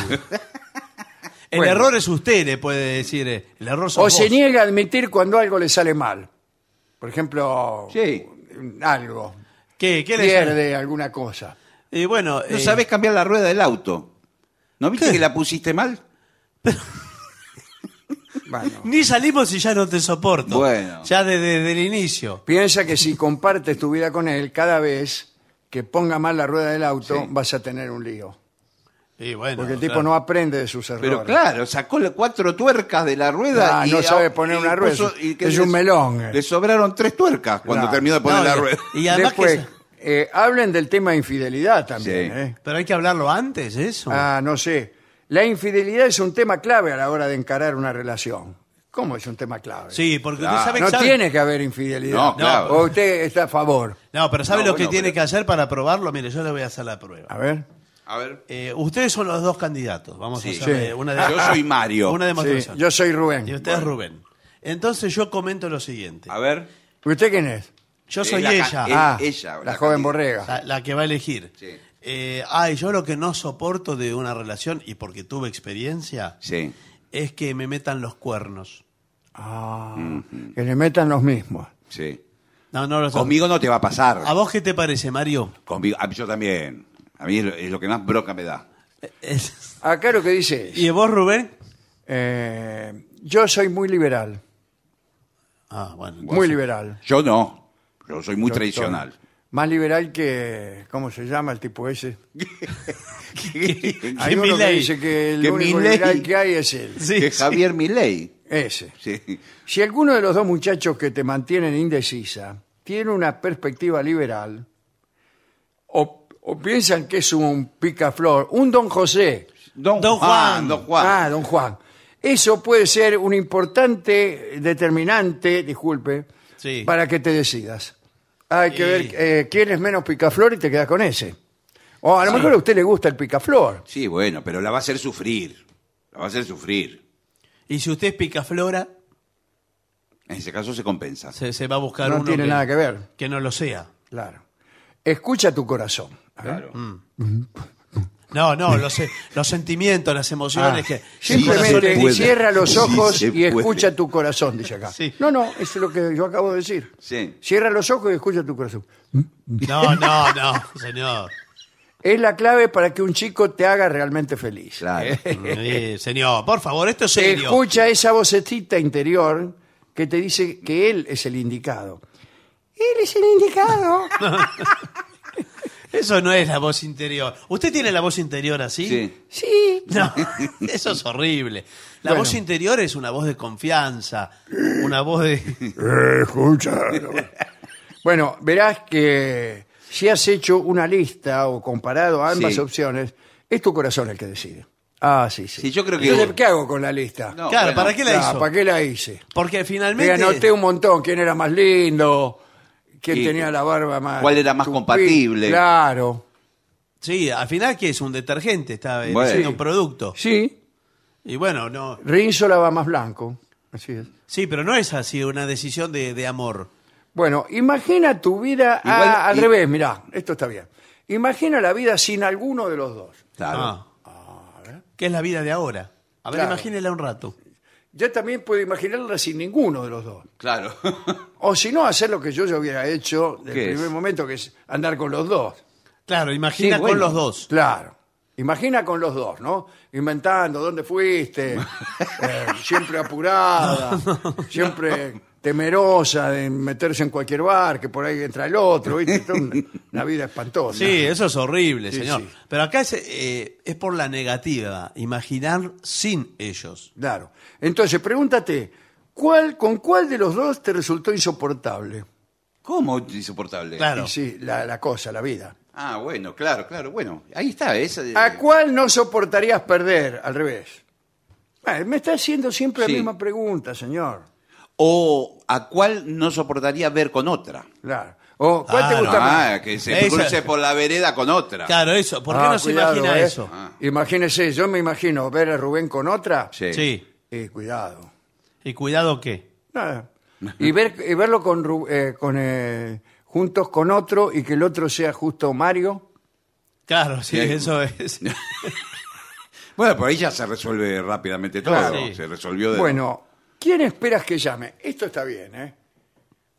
Speaker 7: El
Speaker 6: Bueno.
Speaker 7: error es usted, le puede decir. eh. El error sos
Speaker 6: O se
Speaker 7: vos.
Speaker 6: niega a admitir cuando algo le sale mal. Por ejemplo, algo.
Speaker 7: ¿Qué? ¿Qué le
Speaker 6: Pierde alguna cosa.
Speaker 7: Y bueno,
Speaker 8: No
Speaker 7: eh,
Speaker 8: sabes cambiar la rueda del auto. ¿No viste que la pusiste mal?
Speaker 6: Bueno,
Speaker 7: ni salimos y ya no te soporto.
Speaker 8: Bueno.
Speaker 7: Ya desde, desde el inicio.
Speaker 6: piensa que si compartes tu vida con él, cada vez que ponga mal la rueda del auto, vas a tener un lío.
Speaker 7: Y bueno,
Speaker 6: Porque el tipo
Speaker 7: claro.
Speaker 6: no aprende de sus errores.
Speaker 8: Pero claro, sacó las cuatro tuercas de la rueda.
Speaker 6: Ah,
Speaker 8: y
Speaker 6: no sabe poner una rueda,
Speaker 8: puso- que
Speaker 6: es un
Speaker 8: le-
Speaker 6: melón, eh.
Speaker 8: Le sobraron tres tuercas cuando
Speaker 6: Claro.
Speaker 8: terminó de poner
Speaker 7: No,
Speaker 8: la
Speaker 7: y-
Speaker 8: rueda.
Speaker 7: y además que
Speaker 6: Después,
Speaker 7: esa-
Speaker 6: eh, hablen del tema infidelidad
Speaker 8: Sí.
Speaker 6: también. ¿eh?
Speaker 7: Pero hay que hablarlo antes, eso.
Speaker 6: Ah, no sé. La infidelidad es un tema clave a la hora de encarar una relación. ¿Cómo es un tema clave?
Speaker 7: sí, porque
Speaker 8: Claro.
Speaker 7: usted sabe
Speaker 6: no
Speaker 7: sabe-
Speaker 6: tiene que haber infidelidad.
Speaker 8: No, claro.
Speaker 6: O usted está a favor.
Speaker 7: No, pero ¿sabe
Speaker 8: No,
Speaker 7: lo que
Speaker 8: bueno,
Speaker 7: tiene
Speaker 8: pero-
Speaker 7: que hacer para probarlo? Mire, yo le voy a hacer la prueba.
Speaker 6: A ver.
Speaker 8: A ver.
Speaker 7: Eh, ustedes son los dos candidatos. Vamos
Speaker 8: Sí.
Speaker 7: a hacer
Speaker 6: Sí.
Speaker 7: eh, una
Speaker 8: Yo soy Mario.
Speaker 7: Una
Speaker 6: Sí,
Speaker 7: demostración.
Speaker 6: yo soy Rubén.
Speaker 7: Y usted es Rubén. Entonces yo comento lo siguiente.
Speaker 8: A ver.
Speaker 6: ¿Usted quién es?
Speaker 7: Yo
Speaker 8: Es
Speaker 7: soy
Speaker 8: la ca-
Speaker 7: ella.
Speaker 8: es-
Speaker 6: ah,
Speaker 8: ella,
Speaker 6: la,
Speaker 8: la candidata.
Speaker 6: joven borrega.
Speaker 7: La, la que va a elegir.
Speaker 8: Sí.
Speaker 7: Eh, ay, yo lo que no soporto de una relación, y porque tuve experiencia,
Speaker 8: Sí.
Speaker 7: es que me metan los cuernos.
Speaker 6: Ah, Que le metan los mismos.
Speaker 8: Sí.
Speaker 7: No, no los
Speaker 8: Conmigo no te va a pasar.
Speaker 7: ¿A vos qué te parece, Mario?
Speaker 8: Conmigo, a mí yo también. A mí es lo, es lo que más broca me da.
Speaker 7: Es-
Speaker 6: Acá lo que dice es,
Speaker 7: ¿Y vos, Rubén?
Speaker 6: eh, yo soy muy liberal.
Speaker 7: Ah, bueno.
Speaker 6: Muy liberal.
Speaker 8: Yo no. Yo soy muy
Speaker 6: Yo
Speaker 8: tradicional.
Speaker 6: soy Más liberal que, ¿cómo se llama el tipo ese? Hay uno que
Speaker 7: Milei.
Speaker 6: dice que el
Speaker 8: Que
Speaker 6: único
Speaker 8: Milei.
Speaker 6: liberal que hay es él.
Speaker 7: Sí,
Speaker 8: Que
Speaker 7: sí.
Speaker 8: Javier Milei.
Speaker 6: Ese.
Speaker 8: Sí.
Speaker 6: Si alguno de los dos muchachos que te mantienen indecisa tiene una perspectiva liberal o, o piensan que es un picaflor, un don José,
Speaker 7: Don Juan.
Speaker 8: Don Juan.
Speaker 6: Ah, don Juan. Eso puede ser un importante determinante, disculpe,
Speaker 7: Sí.
Speaker 6: para que te decidas. Hay que
Speaker 7: Sí.
Speaker 6: ver eh, quién es menos picaflor y te quedas con ese. O a lo mejor a usted le gusta el picaflor.
Speaker 8: Sí, bueno, pero la va a hacer sufrir. La va a hacer sufrir.
Speaker 7: Y si usted es picaflora,
Speaker 8: En ese caso se compensa.
Speaker 7: Se, se va a buscar
Speaker 6: No
Speaker 7: uno
Speaker 6: tiene
Speaker 7: que,
Speaker 6: nada que ver.
Speaker 7: que no lo sea.
Speaker 6: Claro. Escucha tu corazón. A ver.
Speaker 7: No, no, los, se- los sentimientos, las emociones
Speaker 6: Ah,
Speaker 7: que...
Speaker 6: Simplemente
Speaker 7: que son-
Speaker 6: cierra los ojos y
Speaker 7: escucha.
Speaker 6: escucha tu corazón, dice acá. No, no, eso es lo que yo acabo de decir.
Speaker 8: Sí.
Speaker 6: Cierra los ojos y escucha tu corazón.
Speaker 7: No, no, no, señor.
Speaker 6: Es la clave para que un chico te haga realmente feliz.
Speaker 7: Sí, señor, por favor, esto es
Speaker 6: Te
Speaker 7: serio.
Speaker 6: escucha esa vocecita interior que te dice que él es el indicado. Él es el indicado.
Speaker 7: Eso no es la voz interior. ¿Usted tiene la voz interior así?
Speaker 8: Sí.
Speaker 6: Sí.
Speaker 7: No, eso es horrible. La
Speaker 6: Bueno.
Speaker 7: voz interior es una voz de confianza, una voz de...
Speaker 6: Escúchalo. Bueno, verás que si has hecho una lista o comparado ambas
Speaker 8: Sí.
Speaker 6: opciones, es tu corazón el que decide. Ah, sí, sí.
Speaker 8: Sí, yo creo que-
Speaker 6: Entonces, ¿Qué hago con la lista?
Speaker 8: No, Claro, bueno. ¿para qué la
Speaker 6: Ah,
Speaker 8: hizo?
Speaker 6: ¿Para qué la hice?
Speaker 7: Porque
Speaker 6: Me
Speaker 7: finalmente...
Speaker 6: anoté un montón. ¿Quién era más lindo? ¿Quién
Speaker 7: Sí.
Speaker 6: tenía la barba más...
Speaker 8: ¿Cuál era más
Speaker 6: tupí?
Speaker 8: compatible?
Speaker 6: Claro.
Speaker 7: Sí, al final que es un detergente, está eh,
Speaker 8: Bueno.
Speaker 7: siendo un producto.
Speaker 6: Sí.
Speaker 7: Y bueno, no...
Speaker 6: Rínsola va más blanco. Así es.
Speaker 7: Sí, pero no es así una decisión de, de amor.
Speaker 6: Bueno, imagina tu vida ah,
Speaker 7: Igual-
Speaker 6: al
Speaker 7: y-
Speaker 6: revés, mirá, esto está bien. Imagina la vida sin alguno de los dos.
Speaker 8: Claro.
Speaker 7: Ah. Que es la vida de ahora. A ver,
Speaker 6: Claro.
Speaker 7: imagínela un rato.
Speaker 6: Yo también puedo imaginarla sin ninguno de los dos.
Speaker 8: Claro.
Speaker 6: O si no, hacer lo que yo ya hubiera hecho del
Speaker 7: ¿Qué es?
Speaker 6: primer momento, que es andar con los dos.
Speaker 7: Claro, imagina
Speaker 6: Sí,
Speaker 7: con
Speaker 6: bueno.
Speaker 7: los dos.
Speaker 6: Claro. Imagina con los dos, ¿no? Inventando dónde fuiste, eh, siempre apurada, siempre temerosa de meterse en cualquier bar, que por ahí entra el otro, ¿viste? Esto es Una, una vida espantosa.
Speaker 7: Sí, eso es horrible,
Speaker 6: Sí,
Speaker 7: señor.
Speaker 6: sí.
Speaker 7: Pero acá es, eh, es por la negativa, imaginar sin ellos.
Speaker 6: Claro. Entonces, pregúntate, ¿cuál, ¿con cuál de los dos te resultó insoportable?
Speaker 8: ¿Cómo insoportable?
Speaker 6: Y sí, la, la cosa, la vida.
Speaker 8: Ah, bueno, claro, claro. Bueno, ahí está. eh. Esa, de-
Speaker 6: ¿A cuál no soportarías perder? Al revés. Ah, me está haciendo siempre
Speaker 8: Sí.
Speaker 6: la misma pregunta, señor.
Speaker 8: O a cuál no soportaría ver con otra.
Speaker 6: Claro. O, ¿cuál te
Speaker 8: Ah, no,
Speaker 6: gusta más?
Speaker 8: ah, que se cruce por la vereda con otra.
Speaker 7: Claro, eso. ¿Por qué
Speaker 6: Ah,
Speaker 7: no se
Speaker 6: cuidado,
Speaker 7: imagina
Speaker 6: ¿eh?
Speaker 7: eso?
Speaker 6: Ah. Imagínese, yo me imagino ver a Rubén con otra.
Speaker 8: Sí.
Speaker 6: Eh, cuidado.
Speaker 7: ¿Y cuidado qué?
Speaker 6: Nada. Y, ver, y verlo con, Ru- eh, con eh, juntos con otro y que el otro sea justo Mario.
Speaker 7: Claro, sí,
Speaker 8: Sí.
Speaker 7: eso es.
Speaker 8: Bueno, por ahí ya se resuelve rápidamente todo.
Speaker 6: Claro. Sí.
Speaker 8: Se resolvió de.
Speaker 6: Bueno, ¿quién esperas que llame? Esto está bien, ¿eh?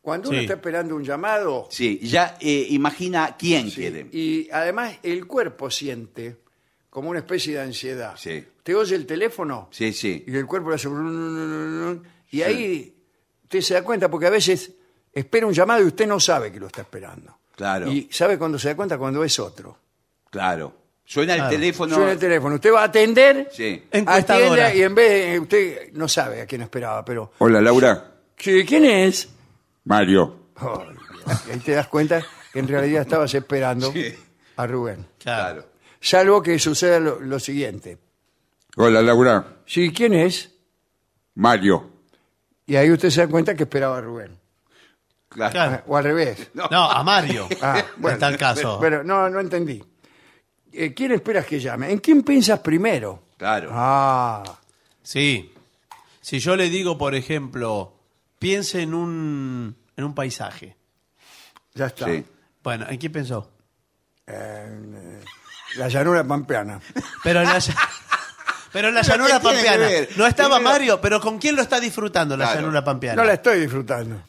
Speaker 6: Cuando uno
Speaker 8: Sí.
Speaker 6: está esperando un llamado
Speaker 8: Sí, ya eh, imagina quién quiere.
Speaker 6: y además el cuerpo siente como una especie de ansiedad.
Speaker 8: Sí,
Speaker 6: Te oye el teléfono
Speaker 8: sí, sí.
Speaker 6: y el cuerpo le hace... brun, brun, brun, brun, Y ahí usted se da cuenta porque a veces espera un llamado y usted no sabe que lo está esperando.
Speaker 8: Claro,
Speaker 6: Y sabe cuando se da cuenta cuando es otro.
Speaker 8: claro. Suena el teléfono.
Speaker 6: Suena el teléfono. Usted va a atender,
Speaker 8: Sí.
Speaker 6: atiende y en vez de... Usted no sabe a quién esperaba, pero...
Speaker 8: Hola, Laura.
Speaker 6: "¿Qui- ¿Quién es?
Speaker 8: Mario.
Speaker 6: Oh, Dios. Y ahí te das cuenta que en realidad estabas esperando a Rubén.
Speaker 8: Claro.
Speaker 6: Salvo que suceda lo, lo siguiente.
Speaker 8: Hola, Laura.
Speaker 6: Sí, ¿quién es?
Speaker 8: Mario.
Speaker 6: Y ahí usted se da cuenta que esperaba a Rubén. Ah, O al revés. Ah.
Speaker 7: No, a Mario. en tal caso.
Speaker 6: Pero no, no entendí. Eh, ¿Quién esperas que llame? ¿En quién piensas primero?
Speaker 8: Claro.
Speaker 6: Ah,
Speaker 7: Sí. Si yo le digo, por ejemplo, piense en un, en un paisaje.
Speaker 6: ya está.
Speaker 7: Sí. Bueno, ¿en qué pensó?
Speaker 6: Eh, la llanura pampeana.
Speaker 7: Pero en la, ll- pero en la
Speaker 6: ¿Pero
Speaker 7: llanura
Speaker 6: qué tiene que
Speaker 7: pampeana.
Speaker 6: ver?
Speaker 7: No estaba
Speaker 6: Primero-
Speaker 7: Mario, pero ¿con quién lo está disfrutando la llanura pampeana?
Speaker 6: No la estoy disfrutando.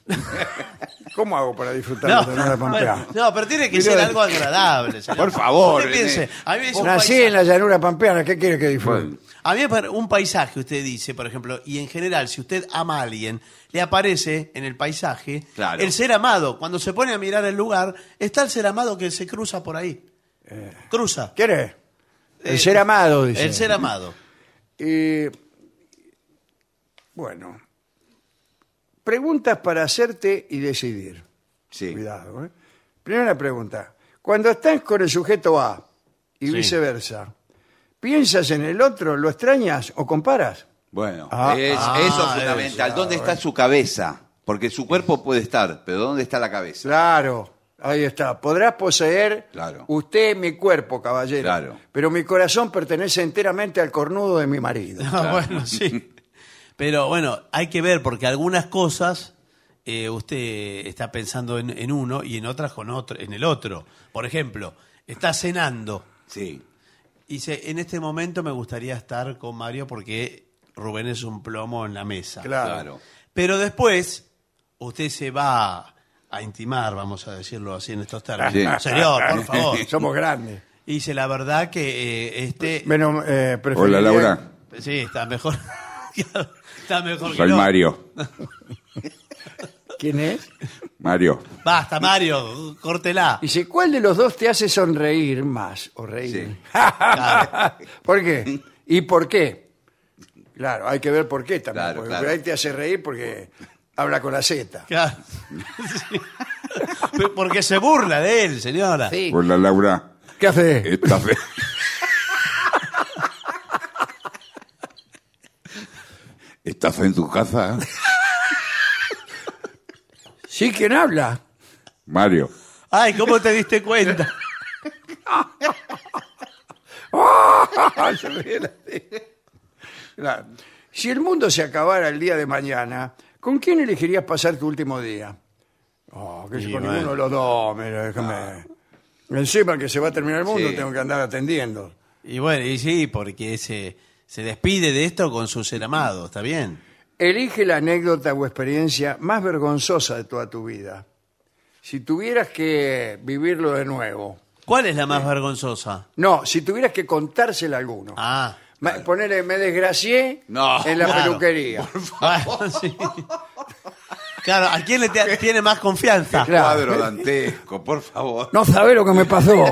Speaker 6: ¿Cómo hago para disfrutar
Speaker 7: No,
Speaker 6: de la llanura pampeana?
Speaker 7: bueno, no, pero tiene que ser algo agradable. señor.
Speaker 8: Por favor,
Speaker 7: Usted piense,
Speaker 8: René.
Speaker 7: a mí me dice un
Speaker 6: Nací
Speaker 7: paisaje.
Speaker 6: en la llanura pampeana, ¿qué quiere que disfrute?
Speaker 7: A mí me pare- un paisaje, usted dice, por ejemplo, y en general, si usted ama a alguien, le aparece en el paisaje
Speaker 8: Claro.
Speaker 7: el ser amado. Cuando se pone a mirar el lugar, está el ser amado que se cruza por ahí. Cruza.
Speaker 6: ¿Quién es? El ser amado, dice.
Speaker 7: El ser amado.
Speaker 6: Eh, bueno, preguntas para hacerte y decidir.
Speaker 8: Sí.
Speaker 6: Cuidado. ¿eh? Primera pregunta. Cuando estás con el sujeto A y viceversa, ¿piensas en el otro, lo extrañas o comparas?
Speaker 8: Bueno,
Speaker 6: Ah,
Speaker 8: es-
Speaker 6: ah,
Speaker 8: eso es fundamental.
Speaker 6: esa,
Speaker 8: ¿Dónde está
Speaker 6: bueno.
Speaker 8: su cabeza? Porque su cuerpo puede estar, pero ¿dónde está la cabeza?
Speaker 6: Claro, ahí está. Podrás poseer
Speaker 8: Claro.
Speaker 6: usted mi cuerpo, caballero,
Speaker 8: Claro.
Speaker 6: pero mi corazón pertenece enteramente al cornudo de mi marido.
Speaker 7: Ah, Bueno, sí. Pero bueno, hay que ver, porque algunas cosas eh, usted está pensando en, en uno y en otras con otro, en el otro. Por ejemplo, está cenando.
Speaker 8: Sí.
Speaker 7: Y dice, en este momento me gustaría estar con Mario porque Rubén es un plomo en la mesa.
Speaker 8: Claro. Claro.
Speaker 7: Pero después, usted se va a intimar, vamos a decirlo así en estos términos.
Speaker 6: Sí.
Speaker 7: Señor, por favor.
Speaker 6: Somos grandes.
Speaker 7: Y dice, la verdad que eh, este...
Speaker 6: Menos, eh,
Speaker 8: Hola,
Speaker 6: preferiría-
Speaker 8: Laura.
Speaker 7: Sí, está mejor. está mejor que
Speaker 8: Soy
Speaker 7: no.
Speaker 8: Mario.
Speaker 6: ¿Quién es?
Speaker 8: Mario.
Speaker 7: Basta, Mario, córtela.
Speaker 6: Dice, ¿cuál de los dos te hace sonreír más o reír? ¿Por qué? ¿Y por qué? Claro, hay que ver por qué también.
Speaker 8: Claro,
Speaker 6: porque
Speaker 8: claro.
Speaker 6: por ahí te hace reír porque habla con la Z.
Speaker 7: Claro. Porque se burla de él, señora.
Speaker 6: Sí.
Speaker 8: Hola, Laura.
Speaker 6: ¿Qué hace?
Speaker 8: Esta vez. ¿Estás en tu casa?
Speaker 6: Sí, ¿quién habla?
Speaker 8: Mario.
Speaker 7: Ay, ¿cómo te diste cuenta?
Speaker 6: Se ríe la tele. Claro. Si el mundo se acabara el día de mañana, ¿con quién elegirías pasar tu último día? Oh, que
Speaker 7: Y
Speaker 6: con
Speaker 7: bueno.
Speaker 6: ninguno de los dos, mira, déjame. Encima que se va a terminar el mundo,
Speaker 7: Sí.
Speaker 6: tengo que andar atendiendo.
Speaker 7: Y bueno, y sí, porque se, se despide de esto con su ser amado, ¿está bien?
Speaker 6: Elige la anécdota o experiencia más vergonzosa de toda tu vida. Si tuvieras que vivirlo de nuevo.
Speaker 7: ¿Cuál es la más vergonzosa?
Speaker 6: No, si tuvieras que contársela a alguno.
Speaker 7: Ah.
Speaker 6: Ma- Ponele, me desgracié
Speaker 7: No,
Speaker 6: en la
Speaker 7: claro.
Speaker 6: peluquería.
Speaker 7: Bueno, Ah, sí. Claro, ¿a quién le te- tiene más confianza?
Speaker 8: Cuadro dantesco, por favor.
Speaker 6: No sabe lo que me pasó.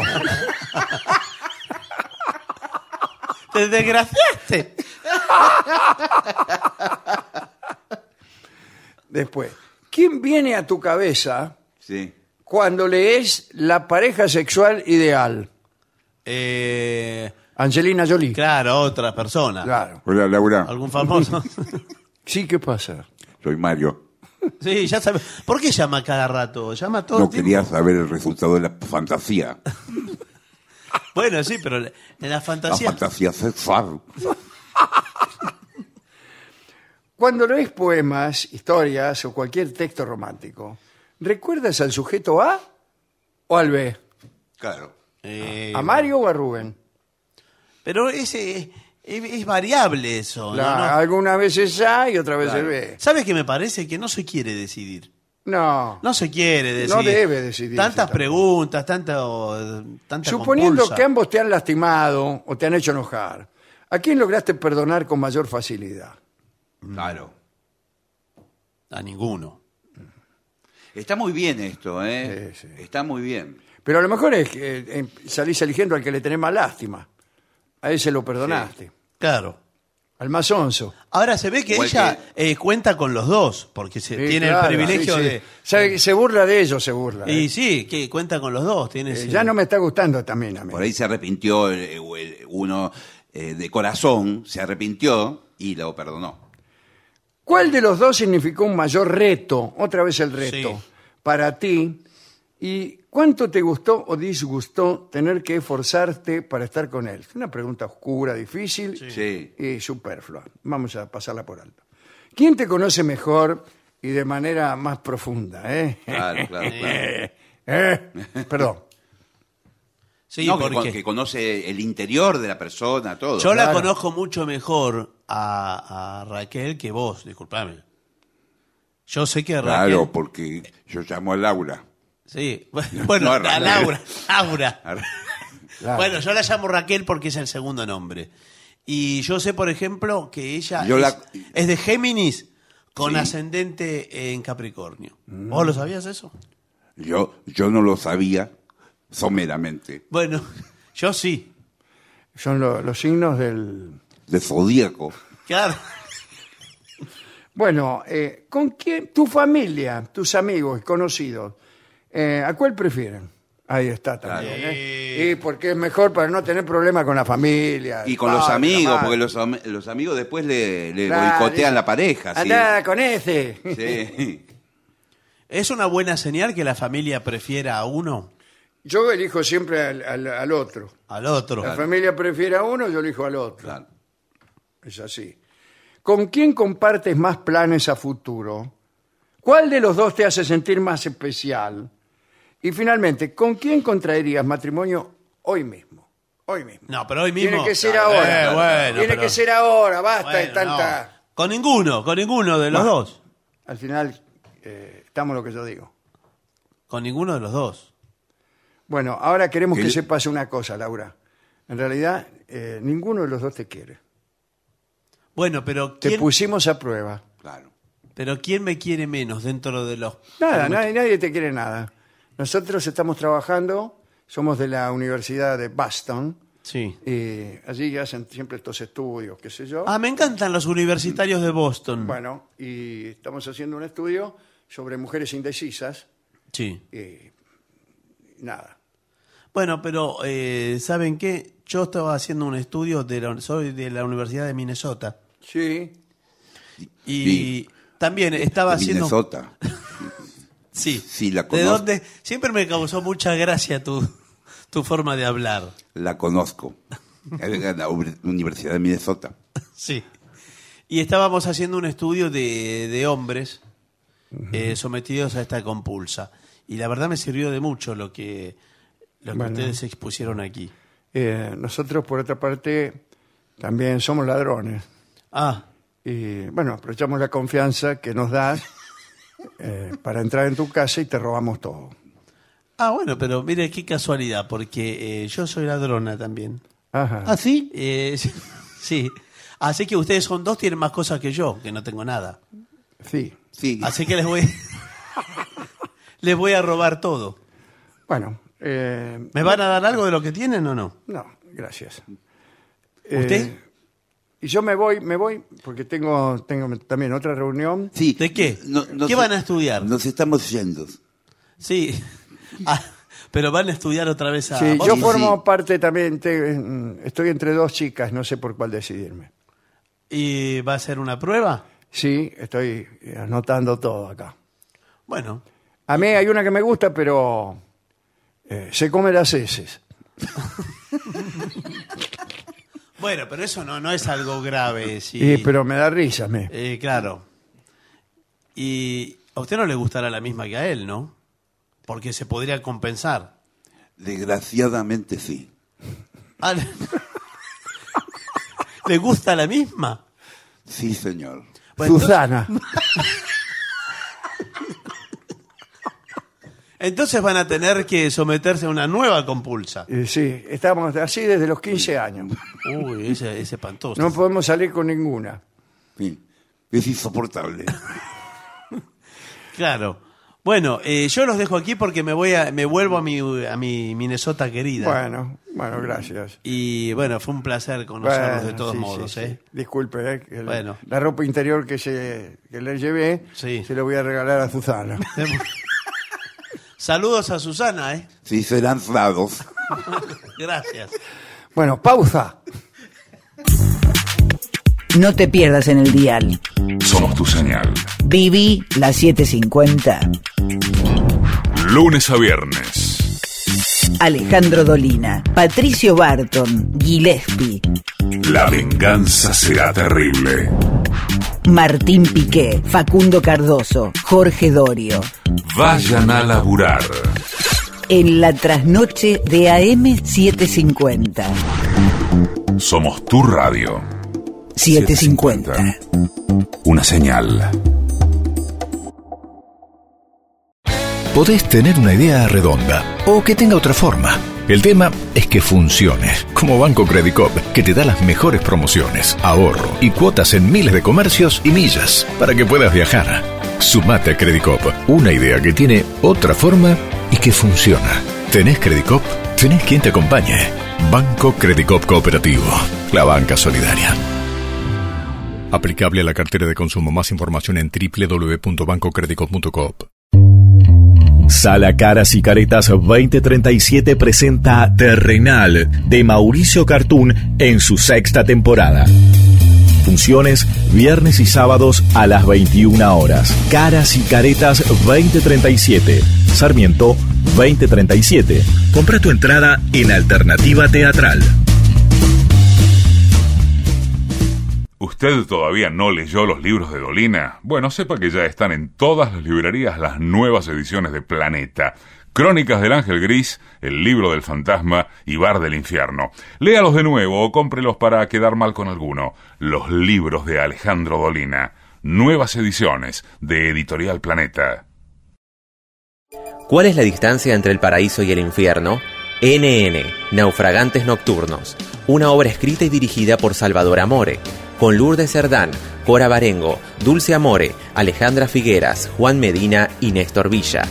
Speaker 7: Te desgraciaste.
Speaker 6: Después, ¿quién viene a tu cabeza
Speaker 8: Sí.
Speaker 6: cuando lees la pareja sexual ideal?
Speaker 7: Eh,
Speaker 6: Angelina Jolie.
Speaker 7: claro, otra persona.
Speaker 6: Claro.
Speaker 8: Hola, Laura.
Speaker 7: ¿Algún famoso?
Speaker 6: Sí, ¿qué pasa?
Speaker 8: Soy Mario.
Speaker 7: Sí, ya sabes. ¿Por qué llama cada rato? Llama todo
Speaker 8: No
Speaker 7: el tiempo.
Speaker 8: quería saber el resultado de la fantasía.
Speaker 7: Bueno, sí, pero en la
Speaker 8: La
Speaker 7: fantasía.
Speaker 8: fantasía sexual.
Speaker 6: Cuando lees poemas, historias o cualquier texto romántico, ¿recuerdas al sujeto A o al B?
Speaker 8: Claro.
Speaker 7: Eh,
Speaker 6: ¿A Mario o a Rubén?
Speaker 7: Pero ese es, eh, es variable eso.
Speaker 6: La-
Speaker 7: ¿no? No.
Speaker 6: Algunas veces A y otras veces B.
Speaker 7: ¿Sabes qué me parece? Que no se quiere decidir.
Speaker 6: No.
Speaker 7: No se quiere decidir.
Speaker 6: No debe decidirse
Speaker 7: Tantas
Speaker 6: tampoco.
Speaker 7: preguntas, tanto, tanta
Speaker 6: Suponiendo
Speaker 7: compulsa.
Speaker 6: que ambos te han lastimado o te han hecho enojar, ¿a quién lograste perdonar con mayor facilidad?
Speaker 8: Claro.
Speaker 7: A ninguno.
Speaker 8: Está muy bien esto, ¿eh? Está muy bien.
Speaker 6: Pero a lo mejor es que eh, em- salís eligiendo al que le tenés más lástima. A ese lo perdonaste.
Speaker 7: Claro.
Speaker 6: Al más onzo.
Speaker 7: Ahora se ve que
Speaker 8: Igual
Speaker 7: ella eh, cuenta con los dos, porque se
Speaker 6: Sí,
Speaker 7: tiene el
Speaker 6: claro,
Speaker 7: privilegio
Speaker 6: sí, sí.
Speaker 7: de...
Speaker 6: Sabe que se burla de ellos, se burla.
Speaker 7: Y
Speaker 6: eh.
Speaker 7: sí, que cuenta con los dos. Tiene
Speaker 6: Eh,
Speaker 7: ese-
Speaker 6: Ya no me está gustando también a mí.
Speaker 8: Por ahí se arrepintió el- o el- uno eh, de corazón, se arrepintió y lo perdonó.
Speaker 6: ¿Cuál de los dos significó un mayor reto? Otra vez el reto.
Speaker 7: Sí.
Speaker 6: Para ti. ¿Y cuánto te gustó o disgustó tener que esforzarte para estar con él? Es una pregunta oscura, difícil
Speaker 8: Sí.
Speaker 6: y superflua. Vamos a pasarla por alto. ¿Quién te conoce mejor y de manera más profunda? eh?
Speaker 8: Claro, claro, claro.
Speaker 6: Eh, Perdón.
Speaker 7: Sí,
Speaker 8: No, que
Speaker 7: porque...
Speaker 8: con- que, conoce el interior de la persona, todo.
Speaker 7: Yo la
Speaker 6: Claro.
Speaker 7: conozco mucho mejor a, a Raquel que vos, disculpame. Yo sé que Raquel.
Speaker 8: Claro, porque yo llamo a Laura.
Speaker 7: Sí, bueno,
Speaker 8: No,
Speaker 7: a
Speaker 8: Raquel.
Speaker 7: Laura. Laura.
Speaker 8: Ar-
Speaker 6: Claro.
Speaker 7: Bueno, yo la llamo Raquel porque es el segundo nombre. Y yo sé, por ejemplo, que ella
Speaker 8: Yo
Speaker 7: es,
Speaker 8: la-
Speaker 7: es de Géminis con ascendente en Capricornio.
Speaker 6: Mm.
Speaker 7: ¿Vos lo sabías eso?
Speaker 8: Yo, yo no lo sabía someramente.
Speaker 7: Bueno, yo sí.
Speaker 6: Son lo- los signos del...
Speaker 8: De zodíaco.
Speaker 7: Claro.
Speaker 6: Bueno, eh, ¿con quién? Tu familia, tus amigos y conocidos, eh, ¿a cuál prefieren? Ahí está también. ¿eh? Y porque es mejor para no tener problemas con la familia.
Speaker 8: Y con los amigos, porque los, am- los amigos después le, le boicotean la pareja. ¿sí?
Speaker 6: Andá Ah, con ese.
Speaker 8: Sí.
Speaker 7: ¿Es una buena señal que la familia prefiera a uno
Speaker 6: Yo elijo siempre al, al- al otro.
Speaker 7: al otro?
Speaker 6: La familia prefiere a uno, yo elijo al otro.
Speaker 8: Claro.
Speaker 6: Es así. ¿Con quién compartes más planes a futuro? ¿Cuál de los dos te hace sentir más especial? Y finalmente, ¿con quién contraerías matrimonio hoy mismo? Hoy mismo.
Speaker 7: No, pero hoy mismo.
Speaker 6: Tiene que ser ahora.
Speaker 7: Eh, bueno,
Speaker 6: Tiene
Speaker 7: pero-
Speaker 6: que ser ahora, basta de
Speaker 7: Bueno,
Speaker 6: tanta.
Speaker 7: no. Con ninguno, con ninguno de los
Speaker 6: Bueno.
Speaker 7: dos.
Speaker 6: Al final, eh, estamos lo que yo digo.
Speaker 7: Con ninguno de los dos.
Speaker 6: Bueno, ahora queremos que
Speaker 7: El-
Speaker 6: sepas una cosa, Laura. En realidad, eh, ninguno de los dos te quiere.
Speaker 7: Bueno, pero
Speaker 6: Te
Speaker 7: ¿quién,
Speaker 6: pusimos a prueba.
Speaker 7: pero ¿quién me quiere menos dentro de los...
Speaker 6: Nada,
Speaker 7: argumentos?
Speaker 6: nadie, nadie te quiere nada. Nosotros estamos trabajando, somos de la Universidad de Boston,
Speaker 7: Sí.
Speaker 6: y allí hacen siempre estos estudios, qué sé yo.
Speaker 7: Ah, me encantan los universitarios de Boston.
Speaker 6: Bueno, y estamos haciendo un estudio sobre mujeres indecisas,
Speaker 7: Sí.
Speaker 6: y nada.
Speaker 7: Bueno, pero eh, ¿saben qué? Yo estaba haciendo un estudio, de la, soy de la Universidad de Minnesota.
Speaker 6: Sí.
Speaker 7: Y
Speaker 6: Sí.
Speaker 7: también estaba
Speaker 8: De
Speaker 7: haciendo...
Speaker 8: Minnesota.
Speaker 7: Sí.
Speaker 8: Sí, la
Speaker 7: ¿De
Speaker 8: conozco.
Speaker 7: dónde? Siempre me causó mucha gracia tu, tu forma de hablar.
Speaker 8: La conozco. Es la Uni- Universidad de Minnesota.
Speaker 7: Sí. Y estábamos haciendo un estudio de, de hombres eh, sometidos a esta compulsa. Y la verdad me sirvió de mucho lo que, lo que
Speaker 6: Bueno.
Speaker 7: ustedes expusieron aquí.
Speaker 6: Eh, nosotros, por otra parte, también somos ladrones.
Speaker 7: Ah.
Speaker 6: Y bueno, aprovechamos la confianza que nos das eh, para entrar en tu casa y te robamos todo.
Speaker 7: Ah, bueno, pero mire qué casualidad, porque eh, yo soy ladrona también. ¿Ah,
Speaker 6: Ajá.
Speaker 7: sí? sí. Así que ustedes son dos, tienen más cosas que yo, que no tengo nada.
Speaker 6: Sí.
Speaker 8: Sí.
Speaker 7: Así que les voy, les voy a robar todo.
Speaker 6: Bueno. eh,
Speaker 7: ¿Me van a dar algo de lo que tienen o no?
Speaker 6: No, gracias. Eh,
Speaker 7: ¿Usted?
Speaker 6: y yo me voy, me voy, porque tengo, tengo también otra reunión.
Speaker 8: Sí.
Speaker 7: ¿De qué?
Speaker 8: No- no
Speaker 7: ¿Qué
Speaker 8: sé-
Speaker 7: van a estudiar?
Speaker 8: Nos estamos yendo.
Speaker 7: Sí. Ah, pero van a estudiar otra vez a
Speaker 6: Sí, yo
Speaker 7: Boston.
Speaker 6: formo parte también, te- mm, estoy entre dos chicas, no sé por cuál decidirme.
Speaker 7: ¿Y va a ser una prueba?
Speaker 6: Sí, estoy eh, anotando todo acá.
Speaker 7: Bueno,
Speaker 6: A mí hay una que me gusta, pero eh, se come las heces.
Speaker 7: bueno, pero eso no, no es algo grave. Sí.
Speaker 6: Y, Eh, pero me da risa, me.
Speaker 7: Eh, claro. Y a usted no le gustará la misma que a él, ¿no? Porque se podría compensar.
Speaker 8: Desgraciadamente sí.
Speaker 7: Ah, le- ¿Le gusta la misma?
Speaker 8: Sí, señor.
Speaker 7: Bueno,
Speaker 6: Susana.
Speaker 7: Entonces van a tener que someterse a una nueva compulsa.
Speaker 6: Eh, sí, estamos así desde los 15 años.
Speaker 7: Uy, ese es espantoso.
Speaker 6: No podemos salir con ninguna.
Speaker 8: Sí. Es insoportable.
Speaker 7: Claro. Bueno, eh, yo los dejo aquí porque me voy a, me vuelvo a mi, a mi Minnesota querida.
Speaker 6: Bueno, bueno, gracias.
Speaker 7: Y bueno, fue un placer conocerlos
Speaker 6: Bueno,
Speaker 7: de todos
Speaker 6: sí, sí,
Speaker 7: modos,
Speaker 6: sí.
Speaker 7: ¿eh?
Speaker 6: Disculpe, eh, que el-
Speaker 7: Bueno.
Speaker 6: la ropa interior que, se, que le llevé se la voy a regalar a Susana.
Speaker 7: Saludos a Susana, ¿eh?
Speaker 8: Sí, serán dados.
Speaker 7: Gracias.
Speaker 6: bueno, pausa.
Speaker 13: No te pierdas en el dial.
Speaker 4: Somos tu señal.
Speaker 13: Viví las 750.
Speaker 4: Lunes a viernes.
Speaker 13: Alejandro Dolina, Patricio Barton, Gillespie,
Speaker 4: La venganza será terrible.
Speaker 13: Martín Piqué, Facundo Cardoso, Jorge Dorio.
Speaker 4: Vayan a laburar.
Speaker 13: En la trasnoche de AM 750.
Speaker 4: Somos tu radio.
Speaker 13: 750.
Speaker 4: Una señal.
Speaker 3: Podés tener una idea redonda o que tenga otra forma. El tema es que funcione, como Banco Credicop, que te da las mejores promociones, ahorro y cuotas en miles de comercios y millas para que puedas viajar. Sumate a Credicop, una idea que tiene otra forma y que funciona. ¿Tenés Credicop? ¿Tenés quien te acompañe? Banco Credicop Cooperativo, la banca solidaria.
Speaker 16: Aplicable a la cartera de consumo. Más información en www.bancocredicop.coop.
Speaker 1: Sala Caras y Caretas 2037 presenta Terrenal de Mauricio Cartún en su sexta temporada. Funciones viernes y sábados a las 21 horas. Caras y Caretas 2037. Sarmiento 2037. Compra tu entrada en Alternativa Teatral.
Speaker 4: ¿Usted todavía no leyó los libros de Dolina? Bueno, sepa que ya están en todas las librerías las nuevas ediciones de Planeta. Crónicas del Ángel Gris, El libro del fantasma y Bar del infierno. Léalos de nuevo o cómprelos para quedar mal con alguno. Los libros de Alejandro Dolina. Nuevas ediciones de Editorial Planeta.
Speaker 17: ¿Cuál es la distancia entre el paraíso y el infierno? NN, Naufragantes Nocturnos, una obra escrita y dirigida por Salvador Amore, con Lourdes Cerdán, Cora Barengo, Dulce Amore, Alejandra Figueras, Juan Medina y Néstor Villa.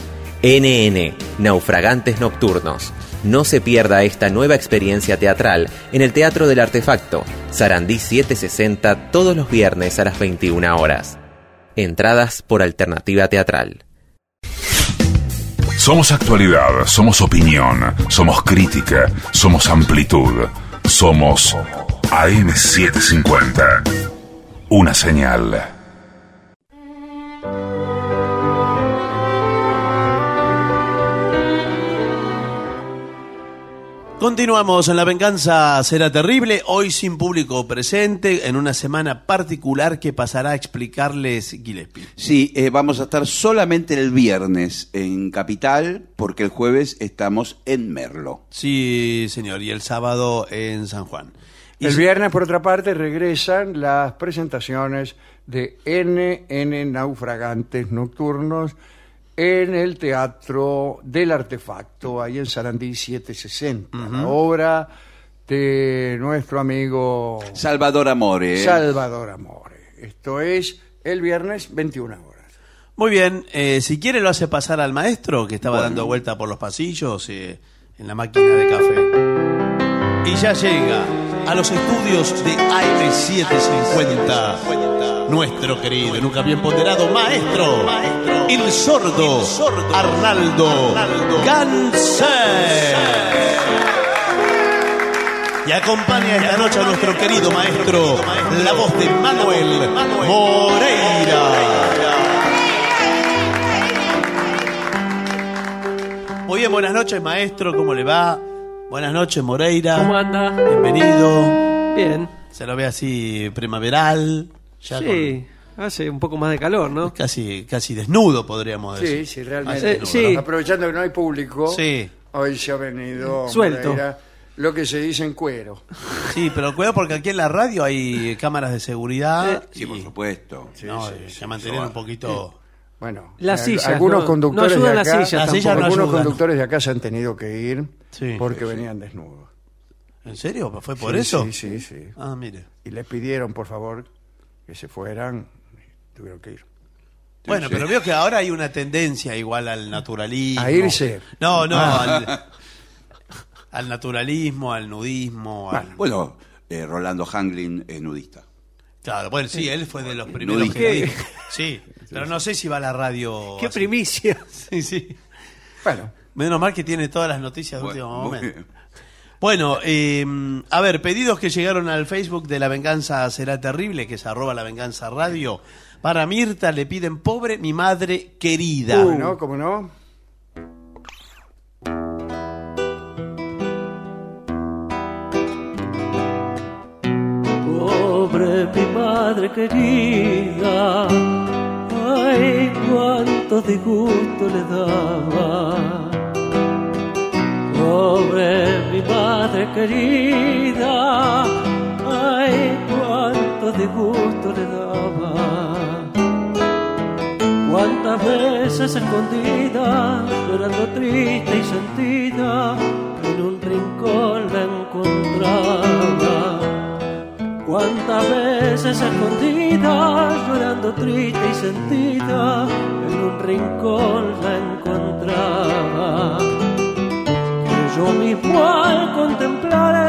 Speaker 17: NN, Naufragantes Nocturnos. No se pierda esta nueva experiencia teatral en el Teatro del Artefacto, Sarandí 760, todos los viernes a las 21 horas. Entradas por alternativa teatral.
Speaker 4: Somos actualidad, somos opinión, somos crítica, somos amplitud, somos AM750. Una señal.
Speaker 7: Continuamos en La Venganza Será Terrible, hoy sin público presente, en una semana particular que pasará a explicarles Gillespie.
Speaker 8: Sí, eh, vamos a estar solamente el viernes en Capital, porque el jueves estamos en Merlo.
Speaker 7: Sí, señor, y el sábado en San Juan. Y
Speaker 6: El
Speaker 7: si-
Speaker 6: viernes, por otra parte, regresan las presentaciones de NN Naufragantes Nocturnos en el Teatro del Artefacto, ahí en Sarandí 760. La obra de nuestro amigo
Speaker 8: Salvador Amore. eh.
Speaker 6: Salvador Amore. Esto es el viernes 21 horas.
Speaker 7: Muy bien, eh, si quiere lo hace pasar al maestro que estaba dando vuelta por los pasillos eh, en la máquina de café. Y ya llega a los estudios de AM750 nuestro querido, y nunca bien ponderado maestro, el sordo, Arnaldo, Ganser. Y acompaña esta noche a nuestro querido maestro, la voz de Manuel Moreira. Muy bien, buenas noches, maestro, ¿cómo le va? Buenas noches, Moreira.
Speaker 18: ¿Cómo anda?
Speaker 7: Bienvenido.
Speaker 18: Bien.
Speaker 7: Se lo ve así primaveral. ya
Speaker 18: Sí, hace un poco más de calor, ¿no?
Speaker 7: con- casi, casi desnudo, podríamos
Speaker 6: Sí,
Speaker 7: decir.
Speaker 6: sí,
Speaker 7: Así
Speaker 6: realmente.
Speaker 7: desnudo, Ah, Eh, Sí. ¿no?
Speaker 6: Aprovechando que no hay público,
Speaker 7: Sí.
Speaker 6: hoy se ha venido
Speaker 7: Suelto.
Speaker 6: Moreira, lo que se dice en cuero.
Speaker 7: Sí, pero cuidado porque aquí en la radio hay cámaras de seguridad.
Speaker 8: Sí, por supuesto.
Speaker 7: No, eh, se mantener un poquito...
Speaker 6: Bueno,
Speaker 7: Las
Speaker 6: eh,
Speaker 7: sillas,
Speaker 6: algunos
Speaker 7: no-
Speaker 6: conductores
Speaker 7: no ayudan
Speaker 6: de
Speaker 7: las
Speaker 6: acá,
Speaker 7: sillas Las sillas tampoco. no
Speaker 6: algunos
Speaker 7: ayudan.
Speaker 6: conductores de acá se han tenido que ir porque
Speaker 7: Sí, sí.
Speaker 6: venían desnudos.
Speaker 7: ¿En serio? ¿Fue por
Speaker 6: Sí,
Speaker 7: eso?
Speaker 6: Sí, sí, sí.
Speaker 7: Ah, mire.
Speaker 6: Y les pidieron, por favor, que se fueran. y Tuvieron que ir.
Speaker 7: Bueno, pero veo que ahora hay una tendencia igual al naturalismo.
Speaker 6: A irse.
Speaker 7: No, no,
Speaker 6: Ah.
Speaker 7: al, al naturalismo, al nudismo. al-
Speaker 8: Bueno, eh, Rolando Hanglin es nudista.
Speaker 7: claro, bueno, sí, él fue de los primeros
Speaker 8: Nudista.
Speaker 7: que dijo. Sí, pero no sé si va a la radio.
Speaker 18: ¡Qué
Speaker 7: así.
Speaker 18: primicia!
Speaker 7: Sí, sí.
Speaker 6: Bueno.
Speaker 7: Menos mal que tiene todas las noticias de último
Speaker 18: muy
Speaker 7: momento.
Speaker 18: bien.
Speaker 7: Bueno, eh, a ver, pedidos que llegaron al Facebook de La Venganza Será Terrible, que es arroba La Venganza Radio. Para Mirta le piden, pobre mi madre querida.
Speaker 6: ¿Cómo Uh, no? ¿Cómo no?
Speaker 18: Pobre mi madre querida, ay, cuánto disgusto le daba. Pobre mi madre querida, ay, cuánto disgusto le daba. Cuántas veces escondida, llorando triste y sentida, en un rincón la encontraba. Cuántas veces escondida, llorando triste y sentida, en un rincón la encontraba. Que yo mismo al contemplarla,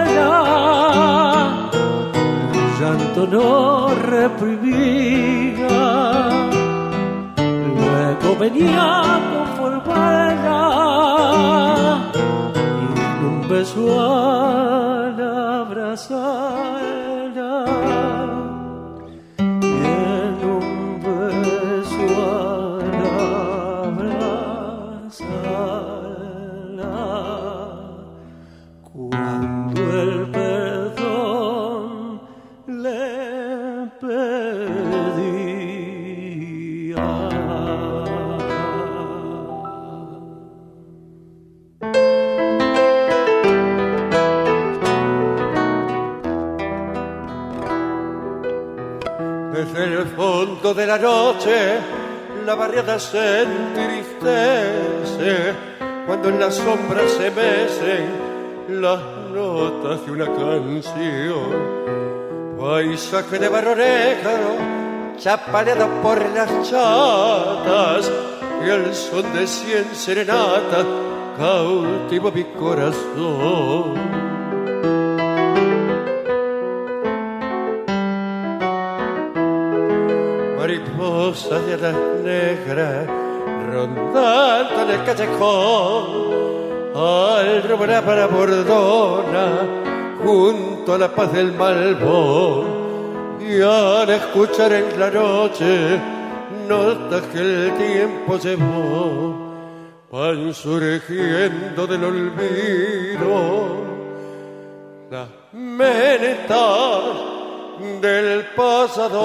Speaker 18: el llanto no reprimía. Luego venía a conformarla y un beso al abrazarla. Y en un beso al abrazarla. Cuando el perdón le
Speaker 19: fondo de la noche la barriada se entristece cuando en la sombra se mecen las notas de una canción. Paisaje de barro negro, chapaleado por las chatas y el son de cien serenatas cautiva mi corazón. mariposas de alas negras rondando en el callejón al robar para Bordona junto a la paz del Malbón y al escuchar en la noche notas que el tiempo llevó van surgiendo del olvido las menetas del pasado.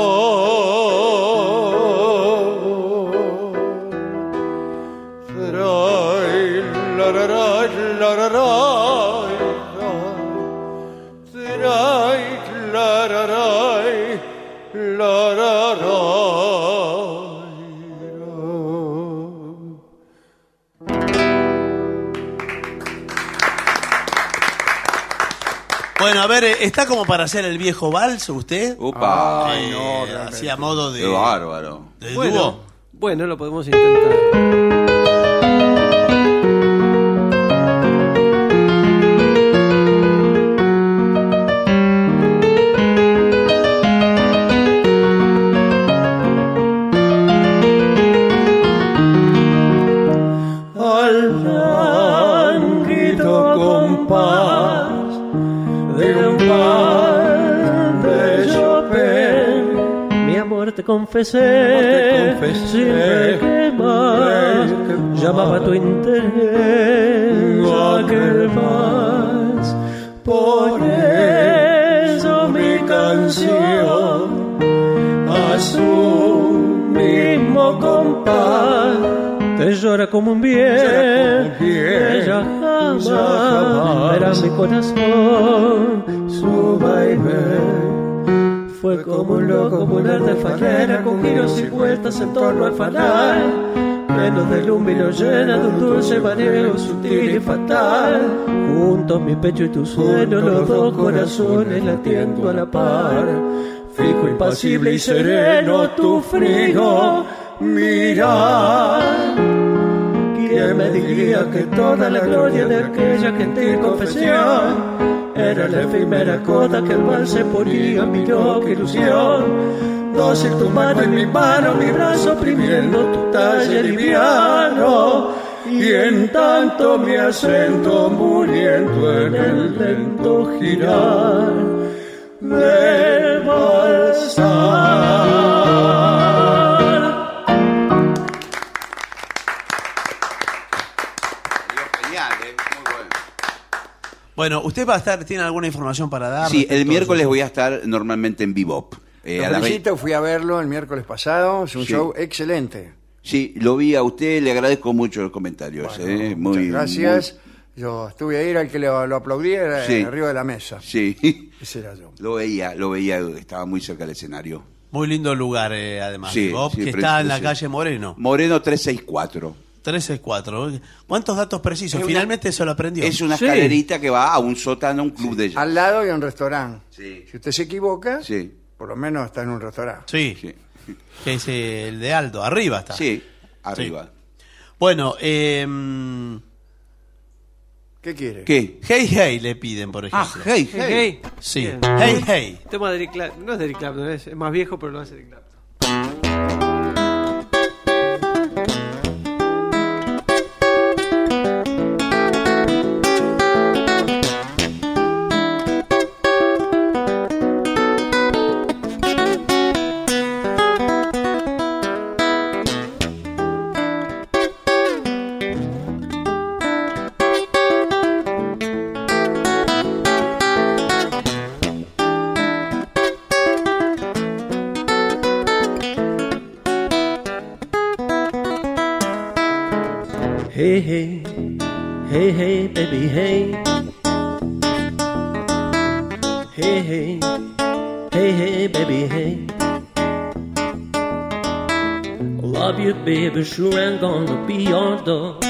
Speaker 19: Trai, la, la, la, la, la, la, Trai, la, la, la, la, la, la.
Speaker 7: Bueno, a ver, eh, ¿está como para hacer el viejo vals usted?
Speaker 8: Upa.
Speaker 7: Eh, así a modo de...
Speaker 8: Qué bárbaro.
Speaker 7: de
Speaker 8: Bueno.
Speaker 7: dúo.
Speaker 18: Bueno, lo podemos intentar.
Speaker 19: al blanquito compás
Speaker 18: de un
Speaker 19: pan de Chopin.
Speaker 18: Mi amor, te confesé, sin requemas, llamaba tu interés aquel vals. Por eso mi canción a su mismo compás te llora como un bien, ella jamás verá mi corazón, su vaivén. Fue como un loco volar de farera con giros y vueltas en torno al fanal. Menos de lumbre lo llena de un dulce mareo sutil y fatal. Juntos mi pecho y tu suelo, los dos corazones latiendo a la par. Fijo, impasible y sereno tu frío mirar. ¿Quién me diría que toda la gloria de aquella gentil confesión era la efímera coda que el mal se ponía, miró que ilusión. Dócil tu mano en mi mano, mi brazo oprimiendo tu talle liviano. Y en tanto mi acento muriendo en el lento girar del balsar.
Speaker 8: Genial, ¿eh? Muy bueno.
Speaker 7: Bueno, ¿usted va a estar, tiene alguna información para
Speaker 6: Ah,
Speaker 7: dar?
Speaker 8: Sí,
Speaker 7: respecto
Speaker 8: el
Speaker 7: a
Speaker 8: miércoles
Speaker 7: eso?
Speaker 8: voy a estar normalmente en Bebop. Eh, a
Speaker 6: Lo
Speaker 8: las ve-
Speaker 6: felicito, fui a verlo el miércoles pasado, es un
Speaker 8: Sí.
Speaker 6: show excelente.
Speaker 8: Sí, lo vi a usted, le agradezco mucho los comentarios. eh, muy,
Speaker 6: Muchas gracias. Yo estuve ahí, era el que lo, lo aplaudía era
Speaker 8: Sí.
Speaker 6: arriba de la mesa.
Speaker 8: muy- sí,
Speaker 6: Ese era yo.
Speaker 8: lo veía, lo veía, estaba muy cerca del escenario.
Speaker 7: Muy lindo lugar, eh, además.
Speaker 8: Sí,
Speaker 7: Bob,
Speaker 8: sí,
Speaker 7: que
Speaker 8: precioso.
Speaker 7: está en la calle Moreno.
Speaker 8: Moreno 364.
Speaker 7: 364. ¿Cuántos datos precisos?
Speaker 8: Es una-
Speaker 7: Finalmente se lo aprendió.
Speaker 8: Es una escalerita que va a un sótano, un club de jazz.
Speaker 6: Al lado hay un restaurante.
Speaker 8: Sí.
Speaker 6: Si usted se equivoca,
Speaker 8: Sí,
Speaker 6: por lo menos está en un restaurante.
Speaker 7: Sí,
Speaker 8: sí,
Speaker 7: que es eh, el de Aldo. Arriba está.
Speaker 8: sí, arriba.
Speaker 7: Bueno, eh,
Speaker 6: ¿Qué quiere?
Speaker 8: ¿Qué?
Speaker 7: Hey Hey le piden, por
Speaker 8: Ah,
Speaker 7: ejemplo.
Speaker 8: hey,
Speaker 18: Hey,
Speaker 8: hey.
Speaker 18: hey.
Speaker 7: Sí.
Speaker 18: Bien. Este
Speaker 7: Hey Hey.
Speaker 18: Tema de Eric Clapton. No es de Eric Clapton, es, es más viejo, pero no es Eric Clapton. Hey, hey, hey, hey, baby, hey. Hey, hey, hey, hey, baby, hey. love you, baby, sure I'm gonna be your dog.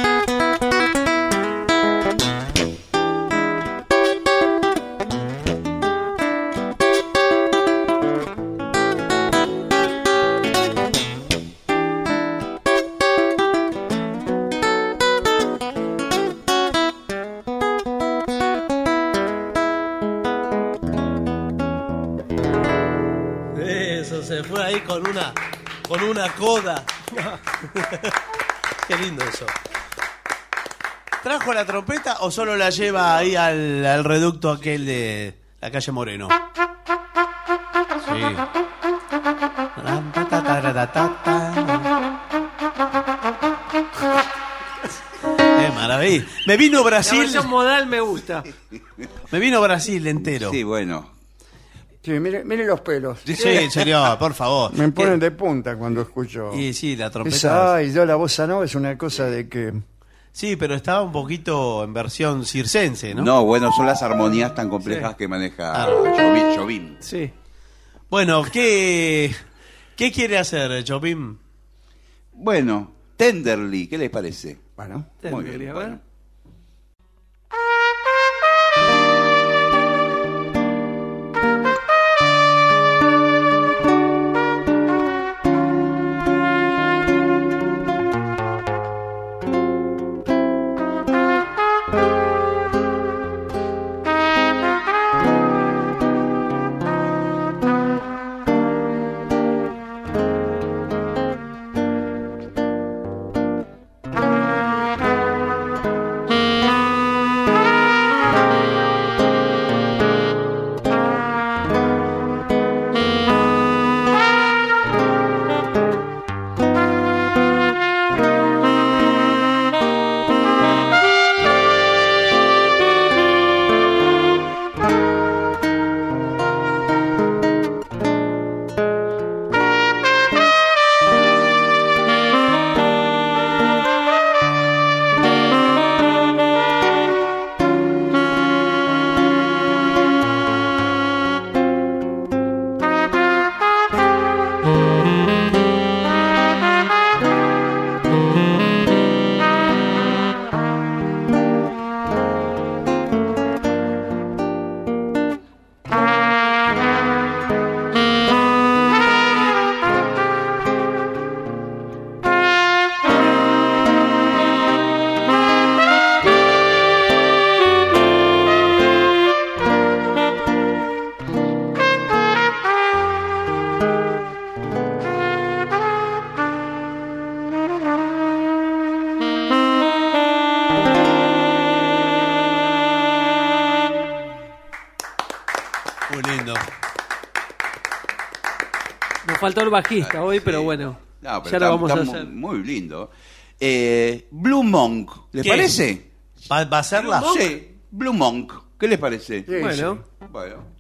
Speaker 7: Eso se fue ahí con una, con una coda. Qué lindo eso. ¿Trajo la trompeta o solo la lleva ahí al, al reducto aquel de la calle Moreno? ¡Qué maravilla! Me vino
Speaker 20: La
Speaker 7: Brasil,
Speaker 20: versión modal me gusta.
Speaker 7: me vino Brasil entero.
Speaker 8: Sí, bueno.
Speaker 6: Sí, mire, mire los pelos.
Speaker 7: Sí, señor, por favor.
Speaker 6: Me ponen de punta cuando escucho.
Speaker 7: Y sí, la trompeta.
Speaker 6: Esa, ay, yo la bossa nova es una cosa de que.
Speaker 7: Sí, pero estaba un poquito en versión circense, ¿no? Ah.
Speaker 8: No, bueno, son las armonías tan complejas que maneja Jobim. Jobim.
Speaker 7: Sí. Bueno, ¿qué, qué quiere hacer Chopin?
Speaker 8: Bueno, Tenderly, ¿qué les parece?
Speaker 6: Bueno,
Speaker 8: muy bien. bueno.
Speaker 7: Muy lindo.
Speaker 20: Nos faltó el bajista hoy, pero bueno.
Speaker 8: No, Ah, pero
Speaker 20: ya
Speaker 8: está-
Speaker 20: lo vamos a
Speaker 8: está
Speaker 20: hacer.
Speaker 8: mu- Muy lindo. Eh, Blue Monk, ¿les
Speaker 7: ¿Qué?
Speaker 8: parece?
Speaker 7: ¿Va, va a ser la?
Speaker 8: Sí, Blue Monk. ¿Qué les parece?
Speaker 6: Sí, Bueno.
Speaker 8: Bueno.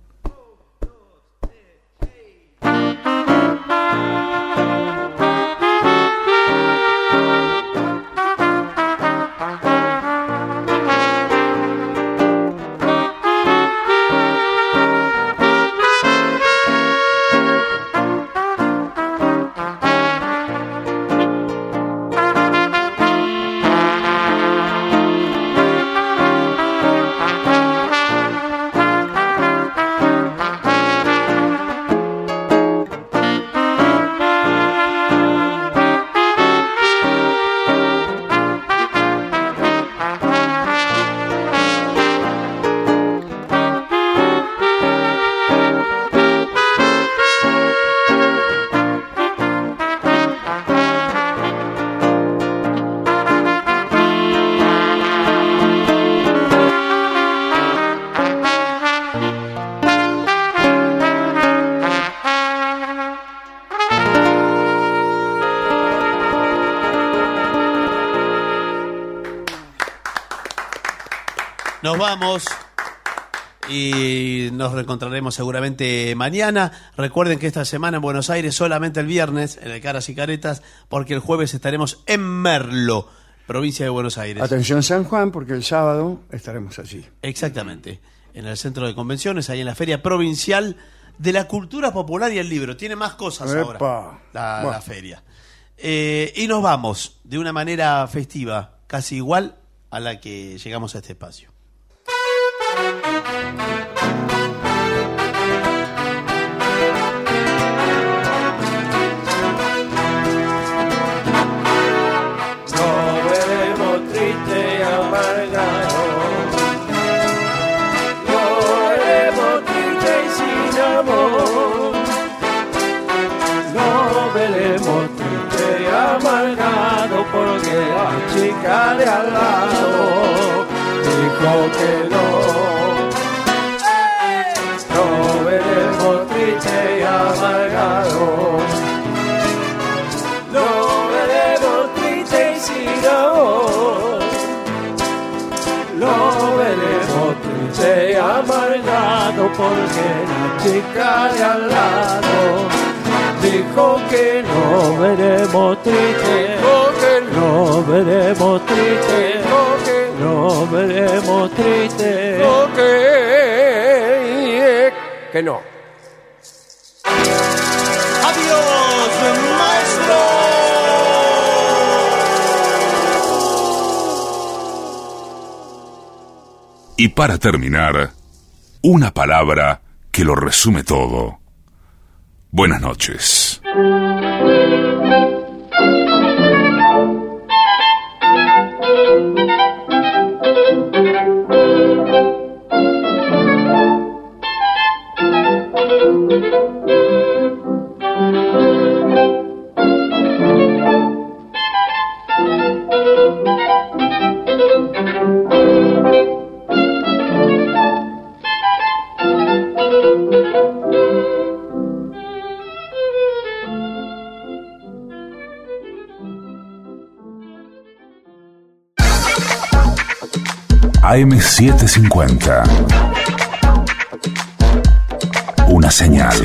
Speaker 6: Ah.
Speaker 7: Nos vamos y nos reencontraremos seguramente mañana. Recuerden que esta semana en Buenos Aires solamente el viernes en el Caras y Caretas, porque el jueves estaremos en Merlo, provincia de Buenos Aires.
Speaker 6: Atención San Juan, porque el sábado estaremos allí.
Speaker 7: Exactamente. En el centro de convenciones, ahí en la Feria Provincial de la Cultura Popular y el Libro. Tiene más cosas ahora
Speaker 6: Epa.
Speaker 7: la, la
Speaker 6: Bueno.
Speaker 7: feria. Eh, y nos vamos de una manera festiva, casi igual a la que llegamos a este espacio.
Speaker 18: Nos veremos triste y amargado. Nos veremos triste y sin amor. Nos veremos triste y amargado porque la chica de al lado dijo que no. Nos veremos triste y amargado. Lo veremos triste y sin amor. Lo veremos triste y amargado porque la chica de al lado dijo que no veremos triste, que no veremos triste, que no veremos triste.
Speaker 6: que, que no.
Speaker 18: Adiós, maestro.
Speaker 4: Y para terminar, una palabra que lo resume todo. Buenas noches. AM750. Una señal.